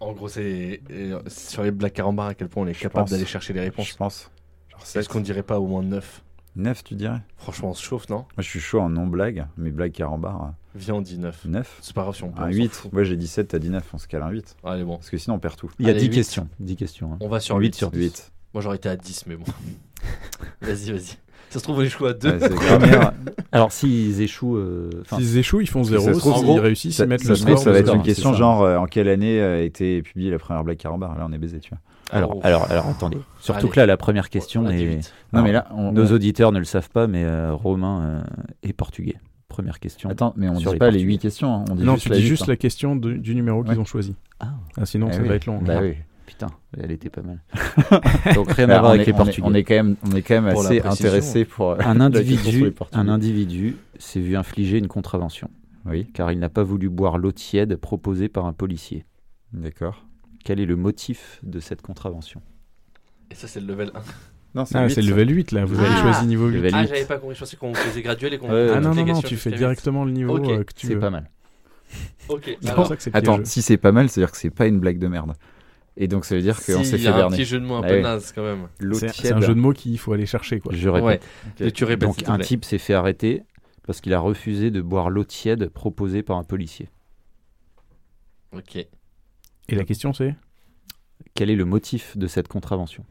A: En gros, c'est et, euh, sur les blagues carambar à quel point on est capable
B: pense.
A: d'aller chercher les réponses.
B: Je pense. Genre
A: Est-ce qu'on dirait pas au moins 9
B: 9, tu dirais Moi,
A: Franchement, on se chauffe, non
B: je suis chaud en non-blague, mais blague carambar.
A: Viens, on dit 9.
B: 9
A: C'est pas grave si on peut.
B: hein. Un 8. Moi, j'ai 17, t'as dit 9, on se cale un 8.
A: Allez, bon.
B: Parce que sinon, on perd tout.
D: Il y a
A: Allez,
D: 10
A: huit.
D: questions. 10 questions. hein.
A: On va sur
D: 8
A: 8.
D: sur 10.
B: 8.
A: Moi, j'aurais été à 10, mais bon. vas-y, vas-y. Ça se trouve, on échoue à deux.
B: Ouais, c'est grave.
D: Première- Alors s'ils échouent, euh, enfin,
C: S'ils échouent, ils font
B: ça
C: zéro.
B: se trouve,
A: en
C: S'ils
A: gros,
C: réussissent,
B: Ça,
C: ils mettent
B: ça
C: le
B: se trouve,
C: score.
B: ça va être
C: dans
B: une
C: le-
B: question
D: c'est ça.
B: genre euh, en quelle année a été publiée la première Black Carabar Là, on est baisé, tu vois.
D: alors,
A: Oh.
D: alors,
C: Ah,
D: alors, attendez. Surtout
A: Allez. Oh,
D: que là, la première question
A: Ouais,
D: est.
A: vite.
B: Non,
D: Alors,
B: mais là, on,
D: Nos
B: on-
D: auditeurs ne le savent pas, mais euh, Romain euh, est portugais. Première question.
B: Attends, mais on
D: Sur
B: dit
D: les
B: pas les
D: Portugais.
B: 8 questions. hein, On dit
C: Non,
B: juste
C: tu
B: la
C: dis
B: huit,
C: juste
B: hein.
C: la question de- du numéro qu'ils
B: Ouais.
C: ont choisi.
D: Ah,
C: Ah, sinon,
B: Eh
C: ça
B: oui.
C: va être long.
B: Bah
C: hein.
B: oui.
D: putain, elle était pas mal. Donc rien
B: Bah,
D: à voir
B: on
D: avec
B: est-
D: les
B: on est-
D: Portugais.
B: On est quand même, on est quand même
A: Pour la
B: assez
A: précision.
B: intéressé pour. euh, la
D: Un
B: question sur les
D: individu,
B: Portugais.
D: un individu s'est vu infliger une contravention
B: Oui,
D: car il n'a pas voulu boire l'eau tiède proposée par un policier.
B: d'accord.
D: Quel est le motif de cette contravention
A: Et ça, c'est le level 1.
B: Non,
C: Ah,
B: huit,
C: c'est le
B: ça.
C: level 8 là, vous avez
A: Ah.
C: choisi niveau 8.
D: Le level
A: Ah,
D: huit.
A: j'avais pas compris. Je pensais qu'on faisait graduel et qu'on.
D: Ouais,
A: faisait
D: Euh,
C: Ah
A: toutes
C: non,
A: les
C: non, non,
A: questions
C: tu fais
A: jusqu'à
C: directement le niveau
A: Ok,
C: euh, que tu
D: C'est
C: veux.
D: pas mal.
A: huit. Ok,
C: C'est pour
A: alors,
C: ça que c'est
B: Attends,
C: piégeux.
B: si c'est pas mal, c'est-à-dire que c'est pas une blague de merde. Et donc ça veut dire qu'on
A: si,
B: s'est
A: il y
B: fait
A: a un
B: berner.
A: petit jeu de mots un
B: Ah
A: peu
B: oui.
A: naze quand même.
B: L'eau
C: C'est- C'est
B: tiède.
C: un jeu de mots qu'il faut aller chercher quoi.
D: Je répète.
A: Ouais.
B: Ok.
A: Et tu répètes. bah, s'il
D: Donc
A: te
D: un
A: plaît.
D: type s'est fait arrêter parce qu'il a refusé de boire l'eau tiède proposée par un policier.
A: Ok.
C: Et la question c'est
D: Quel est le motif de cette contravention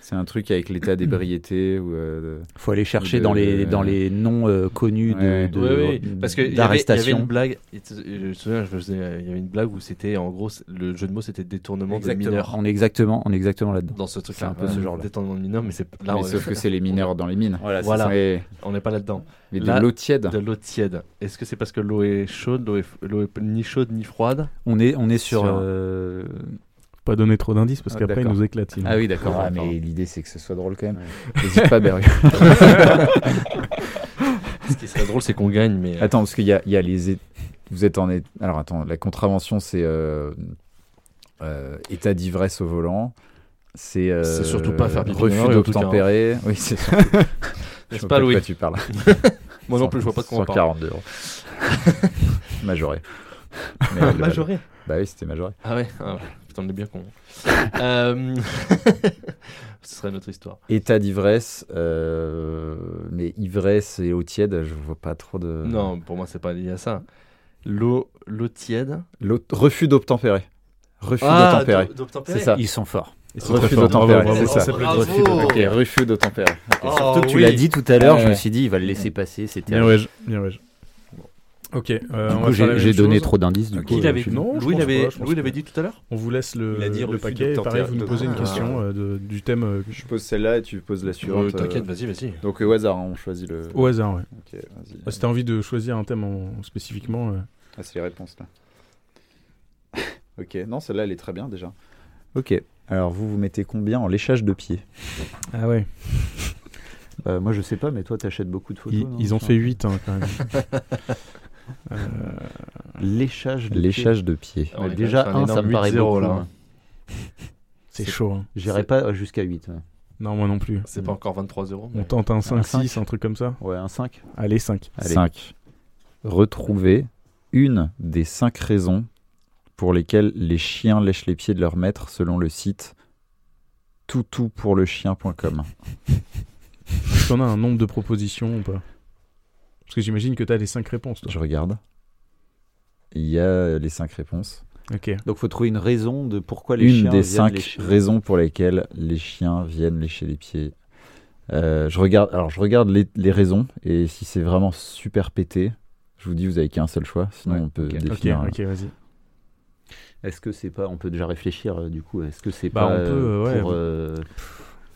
B: C'est un truc avec l'état d'ébriété ou. euh, de-
D: Faut aller chercher
B: De-
D: dans les dans les noms euh, connus de,
B: Ouais.
D: de-
A: Oui, oui, parce que il y avait- il y avait une
D: d'arrestation.
A: blague. et tu- Je me souviens, je faisais- il y avait une blague où c'était en gros c'est- le jeu de mots c'était détournement de mineurs.
D: On est exactement, on est exactement là-dedans.
A: Dans ce truc,
D: C'est un peu ce genre-là.
A: Détournement de mineurs, mais c'est là
B: mais
A: on-
B: sauf que c'est les mineurs dans les mines.
A: Voilà.
B: Mais,
A: on n'est pas là-dedans.
B: mais de
A: Là-
B: l'eau tiède.
A: De l'eau tiède. Est-ce que c'est parce que l'eau est chaude, l'eau est, l'eau est ni chaude ni froide
D: On est on est sur.
B: Sur-
D: euh,
C: Faut pas donner trop d'indices parce
D: Ah,
C: qu'après il
D: d'accord.
C: nous éclate. sinon.
D: Ah oui, d'accord.
B: Ah,
D: pardon.
B: mais l'idée c'est que ce soit drôle quand même. N'hésite pas, Berry.
A: Ce qui serait drôle, c'est qu'on gagne, mais
B: Attends, parce qu'il y a, il y a les. é- Vous êtes en. é- Alors attends, la contravention c'est euh, euh, état d'ivresse au volant. C'est euh,
A: C'est surtout pas faire pipi dans la
B: refus
A: rue, en tout cas, hein.
B: d'obtempérer. Oui, c'est ça. Je
A: n'est-ce
B: vois
A: pas
B: de
A: Louis
B: quoi tu parles.
A: Moi non plus, je vois pas de quoi on parle.
B: 142 euros. Majoré. Mais,
D: Ah,
B: le-
A: Majoré.
B: Bah oui, c'était majoré.
A: Ah ouais, ah ouais. putain, on est bien con. Euh, Ce serait notre histoire.
B: État d'ivresse, euh, mais ivresse et eau tiède, je vois pas trop de.
A: Non, pour moi, c'est pas lié à ça. L'eau, l'eau tiède.
B: L'eau- Refus d'obtempérer. Refus d'obtempérer.
A: Ah, d'o- d'obtempérer.
B: C'est ça.
D: Ils sont forts.
C: Ils sont très
B: Refus
C: forts. Bravo,
B: d'obtempérer.
C: bravo,
B: c'est
A: ça
B: ça.
A: s'appelle
C: bravo.
A: refus d'obtempérer.
B: Ok, refus d'obtempérer.
A: Oh,
D: Surtout que tu
A: oui.
D: l'as dit tout à l'heure, je
B: Ouais.
D: me suis dit il va le laisser passer. C'était.
C: Bien ouais, je- bien ouais. je- Ok, euh, on
D: Du
C: va
D: coup,
C: faire la
D: j'ai
C: même
D: j'ai donné
C: chose.
D: trop d'indices. Du
B: Ok.
D: coup,
A: Qui
D: euh,
A: l'avait
D: je-
C: Non, je
A: Louis
C: pense
A: l'avait,
C: pas, je pense
A: Louis l'avait
C: pas.
A: dit tout à l'heure.
C: On vous laisse le,
B: Il a dit
C: le
B: refus
C: paquet. et
B: d'obtempérer.
C: Pareil, vous nous posez une
A: Ah.
C: question euh, de- du thème euh, que je-
B: pose celle-là et tu poses la
A: Euh,
B: euh,
A: T'inquiète, vas-y, vas-y.
B: Donc au hasard, hein, on choisit le.
C: au hasard. Ouais. Bah, si t'as envie de choisir un thème en- spécifiquement, euh,
B: Ah, c'est les réponses là. ok, non, celle-là elle est très bien déjà. Ok, alors vous vous mettez combien en léchage de pied
C: ah ouais,
D: euh, moi je sais pas, mais toi t'achètes beaucoup de photos.
C: ils,
D: non,
C: ils ont
D: ça
C: fait 8 hein, quand même. Euh,
D: Léchage. de
B: Léchage de pied.
D: pied. Ouais, déjà un, ça me paraît beaucoup. hein.
C: c'est
D: C'est-
C: chaud. hein.
D: J'irai pas euh, jusqu'à 8. ouais.
C: Non, moi non plus.
A: C'est pas encore 23 euros.
C: On
A: mais-
C: tente un 5,
D: cinq.
C: 6, un truc comme ça.
D: Ouais, un 5.
C: Allez, 5.
D: Allez.
B: 5. Retrouver une des cinq raisons pour lesquelles les chiens lèchent les pieds de leur maître selon le site toutoupourlechien.com.
C: Est-ce qu'on a un nombre de propositions ou pas Parce que j'imagine que t'as les 5 réponses. Toi.
B: Je regarde. Il y a les cinq réponses.
C: Ok.
D: Donc faut trouver une raison de pourquoi les
B: une
D: chiens
B: des
D: viennent
B: cinq
D: lécher.
B: raisons pour lesquelles les chiens viennent lécher les pieds. Euh, je regarde, alors je regarde les, les raisons et si c'est vraiment super pété, je vous dis vous avez qu'un seul choix, sinon
D: Ouais,
B: on peut
D: ok.
C: Ok,
B: définir.
C: ok, vas-y.
D: Est-ce que c'est pas, on peut déjà réfléchir euh, du coup, est-ce que c'est
C: Bah,
D: pas
C: on peut,
D: euh,
C: ouais.
D: pour, euh,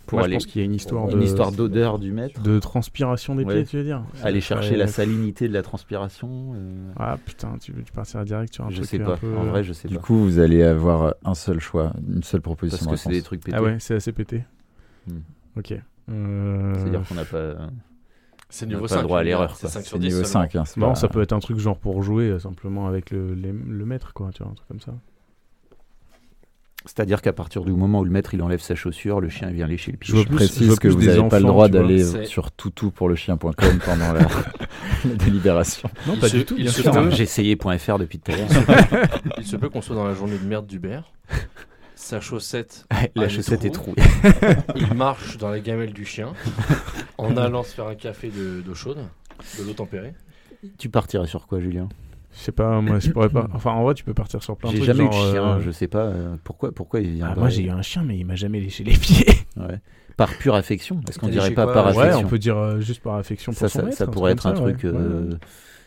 D: pour
C: Moi,
D: aller
C: je pense qu'il y a une histoire,
D: une
C: de...
D: histoire d'odeur du maître,
C: de transpiration des
D: Ouais.
C: pieds, tu veux dire
D: aller
C: Ouais.
D: chercher la salinité de la transpiration euh,
C: Ah putain, tu, tu partiras direct sur un
D: Je
C: truc
D: sais
C: un
D: pas,
C: peu-
D: en vrai je sais
B: Du
D: pas.
B: coup, vous allez avoir un seul choix, une seule proposition.
D: Parce que c'est
B: de
D: des
B: réponse.
D: trucs pétés.
C: Ah ouais, c'est assez pété.
B: Hmm.
C: Ok. Euh,
D: C'est-à-dire qu'on n'a pas.
A: C'est
D: On
A: niveau
D: a pas
A: 5.
D: le droit à l'erreur,
A: C'est
D: quoi.
A: 5 sur
B: C'est
A: 10.
B: niveau
A: seulement.
B: 5. Hein, c'est
C: Bon,
B: pas-
C: ça peut être un truc genre pour jouer euh, simplement avec le, les- le maître, quoi, tu vois, un truc comme ça.
D: C'est-à-dire qu'à partir du moment où le maître il enlève sa chaussure, le chien vient lécher le pied.
C: Je vois
B: Je
C: plus- je vois
B: précise que
C: plus
B: vous
C: des
B: n'avez pas
C: enfants,
B: le droit
C: tu vois.
A: C'est-
B: d'aller sur toutoupourlechien.com pendant la, la délibération.
C: Non,
A: Il
C: pas
A: se-
C: du tout,
A: il
C: bien
A: se
C: sûr.
A: peut-
D: J'ai essayé .fr depuis tout à l'heure.
A: Il se peut qu'on soit dans la journée de merde d'Uber. Sa chaussette,
D: la
A: les
D: chaussette est
A: trous.
D: trouée.
A: il marche dans la gamelle du chien en allant se faire un café de- d'eau chaude, de l'eau tempérée.
D: tu partirais sur quoi, Julien
C: Je sais pas, moi je pourrais pas. Enfin, en vrai, tu peux partir sur plein de
D: J'ai
C: trucs.
D: jamais eu de
C: genre,
D: chien,
C: euh,
D: je sais pas euh, pourquoi, pourquoi il vient.
C: Ah, moi j'ai eu un chien, mais il m'a jamais léché les pieds.
D: Ouais. par pure affection Est-ce qu'on
B: allé
D: dirait
B: chez
D: pas
B: quoi
D: par
B: Ouais,
C: Ouais,
D: affection
C: on peut dire euh, juste par affection pour
D: ça,
C: son
D: ça,
C: maître,
D: ça pourrait être
C: truc
D: un
C: comme
D: truc,
C: ça, ouais.
D: euh,
C: Ouais.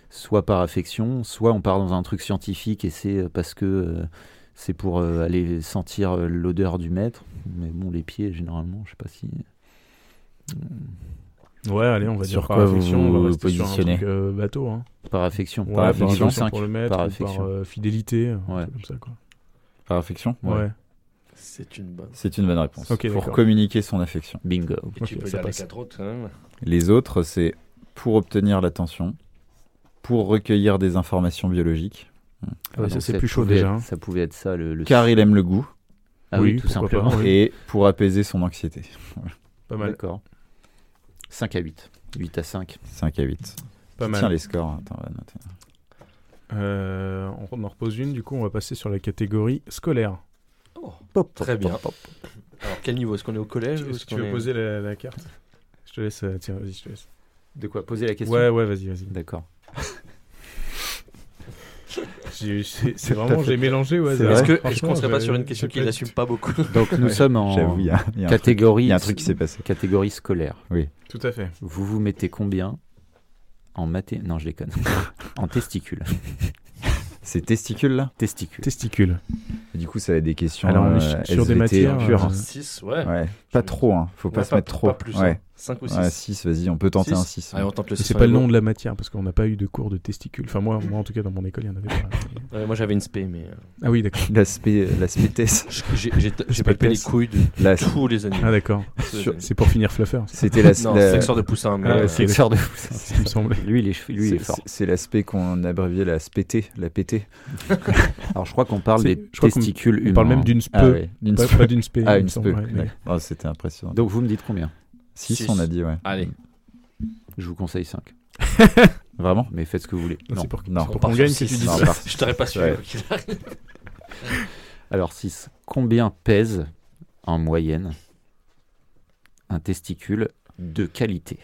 D: soit par affection, soit on part dans un truc scientifique et c'est euh, parce que euh, c'est pour euh, aller sentir euh, l'odeur du maître. Mais bon, les pieds, généralement, je sais pas si.
C: ouais. allez, on va
B: Sur
C: dire par
B: quoi vous
C: affection, on
B: vous
C: va rester sur un
B: positionnez
C: truc, euh, bateau. Hein.
D: Par affection.
C: Ouais,
B: par affection,
C: affection
D: cinq.
C: pour le maître,
D: Par
C: ou
D: affection.
C: par euh, fidélité, un
D: Ouais. Ah
C: truc comme ça quoi.
B: Par affection
C: Ouais.
A: C'est une bonne.
B: C'est une bonne réponse.
C: Ok,
B: pour
C: d'accord.
B: communiquer son affection.
D: Bingo.
A: Et tu
C: Ok,
A: peux lire
C: ça
A: les
C: passe.
A: quatre autres quand même.
B: Les autres, c'est pour obtenir l'attention, pour recueillir des informations biologiques,
C: Ah ouais, ça
D: bah donc
C: c'est plus chaud
D: pouvait
C: déjà.
D: être-
C: hein.
D: Ça pouvait être ça le. le-
B: car il aime le goût,
D: Ah oui,
C: Oui,
D: tout
C: pourquoi pas.
D: simplement.
C: Oui.
B: et pour apaiser son anxiété.
C: Pas mal,
D: D'accord. 5 à 8. 8 à 5.
B: 5 à 8.
C: pas mal.
B: Tiens les scores. Attends, on va noter.
C: Euh, on en repose une, du coup, on va passer sur la catégorie scolaire. Oh.
A: Très bien. Alors quel niveau Est-ce qu'on est au collège ou est-ce
C: Est-ce que tu
A: qu'on
C: veux
A: est-
C: poser la, la carte Je te laisse, euh, tiens, vas-y, je te laisse.
D: De quoi Poser la question
C: Ouais, ouais, vas-y, vas-y.
D: D'accord.
C: J'ai- j'ai- C'est vraiment, j'ai mélangé. Ouais,
B: C'est
C: ça.
B: vrai.
A: Est-ce que est-ce
C: Franchement,
A: qu'on serait pas
C: j'ai-
A: sur une question
C: j'ai
A: qu'il
C: pas-
A: n'assume pas beaucoup
D: Donc nous sommes en
B: J'avoue, il y a, il y a un truc-
D: catégorie,
B: il y a un truc qui s'est passé.
D: catégorie scolaire.
C: Tout à fait.
D: Vous vous mettez combien en maté Non, je déconne. en testicules.
B: Ces testicules là
D: Testicules.
C: Testicules.
B: Du coup, ça a des questions.
C: Alors, on est
B: euh,
C: sur des
B: SVT,
C: matières,
B: pures. hein.
C: euh,
A: 6, ouais.
B: Ouais, Pas trop, hein. faut pas
A: Ouais,
B: se mettre trop.
A: Pas plus,
B: ouais.
A: 5 ou 6.
B: Ouais, 6, vas-y, on peut tenter
A: Six
B: un 6.
A: Allez, on tente le six,
C: C'est
A: on
C: pas
A: est
C: le
A: bon.
C: nom de la matière parce qu'on n'a pas eu de cours de testicules. Enfin, moi, moi en tout cas, dans mon école, il n'y en avait pas.
A: Ouais, moi j'avais une spé, mais. euh,
C: ah oui, d'accord.
B: L'aspect l'aspect test.
A: J'ai- J'ai j'ai
C: C'est pas
A: tapé
C: le
A: les
C: PS.
A: couilles de
B: La-
A: tous les animaux.
C: Ah d'accord.
A: Tous les
B: sur-
A: animaux.
C: C'est pour finir fluffer. ça,
B: C'était la-
A: Non,
B: la-
A: sexeur de poussin, mais.
C: Ah ouais,
A: euh,
C: c'est-
D: Sexeur de
C: C'est ce qui me semblait.
D: Lui, il est, lui, il est
B: c'est-
D: fort.
B: C'est l'aspect qu'on abréviait la SPT, la PT.
D: Alors, je crois qu'on parle
C: C'est-
D: des
C: je crois qu'on-
D: testicules
C: On
D: humains.
C: parle même d'une speu.
B: Ah ouais, d'une
C: Pas,
B: spe-
C: pas d'une spé.
B: Ah,
C: il
B: une
C: me
B: speu.
C: semble, ouais, mais-
B: d'accord. Oh, C'était impressionnant.
D: Donc, vous me dites combien
B: 6,
A: six.
B: on a dit, ouais.
A: Allez,
D: Je vous conseille 5.
B: Vraiment
D: Mais faites ce que vous voulez.
C: Non,
B: Non,
C: c'est pour
B: non.
C: c'est pour
A: part
C: qu'on
A: sur
C: gagne
A: six.
C: si tu dis
B: Non,
C: ça.
B: on part-
A: je t'aurais pas su.
B: Ouais.
D: Alors, 6. Combien pèse en moyenne un testicule de qualité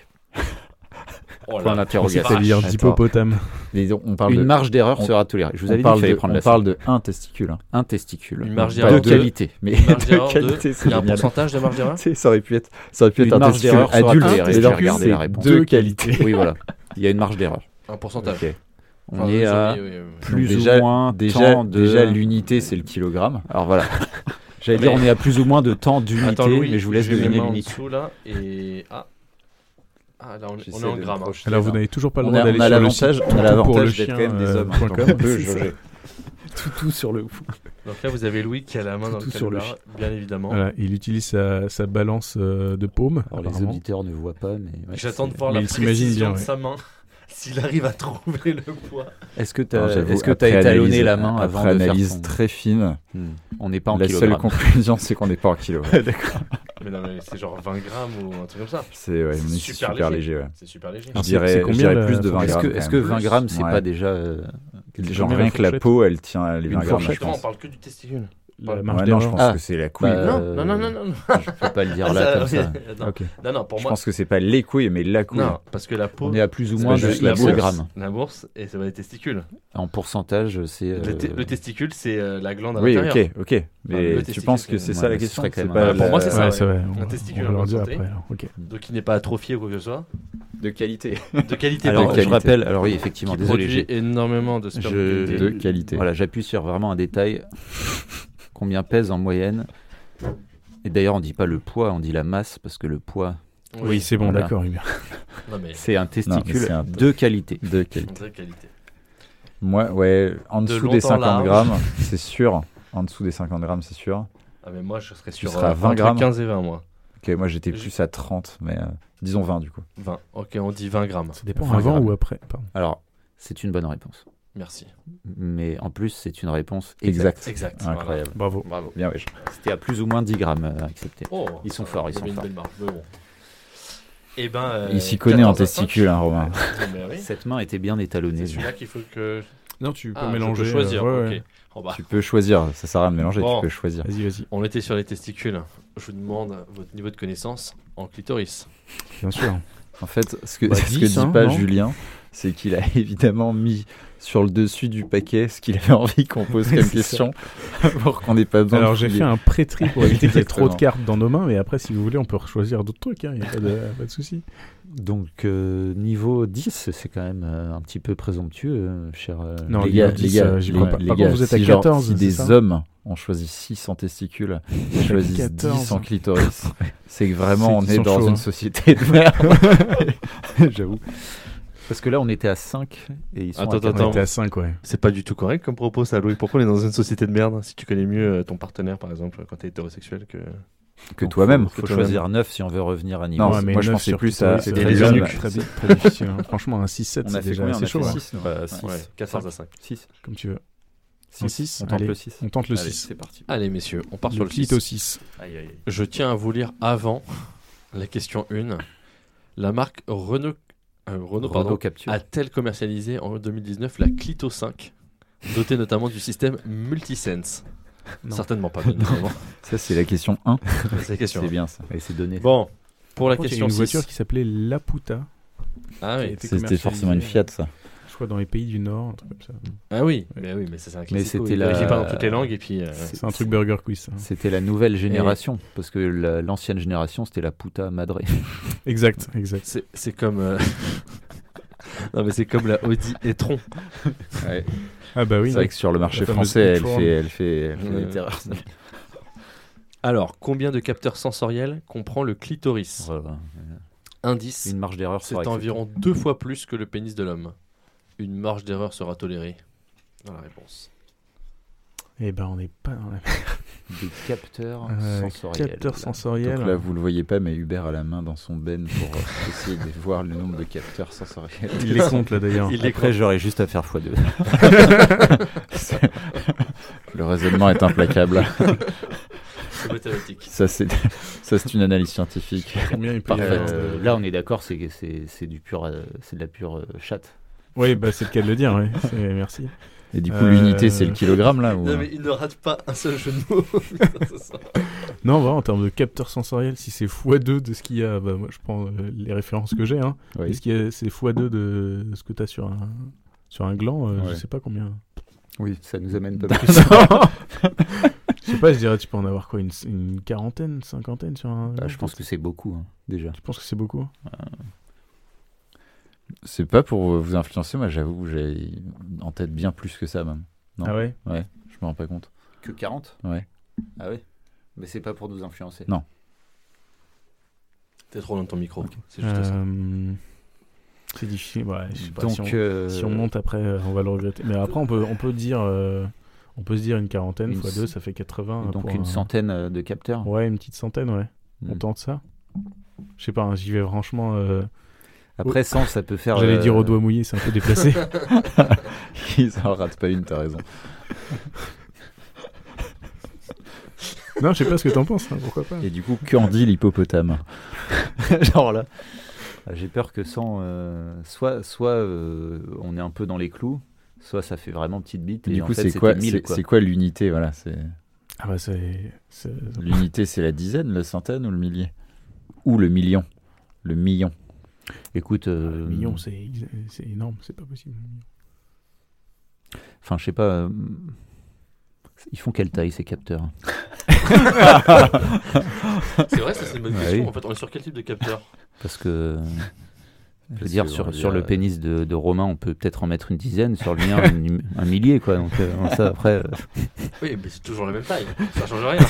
A: Oh
D: Point
A: là,
C: C'est
D: d'interrogation.
A: vache.
C: lire
B: Attends.
C: d'hippopotame.
B: Mais on on parle
D: Une
B: de,
D: marge d'erreur
B: on-
D: sera tolérée. Je vous
B: on
D: avais dit
B: parle
D: qu'il fallait
B: de-
D: prendre
B: on
D: la
B: parle de un testicule. hein.
D: un testicule
A: Une marge
D: de
A: d'erreur de-
D: qualité.
B: Mais
A: Une marge
B: de
A: d'erreur de-
B: qualité, c'est
A: il y a un
B: génial.
A: pourcentage de marge d'erreur
B: Tu sais, Ça aurait pu être, ça aurait pu
D: Une
B: être un
D: marge
B: testicule
D: d'erreur sera
B: adulte.
D: tolérée,
B: mais
D: j'ai
B: genre,
D: regardé
B: c'est
D: la réponse.
B: Deux qualités.
D: Oui, voilà. Il y a une marge d'erreur.
A: Un pourcentage.
D: Ok. On
A: Enfin,
D: est
A: j'en
D: à
A: ai, oui, oui, oui.
D: plus
B: déjà-
D: ou moins
B: Déjà,
D: temps de...
B: déjà l'unité, c'est le kilogramme.
D: Alors voilà. J'allais
A: Mais-
D: dire on est à plus ou moins de temps d'unité,
A: Attends, Louis,
D: mais je vous laisse
A: mets
D: deviner
A: ma main en
D: l'unité.
A: dessous là et. Ah, ah là, on, on
B: J'essaie
A: est en
B: de me
A: grammes. hein.
B: projeter,
C: Alors vous
B: là.
C: n'avez toujours pas le
B: On
C: droit
B: a-
C: d'aller
B: on a
C: sur le
B: l'avantage-
C: site
B: on a
C: toutou pour le
B: l'avantage d'être quand même
C: chien,
B: des
C: euh,
B: hommes, hein,
C: point
B: donc
C: com.
B: on peut jauger.
D: Tout, tout sur le
A: Donc là, vous avez Louis qui a la main dans le
D: Tout sur le
A: canular, bien évidemment.
C: Voilà, il utilise sa, sa balance euh, de paume.
D: Alors Oh, les
C: apparemment.
D: auditeurs ne voient pas, mais ouais,
A: J'attends de
D: c'est-
A: voir
C: mais
A: la
C: il s'imagine
A: précision
C: bien,
A: de
C: ouais.
A: sa main. S'il arrive à trouver le poids.
D: Est-ce que
B: Alors,
D: t'as
B: j'avoue,
D: est-ce que t'as
B: après
D: étalonné
B: analyse-
D: la main avant
B: après
D: de faire
B: analyse
D: ton-
B: très fine.
D: Hmm. On n'est pas en
B: la seule
D: kilogrammes.
B: conclusion, c'est qu'on n'est pas en kilo.
A: Mais non, mais c'est genre 20 grammes ou un truc comme ça.
B: C'est ouais, on est super,
A: Super
B: léger. ouais.
A: C'est super léger.
C: Alors,
B: Je
C: c'est-
B: dirais-
C: c'est
B: je
C: combien,
B: dirais
C: la-
B: plus de 20
C: Est-ce
D: Est-ce
B: grammes.
D: que,
B: quand
D: est-ce que
B: même.
D: 20 grammes, c'est
B: Ouais.
D: pas déjà euh, quelque
B: Genre
D: chose
C: Combien la
B: rien que la
C: fourchette
B: peau, elle tient les
C: Une
B: 20 grammes.
C: fourchette,
B: je pense.
A: Justement, on parle que du testicule.
C: La marge
B: Ouais, non, je
C: d'erreur.
B: pense
D: Ah.
B: que c'est la couille.
D: Bah,
B: non
A: Non,
D: Euh,
A: non, non, non, non. non.
D: Je peux pas le dire
A: Ah,
D: là
A: ça-
D: comme ça.
A: Attends.
C: Ok.
A: Non, non, pour
B: je
A: moi.
B: pense que c'est pas les couilles, mais la couille.
A: Non, parce que la peau.
D: On est à plus ou
B: C'est
D: moins
B: pas
D: de
B: juste la
D: X
B: bourse.
D: grammes.
A: La bourse, et ça va les testicules.
D: En pourcentage, c'est euh,
A: Le, te- le testicule, c'est euh, la glande à
B: Oui,
A: l'intérieur.
B: ok, ok.
A: Ah, le
B: Mais tu
A: testicule,
B: penses que
A: c'est-
B: c'est ça
D: ouais,
B: la
D: ce
B: question
D: serait quand
B: c'est
D: même
B: pas
D: un-
A: Pour moi, c'est ça,
C: Ouais,
A: ouais.
C: ça va. On, va-
A: testicule,
C: on va leur dire
A: santé.
C: après. alors, ok.
A: Donc il n'est pas atrophié ou quoi que ce soit.
B: de qualité.
A: De qualité,
D: Alors,
B: de
A: pardon.
D: je
B: qualité.
D: rappelle, alors oui, effectivement,
A: qui
D: désolé.
A: produit
D: j'ai-
A: énormément de sperme. de
D: Je-
B: De
A: qualité.
B: qualité.
D: Voilà, j'appuie sur vraiment un détail. Combien pèse en moyenne Et d'ailleurs, on dit pas le poids, on dit la masse, parce que le poids,
C: Oui, c'est bon,
D: Voilà.
C: d'accord, Hubert.
A: Non, mais
D: c'est un testicule
B: c'est un peu-
D: de qualité.
B: De qualité.
A: de qualité.
B: Moi, ouais, en
A: De
B: dessous des
A: longtemps
B: 50
A: large.
B: grammes, c'est sûr. En dessous des 50 grammes, c'est sûr.
A: Ah, mais moi, je serais sur
B: seras à
A: euh,
B: 20
A: entre
B: grammes.
A: 15 et 20, moi.
B: Ok, moi j'étais
A: Je-
B: plus à 30, mais euh, disons 20 du coup.
A: 20. Ok, on dit 20 grammes.
C: Ça dépend
B: Enfin,
C: avant
B: grave.
C: ou après. Pardon.
D: Alors, c'est une bonne réponse.
A: Merci.
D: Mais en plus, c'est une réponse exacte.
B: Exact.
A: Exact. voilà.
B: Incroyable.
C: Bravo.
A: Bravo.
B: Bien, ouais. je-
D: C'était à plus ou moins 10 grammes euh, accepté.
A: Oh,
D: Ils sont
A: ça,
D: forts, ils
A: vous avez une
D: sont forts.
A: belle marge, mais bon. Eh ben, euh,
B: Il s'y connaît en
A: 14 à 5.
B: testicule, hein, Romain.
A: Non, mais oui.
D: Cette main était bien
A: C'est
D: étalonnée.
A: celui-là qu'il faut que.
C: Non, tu peux
A: Ah, je
C: mélanger.
A: peux choisir.
C: euh, ouais,
A: ok.
C: ouais.
A: Oh, bah,
B: Tu peux choisir, ça sert à rien de mélanger,
A: Bon.
B: tu peux choisir.
C: Vas-y, vas-y.
A: On était sur les testicules. Je vous demande votre niveau de connaissance en clitoris.
C: Bien sûr.
B: En fait, ce que,
C: Bah,
B: ce que
C: 10,
B: dit
C: hein,
B: pas
C: non
B: Julien, c'est qu'il a évidemment mis sur le dessus du paquet ce qu'il avait envie qu'on pose
C: C'est
B: comme
C: ça.
B: question pour qu'on n'ait pas besoin
C: Alors
B: de
C: j'ai
B: fouiller.
C: fait un pré-tri pour éviter qu'il y ait trop de
B: Exactement.
C: cartes dans nos mains, mais après si vous voulez on peut choisir d'autres trucs, il n'y a pas de, pas de souci.
D: Donc euh, niveau 10, c'est quand même euh, un petit peu présomptueux, euh, cher. euh,
C: Non,
B: les
C: il y a
B: gars,
C: dix,
B: les gars,
C: euh, j'y
B: les-
C: crois pas.
B: les
C: Par
B: gars,
C: contre, vous êtes à
B: si, genre,
C: 14,
B: si
C: c'est
B: des
C: ça
B: hommes ont choisi 6 sans testicules, ils choisissent
C: 14.
B: 10 en clitoris, c'est que vraiment on
C: C'est qu'ils
B: est
C: sont
B: dans
C: chauds,
B: une
C: hein.
B: société de merde.
D: J'avoue. Parce que là, on était à 5 et ils sont
A: Attends,
D: à quatre.
A: attends,
C: On était à 5 ouais.
A: C'est pas du tout correct comme propos, ça, Louis. Pourquoi on est dans une société de merde si tu connais mieux euh, ton partenaire, par exemple, quand t'es hétérosexuel que...
B: que
D: Donc,
B: toi-même.
D: Faut,
A: Que
D: faut
A: toi-même.
D: choisir 9 si on veut revenir à niveau.
B: Non, moi, je
C: neuf
B: pensais
C: sur
B: plus
C: Clitoris,
B: à- c'est
C: euh,
A: très
C: très
A: difficile.
C: difficile, très, très difficile. hein. Franchement un 6-7
B: On a fait
C: c'est
B: combien
C: déjà
B: On
C: assez
B: a
C: chaud
B: fait
C: hein.
B: 6
A: Ouais, 14 à 5.
D: 6.
C: comme tu veux.
D: Six.
C: six
D: On tente
C: Allez.
D: le 6.
C: On tente le
D: Allez,
C: 6.
D: c'est parti.
A: Allez, messieurs, on part sur
C: Le
A: le
C: kit
A: 6.
C: au 6.
D: Aïe, aïe, aïe.
A: Je tiens à vous lire avant la question 1. La marque Renault, euh, Renault, pardon, Ah.
D: Renault capture.
A: a-t-elle commercialisé en 2019 la Clito 5 dotée notamment du système Multisense
C: Non.
A: Certainement pas, bien évidemment.
B: Ça, c'est la question 1.
A: C'est la question.
B: C'est bien ça.
D: Et c'est donné.
A: Bon, pour la
C: Par contre, il y
A: question
C: a une
A: 6.
C: voiture qui s'appelait La Puta.
A: Ah oui,
B: C'était forcément une Fiat, ça.
C: Je crois dans les pays du Nord, un truc comme ça.
A: ah oui. Mais oui, mais ça, c'est un classique.
D: c'était
A: il
D: la-
A: vérifie pas dans toutes les langues et puis... euh,
C: C'est un truc Burger Quiz. hein. ça.
D: C'était la nouvelle génération. Parce que la- l'ancienne génération, c'était la puta madre.
C: Exact, exact.
A: C'est c'est comme... euh, non mais c'est comme la Audi e-tron.
C: Ah bah oui.
B: C'est vrai que sur le marché
C: La fameuse
B: français, elle
C: plateforme.
B: fait, elle fait, elle fait
A: Ouais.
B: des terreurs.
A: Euh, Alors, combien de capteurs sensoriels comprend le clitoris
D: Voilà.
A: Indice,
D: Une marge d'erreur
A: c'est
D: sera acceptée.
A: environ deux fois plus que le pénis de l'homme. Une marge d'erreur sera tolérée dans la réponse.
C: Et bah on n'est pas dans la
D: Des capteurs
C: Euh,
D: sensoriels.
C: capteur
B: Donc
C: sensoriel.
B: là, vous le voyez pas, mais Hubert a la main dans son ben pour euh, essayer de voir le nombre de capteurs sensoriels.
C: Il les compte là d'ailleurs.
A: Il
D: Après, j'aurais juste à faire x2.
B: C'est- le raisonnement est implacable.
A: C'est mathématique.
B: Ça, c'est ça, c'est une analyse scientifique.
C: Combien il peut y
D: Parfait.
C: avoir
D: Euh, là, on est d'accord, c'est c'est- c'est du pur, euh, c'est de la pure euh, chatte.
C: Oui, bah c'est le cas de le dire, ouais. C'est- merci.
B: Et du coup,
C: Euh,
B: l'unité, c'est le kilogramme là ou...
A: Non mais il ne rate pas un seul jeu de mots.
C: Non, bah, en termes de capteur sensoriel, si c'est x2 de ce qu'il y a, bah, moi je prends euh, les références que j'ai. Hein.
B: Oui.
C: Et ce qu'il y a, c'est x2 de ce que tu as sur un, sur un gland, euh,
B: Ouais.
C: je sais pas combien.
D: Oui, ça nous amène pas plus.
C: je sais pas, je dirais, tu peux en avoir quoi Une, une quarantaine, cinquantaine sur un.
D: Ah, je pense que c'est beaucoup, hein, déjà.
C: Tu penses que c'est beaucoup
B: C'est pas pour vous influencer, moi j'avoue, que j'ai en tête bien plus que ça même. Non.
C: Ah ouais
B: Je me rends pas compte.
D: Que 40
B: Ouais.
D: Ah oui Mais c'est pas pour nous influencer.
B: Non.
A: T'es trop loin de ton micro. C'est juste ça.
C: Euh, C'est difficile, ouais, je sais pas.
D: Donc,
C: si on-
D: euh,
C: Si on monte après, euh, on va le regretter. Mais après, on peut, on peut dire, euh, on peut se dire une quarantaine
D: Une
C: fois
D: c-
C: deux, ça fait 80. hein,
D: donc
C: pour
D: une
C: un-
D: centaine euh, de capteurs.
C: Ouais, une petite centaine, ouais. On
D: Mm.
C: tente ça. Je sais pas, hein, j'y vais franchement. euh,
D: Après 100, ça peut faire.
C: J'allais
D: euh,
C: dire au doigt mouillé, c'est un peu déplacé.
B: Ils en ratent pas une, t'as raison.
C: non, je sais pas ce que t'en penses, hein, pourquoi pas.
B: Et du coup, Candy l'hippopotame.
D: Genre là. Ah, J'ai peur que 100. euh, soit soit euh, on est un peu dans les clous, soit ça fait vraiment petite bite. Et,
B: du
D: en
B: coup,
D: fait,
B: c'est
D: c'était
B: quoi,
D: 1000,
B: c'est-
D: quoi.
B: c'est quoi l'unité Voilà, c'est
C: Ah bah, c'est. c'est-
B: l'unité, c'est la dizaine, la centaine ou le millier Ou le million Le million.
D: Écoute.
C: Un
D: euh,
C: Ah, million, c'est c'est énorme, c'est pas possible.
D: Enfin, je sais pas. euh, Ils font quelle taille ces capteurs
A: C'est vrai, ça c'est une bonne
D: Ouais,
A: question.
D: oui.
A: En fait, on est sur quel type de capteur
D: Parce que. Je veux
B: Parce
D: dire,
B: que, on
D: sur,
B: va
D: sur
B: dire,
D: le pénis de, de Romain, on peut peut-être en mettre une dizaine, sur le mien, un, un millier, quoi. Donc, euh, ça, après. euh,
A: Oui, mais c'est toujours la même taille. Ça change rien.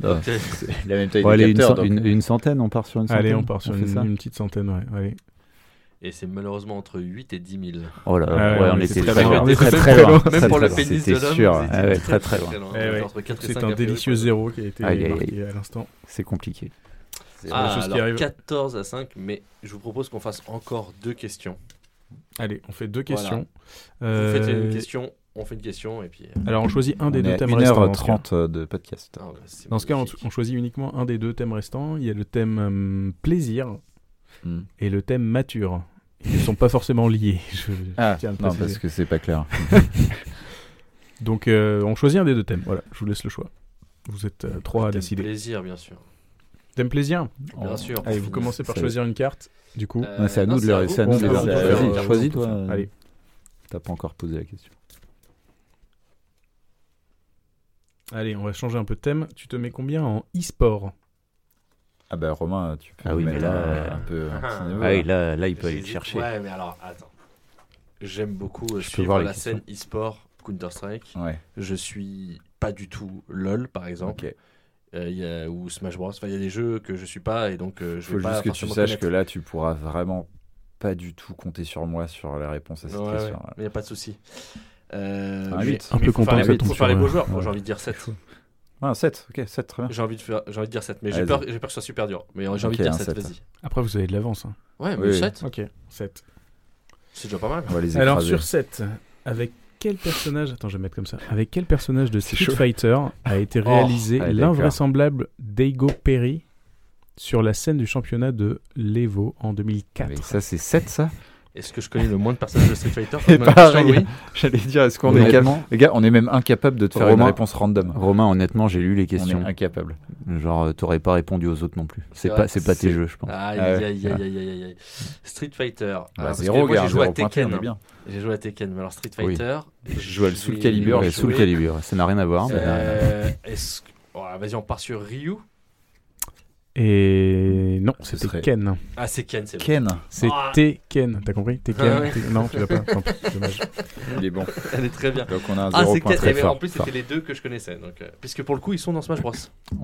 B: Non.
A: Donc, euh,
B: euh, La même taille
D: bon, allez,
B: du
D: une,
B: capteur.
D: cent-
B: donc.
D: une- une centaine, on part sur une centaine.
C: Allez, on part sur
D: fait
C: une,
D: ça
C: une petite centaine, ouais. Allez.
A: Et c'est malheureusement entre 8 et 10 000.
D: Oh là, là,
C: Ah ouais,
D: ouais, on
C: mais
D: était
C: c'est
D: très,
C: très
D: loin.
C: loin.
D: On était très,
C: Même
D: très
C: pour
D: loin.
A: Même
C: le-
D: Très,
A: pour
D: très
A: le
D: loin.
A: pénis de
B: c'était
A: l'homme,
B: sûr,
A: vous étiez
D: Ah ouais, ouais, très, très
A: loin.
C: Eh ouais.
A: Entre 4 et 5
C: C'est un
A: a priori,
C: délicieux
A: quoi.
C: zéro qui a été
D: Aïe, aïe,
C: marqué à l'instant.
D: C'est compliqué.
C: Ah,
A: Ah,
C: chose qui
A: alors,
C: arrive.
A: 14 à 5, mais je vous propose qu'on fasse encore deux questions.
C: Allez, on fait deux
A: Voilà.
C: questions.
A: Vous faites une
C: Euh,
A: question, on fait une question, et puis. euh,
C: Alors on choisit un
B: On
C: des
B: est
C: deux
B: à
C: thèmes restants. dans ce cas.
B: 1h30 euh, de podcast.
A: ah, bah, c'est
C: Dans ce cas, on,
A: magnifique.
C: on choisit uniquement un des deux thèmes restants. Il y a le thème euh, plaisir
B: Hmm.
C: et le thème mature. Ils ne sont pas forcément liés. je- je
B: Ah,
C: tiens à le
B: non,
C: préciser.
B: parce que c'est pas clair.
C: Donc euh, on choisit un des deux thèmes. Voilà, je vous laisse le choix. Vous êtes euh, trois à
A: Thème
C: décider.
A: plaisir, bien sûr.
C: Thème plaisir.
B: Oh.
A: Bien sûr.
B: Ah
C: Allez, vous commencez par choisir une carte, du coup.
A: Euh,
B: Ouais, c'est à
A: non,
B: nous de leur-
A: vous.
B: c'est à nous
C: de leur-
A: C'est à
C: Vas-y,
A: vous.
C: euh,
B: choisis, toi.
C: euh, Allez.
B: T'as pas encore posé la question.
C: Allez, on va changer un peu de thème. Tu te mets combien en e-sport
B: Ah bah Romain, tu peux
D: Ah oui,
B: nous
D: mais
B: mettre
D: là,
B: un, un peu un petit
A: Ah
B: niveau.
D: Ah oui, là, là, il peut aller
A: J'hésite.
D: le chercher.
A: Ouais, mais alors, attends. J'aime beaucoup euh,
D: Je peux
A: suivre
D: voir les
A: la scène e-sport, Counter-Strike.
B: Ouais,
A: Je suis pas du tout LOL, par exemple,
B: ok.
A: Euh, il y a- ou Smash Bros. Enfin, il y a des jeux que je suis pas et donc euh,
B: Il
A: je
B: faut
A: vais pas
B: juste que tu
A: forcément
B: saches
A: connaître.
B: que là, tu pourras vraiment pas du tout compter sur moi sur la réponse à cette
A: Ouais, ouais,
B: question.
A: mais y a pas de souci. Euh,
B: Ah, Un
A: mais-
B: huit.
C: Un
A: mais
C: peu
A: faut faire
C: content
A: les-
C: que ça tombe
A: faut faire les
C: sur,
A: beaux
C: euh,
A: joueurs. Moi,
C: ouais.
A: j'ai envie de dire 7.
B: Ah, 7, ok, 7, très bien.
A: J'ai envie de faire, j'ai envie de dire 7, mais j'ai
B: Vas-y.
A: peur, j'ai peur que ce soit super dur. Mais j'ai envie
B: Ok,
A: de dire
B: un
A: 7,
B: sept.
A: vas-y.
C: Après, vous avez de l'avance. hein.
A: Ouais, mais
B: Oui, oui.
A: 7,
C: Ok, 7.
A: c'est déjà pas mal.
B: On va les écraser.
C: Alors, sur 7, avec quel personnage. Attends, je vais mettre comme ça. Avec quel personnage de Street
B: chaud.
C: Fighter a été
A: Oh,
C: réalisé
B: allez,
C: l'invraisemblable Daigo Perry sur la scène du championnat de l'Evo en 2004
B: Mais ça, c'est 7, ça
A: Est-ce que je connais le moins de personnages de Street Fighter
B: Et
A: Pose-moi la
B: pareil.
A: question, Louis.
B: J'allais dire, est-ce qu'on est capable
D: Honnêtement,
B: Les gars, on est même incapable de te faire une
D: Romain.
B: réponse random.
A: Ah,
D: Romain, honnêtement, j'ai lu les
B: On
D: questions.
B: est incapable.
D: Genre, euh, t'aurais pas répondu aux autres non plus.
A: C'est
D: C'est
A: vrai.
D: pas, c'est pas tes jeux, je pense.
A: Aïe,
B: Ah
A: aïe,
B: ouais.
A: aïe, aïe, aïe, aïe, aïe. Street Fighter. Ah,
B: Bah,
A: parce que
B: zéro,
A: moi,
B: gars,
A: j'ai joué à
B: zéro pointé, on
A: Tekken. hein.
B: est bien.
A: J'ai joué à Tekken, mais alors Street
D: Oui.
A: Fighter.
B: Je joue à le Soul
A: j'ai-
B: Calibur,
A: j'ai
D: Ouais, sous le
A: joué-
D: calibre, ça n'a rien à voir. mais-
A: Euh, Est-ce que- Oh, Vas-y, on part sur Ryu.
C: Et non,
B: Ce
C: c'était
B: serait-
C: Ken.
A: Ah, c'est Ken, c'est vrai.
B: Ken,
C: C'était Ken, t'as compris T'es Ken.
A: Ah ouais.
C: T'es- Non, tu l'as pas. Tant pis, dommage.
B: il est bon.
A: Elle est très bien.
B: Donc on a un
A: Ah,
B: 0
A: c'est
B: point
A: Ken.
B: très
A: Et
B: fort.
A: en plus, c'était les deux que je connaissais. Donc, euh, puisque pour le coup, ils sont dans Smash Bros.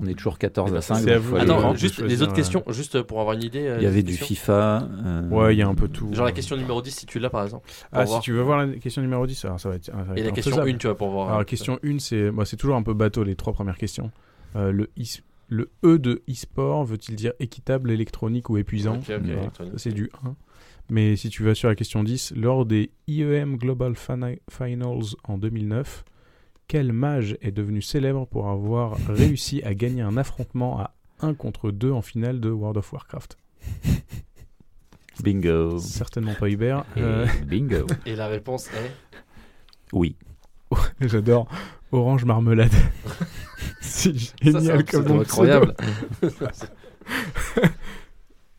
D: On est toujours 14 à
A: C'est
D: 5.
C: à
D: donc
C: vous.
D: faut aller
C: Allez,
A: Attends,
D: voir.
C: Laurent,
A: juste
C: tu
A: les
C: choisis
A: autres
C: un-
A: questions, juste pour avoir une idée. euh,
D: Il y avait
A: des
D: du
A: questions.
D: FIFA. euh,
C: Ouais, il y a un peu tout.
A: Genre la question numéro 10, si tu l'as par exemple. pour
C: Ah, si
A: voir.
C: tu veux voir la question numéro 10, alors ça va être. ça va
A: Et
C: être
A: la question
C: infaisable.
A: 1, tu vois, pour voir. euh,
C: Alors, question 1, c'est bah, c'est toujours un peu bateau les trois premières questions. Euh, le, is- le E de e-sport veut-il dire équitable, électronique ou épuisant
A: Ok, ok,
C: Voilà.
A: électronique.
C: Ça, c'est du 1. Mais si tu vas sur la question 10, lors des IEM Global Fana- Finals en 2009, quel mage est devenu célèbre pour avoir réussi à gagner un affrontement à 1 contre 2 en finale de World of Warcraft
D: Bingo.
C: Certainement pas Hubert.
D: Et
C: Euh,
D: Bingo.
A: Et la réponse est.
D: Oui.
C: J'adore. Orange marmelade. c'est
A: Ça, c'est un
C: génial comme
A: pseudo
C: nom de pseudo.
A: incroyable.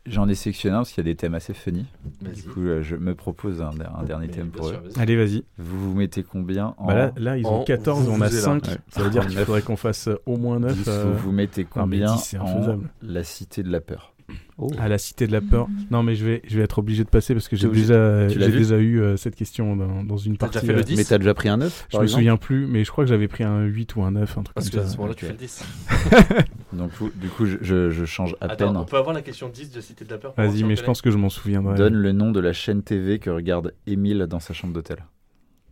B: J'en ai sélectionné un parce qu'il y a des thèmes assez funny.
A: Vas-y.
B: Du coup, euh, je me propose un, un dernier
A: Mais
B: thème
A: bien
B: pour
A: sûr,
B: eux.
A: vas-y.
C: Allez, vas-y.
B: Vous vous mettez combien en
C: Bah là, là, ils ont
A: en
C: 14, on a
A: vous-vous-là.
C: 5.
B: Ouais.
C: Ça veut dire qu'il
B: Neuf.
C: faudrait qu'on fasse euh, au moins 9
B: Dix, Vous vous mettez
C: non, mais
B: combien
C: dix, c'est
B: en
C: infaisable.
B: la cité de la peur
C: à la Cité de la Peur. Non, mais je vais, je vais être obligé de passer parce que j'ai
B: obligé-
C: déjà,
B: tu l'as
C: j'ai
B: vu
C: déjà eu euh, cette question dans, dans une
A: T'as déjà
C: partie.
A: fait le
C: euh,
A: 10
D: Mais t'as déjà pris un 9
C: je me souviens plus, mais je crois que j'avais pris un 8 ou un 9, un truc
A: Parce que
C: comme
A: à
C: ça.
A: ce moment-là, tu
B: ok.
A: fais le 10.
B: Donc, vous- du coup, je, je- je change à
A: Attends,
B: peine.
A: on peut avoir la question 10 de Cité de la Peur pour voir
C: Vas-y,
A: si on
C: mais je
A: connaît
C: pense que je m'en souviendrai.
B: Donne le nom de la chaîne TV que regarde Émile dans sa chambre d'hôtel.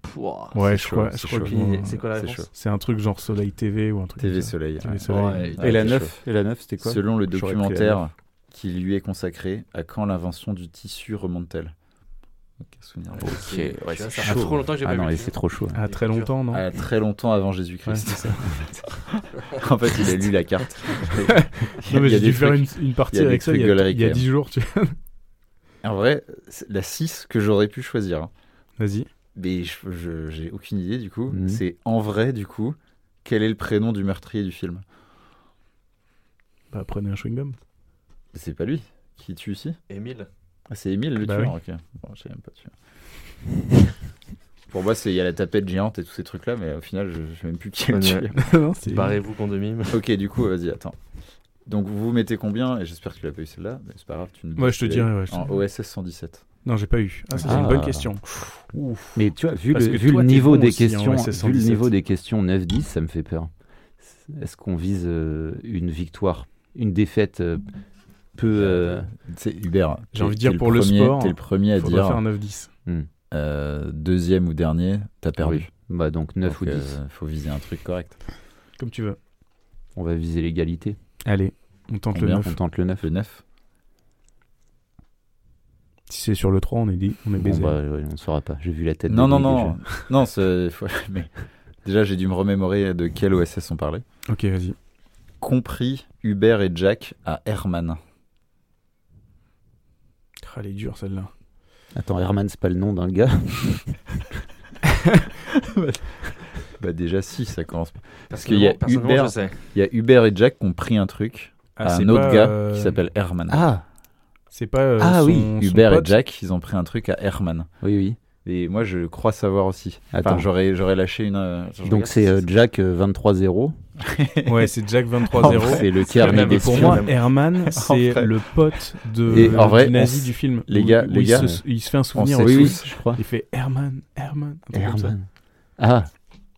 A: Pouah.
C: Ouais,
B: c'est
C: je
B: chaud,
C: crois,
B: c'est
C: je crois
B: chaud.
C: que
A: Aucune
C: mon-
A: idée. C'est quoi la
B: c'est
A: réponse
B: chaud.
C: c'est un truc genre Soleil TV ou un truc.
B: TV
C: comme ça.
B: Soleil.
C: TV
B: ouais.
C: Soleil.
A: Ouais.
B: Ah,
D: Et la
B: c'est
D: 9 Et la 9, c'était quoi
B: Selon le
D: J'aurais pris la
B: documentaire qui lui est consacré, à quand l'invention du tissu remonte-t-elle Donc, un souvenir.
A: Ok,
D: ouais,
A: Tu vois,
D: c'est
A: ça fait
D: chaud.
A: trop longtemps que j'ai
D: Ah
A: pas
D: non,
A: vu.
D: mais c'est trop chaud.
C: Ah, très longtemps, non
B: Ah, très longtemps avant
C: Ouais,
B: Jésus-Christ.
C: c'est ça.
B: en fait, il a lu la carte.
C: Non,
B: Il y
C: mais
B: a
C: j'ai dû
B: des
C: faire une,
B: trucs-
C: une
B: il
C: partie
B: y a des
C: avec ça il y
B: trucs
C: a,
B: galeries,
C: il y a
B: quand même.
C: 10 jours. Tu...
B: En vrai, c'est la 6 que j'aurais pu choisir. hein.
C: Vas-y.
B: Mais je- je- j'ai aucune idée du coup.
D: Mhm.
B: C'est en vrai du coup. Quel est le prénom du meurtrier du film
C: Bah, prenez un chewing-gum.
B: C'est pas lui qui tue ici
A: Émile.
B: Ah, c'est Émile le
C: Bah
B: tueur, ok. Bon, je sais même pas tueur. Pour moi, c'est- il y a la tapette géante et tous ces trucs-là, mais au final, je, je sais même plus qui est le
A: Ouais,
B: tueur.
C: non, c'est.
A: Barrez-vous, condomine.
B: Ok, du coup, vas-y, attends. Donc, vous vous mettez combien Et j'espère que tu l'as pas eu celle-là, mais c'est pas grave. Tu nous dis
C: Ouais,
B: si
C: je te
B: tu l'as
C: dirai.
B: eu.
C: ouais, je te-
B: En OSS 117.
C: Non, j'ai pas eu. Ah, ça, c'est
D: Ah.
C: une bonne question.
D: Mais tu vois, vu,
C: Parce
D: le,
C: que
D: vu
C: toi,
D: le
C: t'es
D: niveau
C: bon
D: des
C: aussi hein, en
D: questions,
C: SS117.
D: vu le niveau des questions 9-10, ça me fait peur. Est-ce qu'on vise euh, une victoire, une défaite euh, peu euh,
B: C'est Hubert.
C: J'ai
B: t'es-
C: envie de dire
B: t'es
C: pour le
B: premier-
C: sport,
B: T'es le premier à
C: Faudrait
B: dire
C: faire un 9-10.
B: euh, deuxième ou dernier, t'as perdu.
D: oui. Bah donc 9 ou
B: Donc,
D: 10.
B: euh, faut viser un truc correct.
C: Comme tu veux.
D: On va viser l'égalité.
C: Allez, on tente le
B: Combien
C: 9.
D: On tente le 9.
B: Le 9
C: Si c'est sur le 3, on est, dit, on est
D: Bon,
C: baisé.
D: bah, ouais, on ne saura pas. J'ai vu la tête.
B: Non,
D: de
B: non,
D: Louis
B: non.
D: déjà.
B: non, c'est- faut- mais déjà, j'ai dû me remémorer de quel OSS on parlait.
C: Ok, vas-y.
B: Compris Hubert et Jack à Herman.
C: Ah, elle est dure celle-là.
D: Attends, Herman, c'est pas le nom d'un gars.
B: Bah, déjà, si, ça commence.
A: Parce
B: Bah, qu'il y a Hubert-
A: je sais.
B: Il y a Hubert et Jack qui ont pris un truc
C: Ah,
D: à
C: c'est
D: un autre
C: pas,
D: gars
C: euh,
D: qui s'appelle Herman.
B: Ah,
C: C'est pas. euh,
D: Ah
C: son-
D: oui,
C: son
B: Hubert et
C: pote.
B: Jack, ils ont pris un truc à Herman.
D: Oui, oui.
B: Et moi, je crois savoir aussi. Enfin,
D: Attends.
B: j'aurais, j'aurais lâché une. euh, attends, je regarde
D: Donc c'est
B: si
D: euh, Jack euh, 23-0.
C: Ouais, c'est Jack 23-0.
D: C'est le
A: le
D: terme
A: même,
D: des
A: c'est
C: Pour
A: le
D: films.
A: même.
C: moi, Herman, c'est
B: vrai.
C: le pote de
B: Et en vrai,
C: du nazi
B: on s-
C: du film.
B: les
C: où-
B: gars-
C: où
B: les
C: il,
B: gars,
C: se, il se fait un
B: on
C: souvenir.
B: sait
C: et
D: oui,
C: tout.
D: oui.
B: tous, je crois.
C: Il fait Herman, Herman. un truc comme ça.
D: Herman. Ah,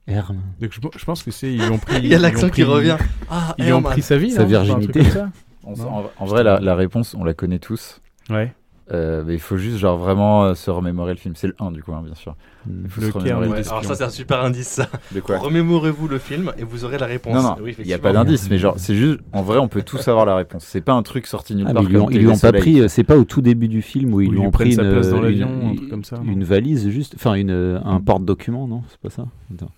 D: Herman.
C: Donc je, je pense que c'est ils lui ont pris.
A: Il y
C: ils
A: a
C: lui ont
A: l'accent qui
C: pris-
A: revient. Ah,
C: Ils lui ont
A: Herman.
C: pris sa vie,
D: Sa
C: non Enfin, un truc
D: virginité.
C: comme
B: On s-
C: Non.
B: en, en vrai, la, la réponse, on la connaît tous.
C: ça. Ouais.
B: Euh, mais il faut juste, genre, vraiment euh, se remémorer le film. C'est le 1, du coup, hein, bien sûr. Il
D: Ah,
B: faut
C: Le
B: se remémorer
C: Cairn,
A: Ouais,
B: l'espion.
A: alors ça c'est un super indice ça.
B: De quoi
A: Remémorez-vous le film et vous aurez la réponse.
B: Non, non,
A: Oui,
B: il n'y a pas
A: effectivement.
B: d'indice, mais genre, c'est juste, en vrai, on peut tous avoir la réponse. C'est pas un truc sorti nulle
D: Ah, mais
B: part.
D: ils lui ont,
B: comme
D: ils lui ont pas
B: Télé-Soleil.
D: pris, euh, c'est pas au tout début du film où ils
C: Où
D: lui
C: ils
D: ont
C: lui prennent
D: pris
C: sa
D: une,
C: place dans
D: euh,
C: l'avion,
D: une-
C: un truc comme ça, non
D: une valise juste, enfin une, euh, un porte-document, non C'est pas ça Attends.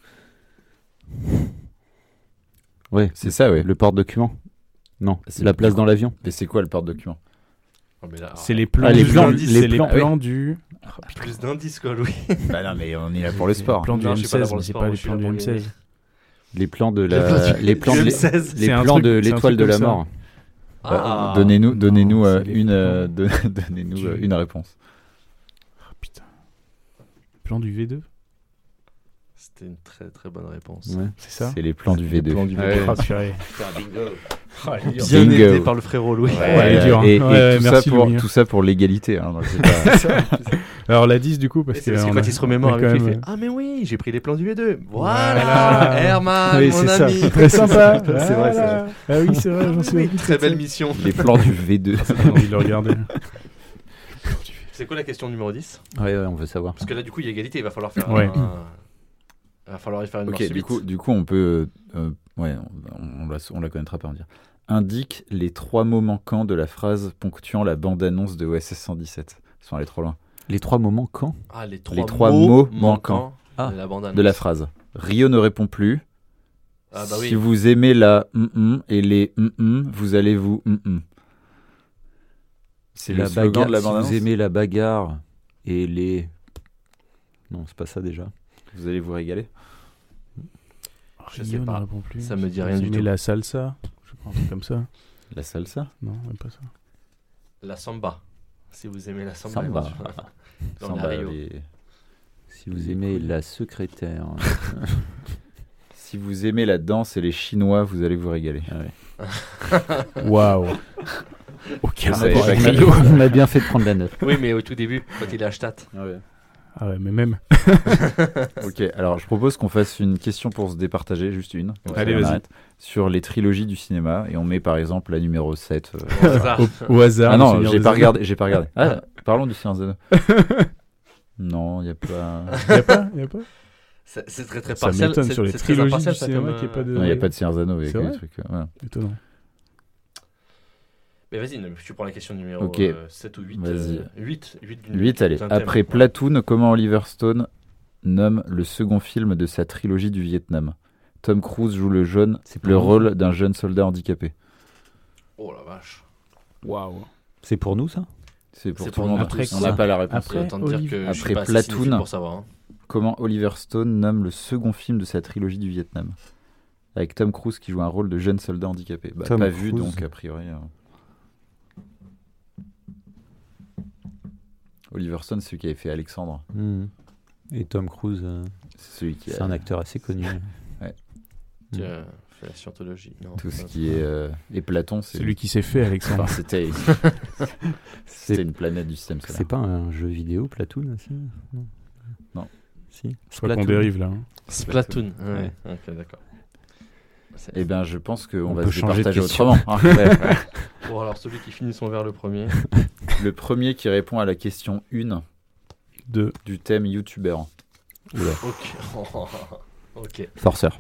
D: Ouais,
B: C'est ça, ouais.
D: le porte-document. Non,
B: C'est
D: la
B: le
D: place dans l'avion.
B: Mais c'est quoi le porte-document
A: Oh, mais là, ah,
C: C'est les plans.
D: les
C: du-
D: plans,
C: c'est
D: les
C: les
D: plans,
C: plans du.
A: Plus d'indices quoi, Louis.
B: Bah non, mais on est là pour le sport.
C: Plan du
A: Non, je suis pas là
C: M16,
A: pour le
C: mais c'est
A: sport,
C: pas
A: moi,
C: les
A: je suis
C: plans
A: là
C: du
A: pour gagner.
C: M16.
D: Les plans de la, les plans de,
A: du
D: les,
A: M16.
D: les
C: C'est un
D: plans
C: truc-
D: de
C: c'est un truc
D: l'étoile de
C: comme
D: la
C: ça.
D: mort.
A: Ah.
B: Euh, donnez-nous donnez-nous
C: non,
B: euh,
C: c'est les
B: une
C: plans.
B: euh, don- donnez-nous euh,
C: Du-
B: une réponse.
C: Ah, putain. Plan du V2,
A: C'était une très très bonne réponse.
D: Ouais.
C: c'est ça
B: C'est les plans du V2.
D: plans du
B: Ouais.
C: Ah, purée.
A: Bien
B: Bingo.
A: aidé par le frérot Louis.
B: Ouais,
C: Ouais, elle est dure, hein.
B: et, et
C: Ouais, ouais,
B: tout,
C: merci,
B: ça pour,
C: Louis.
B: tout ça pour l'égalité. hein, donc c'est pas-
C: Alors la 10 du coup,
A: Et
C: parce
A: C'est
C: que.
A: parce que
C: on
A: quand
C: a-
A: il se remémore
C: on a
A: avec
C: quand
A: lui, il
C: même,
A: fait
C: euh,
A: Ah, mais oui, j'ai pris les plans du V2. Voilà,
C: Voilà.
A: Herman,
C: Oui,
A: mon
C: c'est ça.
A: ami.
C: Très sympa.
A: C'est vrai, c'est vrai.
C: Voilà. Ah oui, c'est vrai, j'en
A: Oui,
C: suis.
A: Très belle mission.
B: les plans du V2.
C: J'ai envie de le regarder.
A: C'est quoi la question numéro 10
D: Ouais, ouais, on veut savoir.
A: Parce que là, du coup, il y a égalité, il va falloir faire
C: Ouais.
A: un. Il va falloir y faire une
B: ok,
A: mort
B: du
A: subite.
B: coup, du coup, on peut. euh, euh, ouais, on, on la, on la connaîtra pas, on va dire. Indique les trois mots manquants de la phrase ponctuant la bande-annonce de OSS 117. Sans aller trop loin.
D: Les trois moments quand
A: Ah, les trois,
B: trois mots manquants
C: Ah,
A: de la bande
B: De la phrase. Rio ne répond plus.
A: Ah, bah oui.
B: Si vous aimez la hum, hum et les hum, hum, vous allez vous hum, hum. C'est le
D: la
B: slogan
D: bagarre.
B: de la
D: si
B: bande-annonce.
D: vous aimez la bagarre et les, non, c'est pas ça déjà.
B: Vous allez vous régaler.
A: Je sais
C: Rio ne
A: pas.
C: répond plus.
A: Ça me dit rien
C: Vous
A: du
C: aimez
A: tout.
C: la salsa, je crois, un truc comme ça.
B: La salsa
C: Non, même pas ça.
A: La samba. Si vous aimez la samba.
D: Samba.
A: éventuellement. Dans
B: Samba,
A: la Rio.
B: les-
D: Si vous aimez la secrétaire.
B: Si vous aimez la danse et les chinois, vous allez vous régaler.
C: Waouh. Aucun
B: Ça,
C: rapport
B: c'est
C: avec
B: pas
C: Rio.
D: on a bien fait de prendre la note.
A: Oui, mais au tout début, quand il est à Stadt.
C: Ah ouais, mais même.
B: Ok, alors je propose qu'on fasse une question pour se départager, juste une. Comme ça,
C: Allez,
B: on
C: vas-y.
B: arrête. Sur les trilogies du cinéma, et on met par exemple la numéro 7. euh.
A: Au hasard.
C: Au, au hasard.
B: Ah
C: le
B: non,
C: Seigneur
B: j'ai
C: des
B: pas
C: Anneaux.
B: regardé. J'ai pas regardé. Ah, parlons du Seigneur des Anneaux. Non, il n'y a pas.
C: Y a pas, y a pas.
A: C'est c'est très très
C: Ça
A: partiel.
C: m'étonne
A: c'est-
C: sur les
A: c'est très
C: trilogies
A: impartial,
C: du
A: ça,
C: cinéma
A: comme,
C: qu'il y ait
A: euh,
C: pas de-
B: Il n'y a pas de Seigneur des Anneaux, il y a
C: C'est
B: que des
C: vrai
B: trucs. euh, voilà.
C: Étonnant.
A: Mais vas-y, non, tu prends la question numéro
B: Ok.
A: euh, 7 ou 8.
B: Vas-y.
A: 8, 8 d'une
B: 8, allez.
A: d'un thème.
B: Après Platoon, comment Oliver Stone nomme le second film de sa trilogie du Vietnam Tom Cruise joue le, jeune,
D: C'est pour
B: le
D: nous.
B: rôle d'un jeune soldat handicapé.
A: Oh la vache.
C: Waouh.
D: C'est pour nous ça
B: C'est pour
A: C'est
B: tout
A: pour
B: le monde.
A: nous
C: tous.
B: on n'a
C: Après-
B: pas la réponse.
A: Après,
C: Après,
A: autant te dire
C: Olive-
A: que je suis
B: Après
A: pas assez cinéphile
B: Platoon.
A: pour savoir. hein.
B: Comment Oliver Stone nomme le second film de sa trilogie du Vietnam Avec Tom Cruise qui joue un rôle de jeune soldat handicapé. Bah,
D: Tom
B: pas vu,
D: Cruise.
B: donc a priori. euh. Oliver Stone, c'est celui qui avait fait Alexandre.
D: Et Tom Cruise, euh,
B: C'est celui qui
D: c'est
B: a
D: un acteur assez connu.
C: Hmm.
A: Tu as fait Euh, la scientologie. Non,
B: tout ce
A: pas-
B: qui est. euh, Et Platon, c'est
C: Celui qui s'est fait,
B: Enfin,
C: Alexandre.
B: c'était. c'était une planète du système
D: C'est
B: solaire.
D: pas un jeu vidéo Platoon aussi Non.
B: Non.
D: Si.
C: Je crois qu'on
D: Platoon.
C: dérive là. hein.
A: Splatoon. Ouais. Ok, d'accord. C'est-
B: Eh bien, je pense qu'on
D: On
B: va
D: peut
B: se
D: changer de
B: partager
D: question.
B: autrement. hein. Ouais, ouais.
A: Bon, alors celui qui finit son verre le premier.
B: Le premier qui répond à la question 1
C: Deux.
B: du thème youtubeur.
A: ok. ok.
D: Forceur.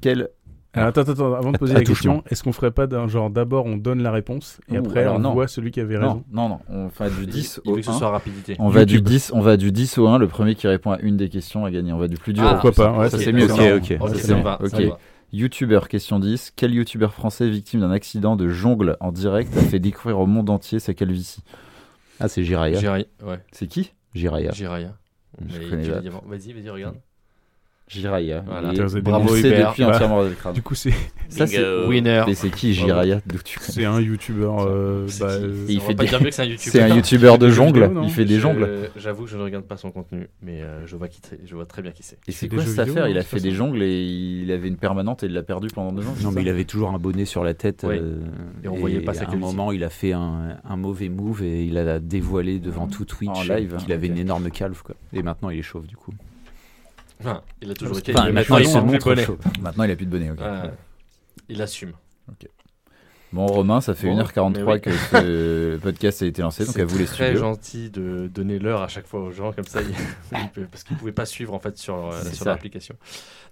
B: Quel.
C: Alors, Euh, attends, attends, attends, avant de poser
D: Att-
C: la question,
D: attouchement.
C: est-ce qu'on ferait pas d'un genre d'abord on donne la réponse et
B: Ouh,
C: après
B: alors
C: on
B: non.
C: voit celui qui avait raison
B: Non, non, non. On va Ah, du 10
A: il, il
B: au
A: veut que ce
B: 1.
A: soit rapidité.
B: On va, du
C: YouTube.
B: 10, on va du 10 au 1. Le premier qui répond à une des questions a gagné. On va du plus dur.
A: Ah,
B: au plus
C: Pourquoi pas ouais,
A: ça,
B: ça,
A: c'est
B: c'est mieux.
A: d'accord.
B: ça.
D: Ok,
A: Ok,
B: Ça,
A: ça me
B: mieux.
A: va. ça
B: Ok.
A: me va.
B: Youtubeur, question 10. Quel youtubeur français victime d'un accident de jongle en direct a fait découvrir au monde entier sa calvitie
D: Ah, c'est Jiraya.
A: Jiraya. Ouais,
B: C'est qui
D: Jiraya.
A: Jiraya.
B: Je
A: Mais
B: connais Bah,
A: tu
B: pas.
A: l'as dit avant. Vas-y, vas-y, regarde.
B: Jiraya.
A: Voilà.
B: Il est-
C: Vous avez
B: on
A: des
B: le sait
A: experts.
B: depuis
C: Bah.
B: entièrement Rodel Crane.
C: Du coup, c'est
B: Ça, c'est-
F: Bingo.
A: Winner.
B: Mais c'est qui Jiraya D'où tu connais
C: c'est un youtubeur. euh,
B: C'est
C: bah,
B: qui
C: euh,
B: Il
F: On
B: fait
F: va pas
B: des-
F: dire mieux que c'est un
B: C'est
F: youtubeur.
B: un youtubeur de
C: Il fait des
B: jongle.
C: vidéos, non
B: Il fait des
A: Je-
B: jongles.
A: J'avoue que je ne regarde pas son contenu, mais euh, je, vois qui t- je vois très bien qui c'est.
B: Et c'est
C: fait des
B: quoi
C: jeux
B: cette
C: vidéo,
B: affaire Il
C: de
B: a
C: toute
B: fait des
C: façon.
B: jongles et il avait une permanente et il l'a perdue pendant deux ans.
D: Non, mais il avait toujours un bonnet sur la tête.
A: Oui.
D: euh,
A: Et on voyait pas sa
D: À un
A: calvitie.
D: moment, il a fait un, un mauvais move et il a dévoilé devant tout Twitch euh,
B: En
A: hein.
B: live,
D: qu'il avait
B: ok.
D: une énorme calve. Quoi. Et maintenant, il est chauve du coup.
A: Enfin, il a toujours
C: Parce
A: été.
C: que-
D: Enfin,
A: il a
D: maintenant, il
A: toujours
D: se
A: été
D: montre
A: bonnet.
D: chauve.
B: Maintenant, il a plus de bonnet. ok.
A: Ouais, ouais. Euh, Il assume.
B: Bon, Romain, ça fait
A: Bon,
B: 1h43
A: mais oui.
B: que ce podcast a été lancé, donc à
A: C'est
B: vous les
A: très
B: studios.
A: gentil de donner l'heure à chaque fois aux gens comme ça, ils- ils peuvent- parce qu'ils pouvaient pas suivre en fait sur, euh,
B: C'est
A: sur
B: ça.
A: leur application.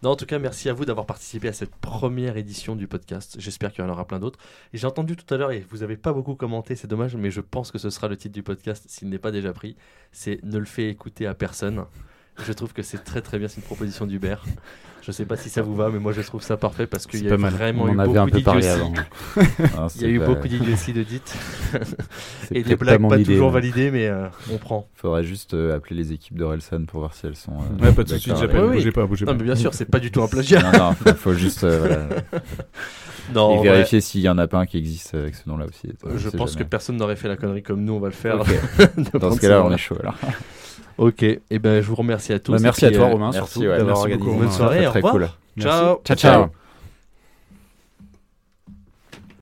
A: Non, en tout cas, merci à vous d'avoir participé à cette première édition du podcast. J'espère qu'il y en aura plein d'autres. Et J'ai entendu tout à l'heure et vous avez pas beaucoup commenté, c'est dommage, mais je pense que ce sera le titre du podcast s'il n'est pas déjà pris. C'est ne le fais écouter à personne. Je trouve que c'est très très bien, c'est une proposition d'Hubert. Je sais pas si ça vous va, mais moi je trouve ça parfait parce qu'il
C: C'est
A: y a
C: pas mal.
A: vraiment
D: On
A: eu
D: en avait
A: beaucoup
D: un peu parlé
A: d'idioties.
D: avant.
A: Il y
B: Hein,
A: a
B: c'est
A: eu
B: pas-
A: beaucoup d'idioties de dites
D: C'est
A: et des
D: peut-être
A: blagues
D: mon
A: pas
D: idée,
A: toujours
D: hein.
A: validées, mais euh, on prend.
B: Faudrait juste euh, appeler les équipes d'Orelsan pour voir si elles sont. euh,
C: Ouais, pas tout de suite,
B: d'accord
C: j'appelle.
A: Oui, oui.
C: Bougez pas, bougez
A: Non,
C: pas.
A: mais bien sûr, c'est pas du tout un plagiat.
B: Non, non, faut- faut juste euh, voilà,
A: Non,
B: et
A: en
B: vérifier s'il y en a pas un qui existe euh, avec ce nom-là aussi.
A: vrai, je pense que personne n'aurait fait la connerie comme nous, on va le faire. De
B: Dans
A: prendre
B: ce cas-là,
A: ce
B: on est
A: nom-là.
B: chaud. Alors.
A: Ok, et ben je vous remercie à tous.
D: Bah,
A: et
D: merci à
A: puis,
D: toi,
A: euh,
D: Romain,
B: merci,
D: surtout
B: ouais,
D: d'avoir
C: merci
D: organisé.
C: beaucoup,
A: Bonne
C: Romain.
A: soirée,
B: Très
A: au revoir.
B: cool.
C: Merci.
A: Ciao.
B: Ciao, ciao.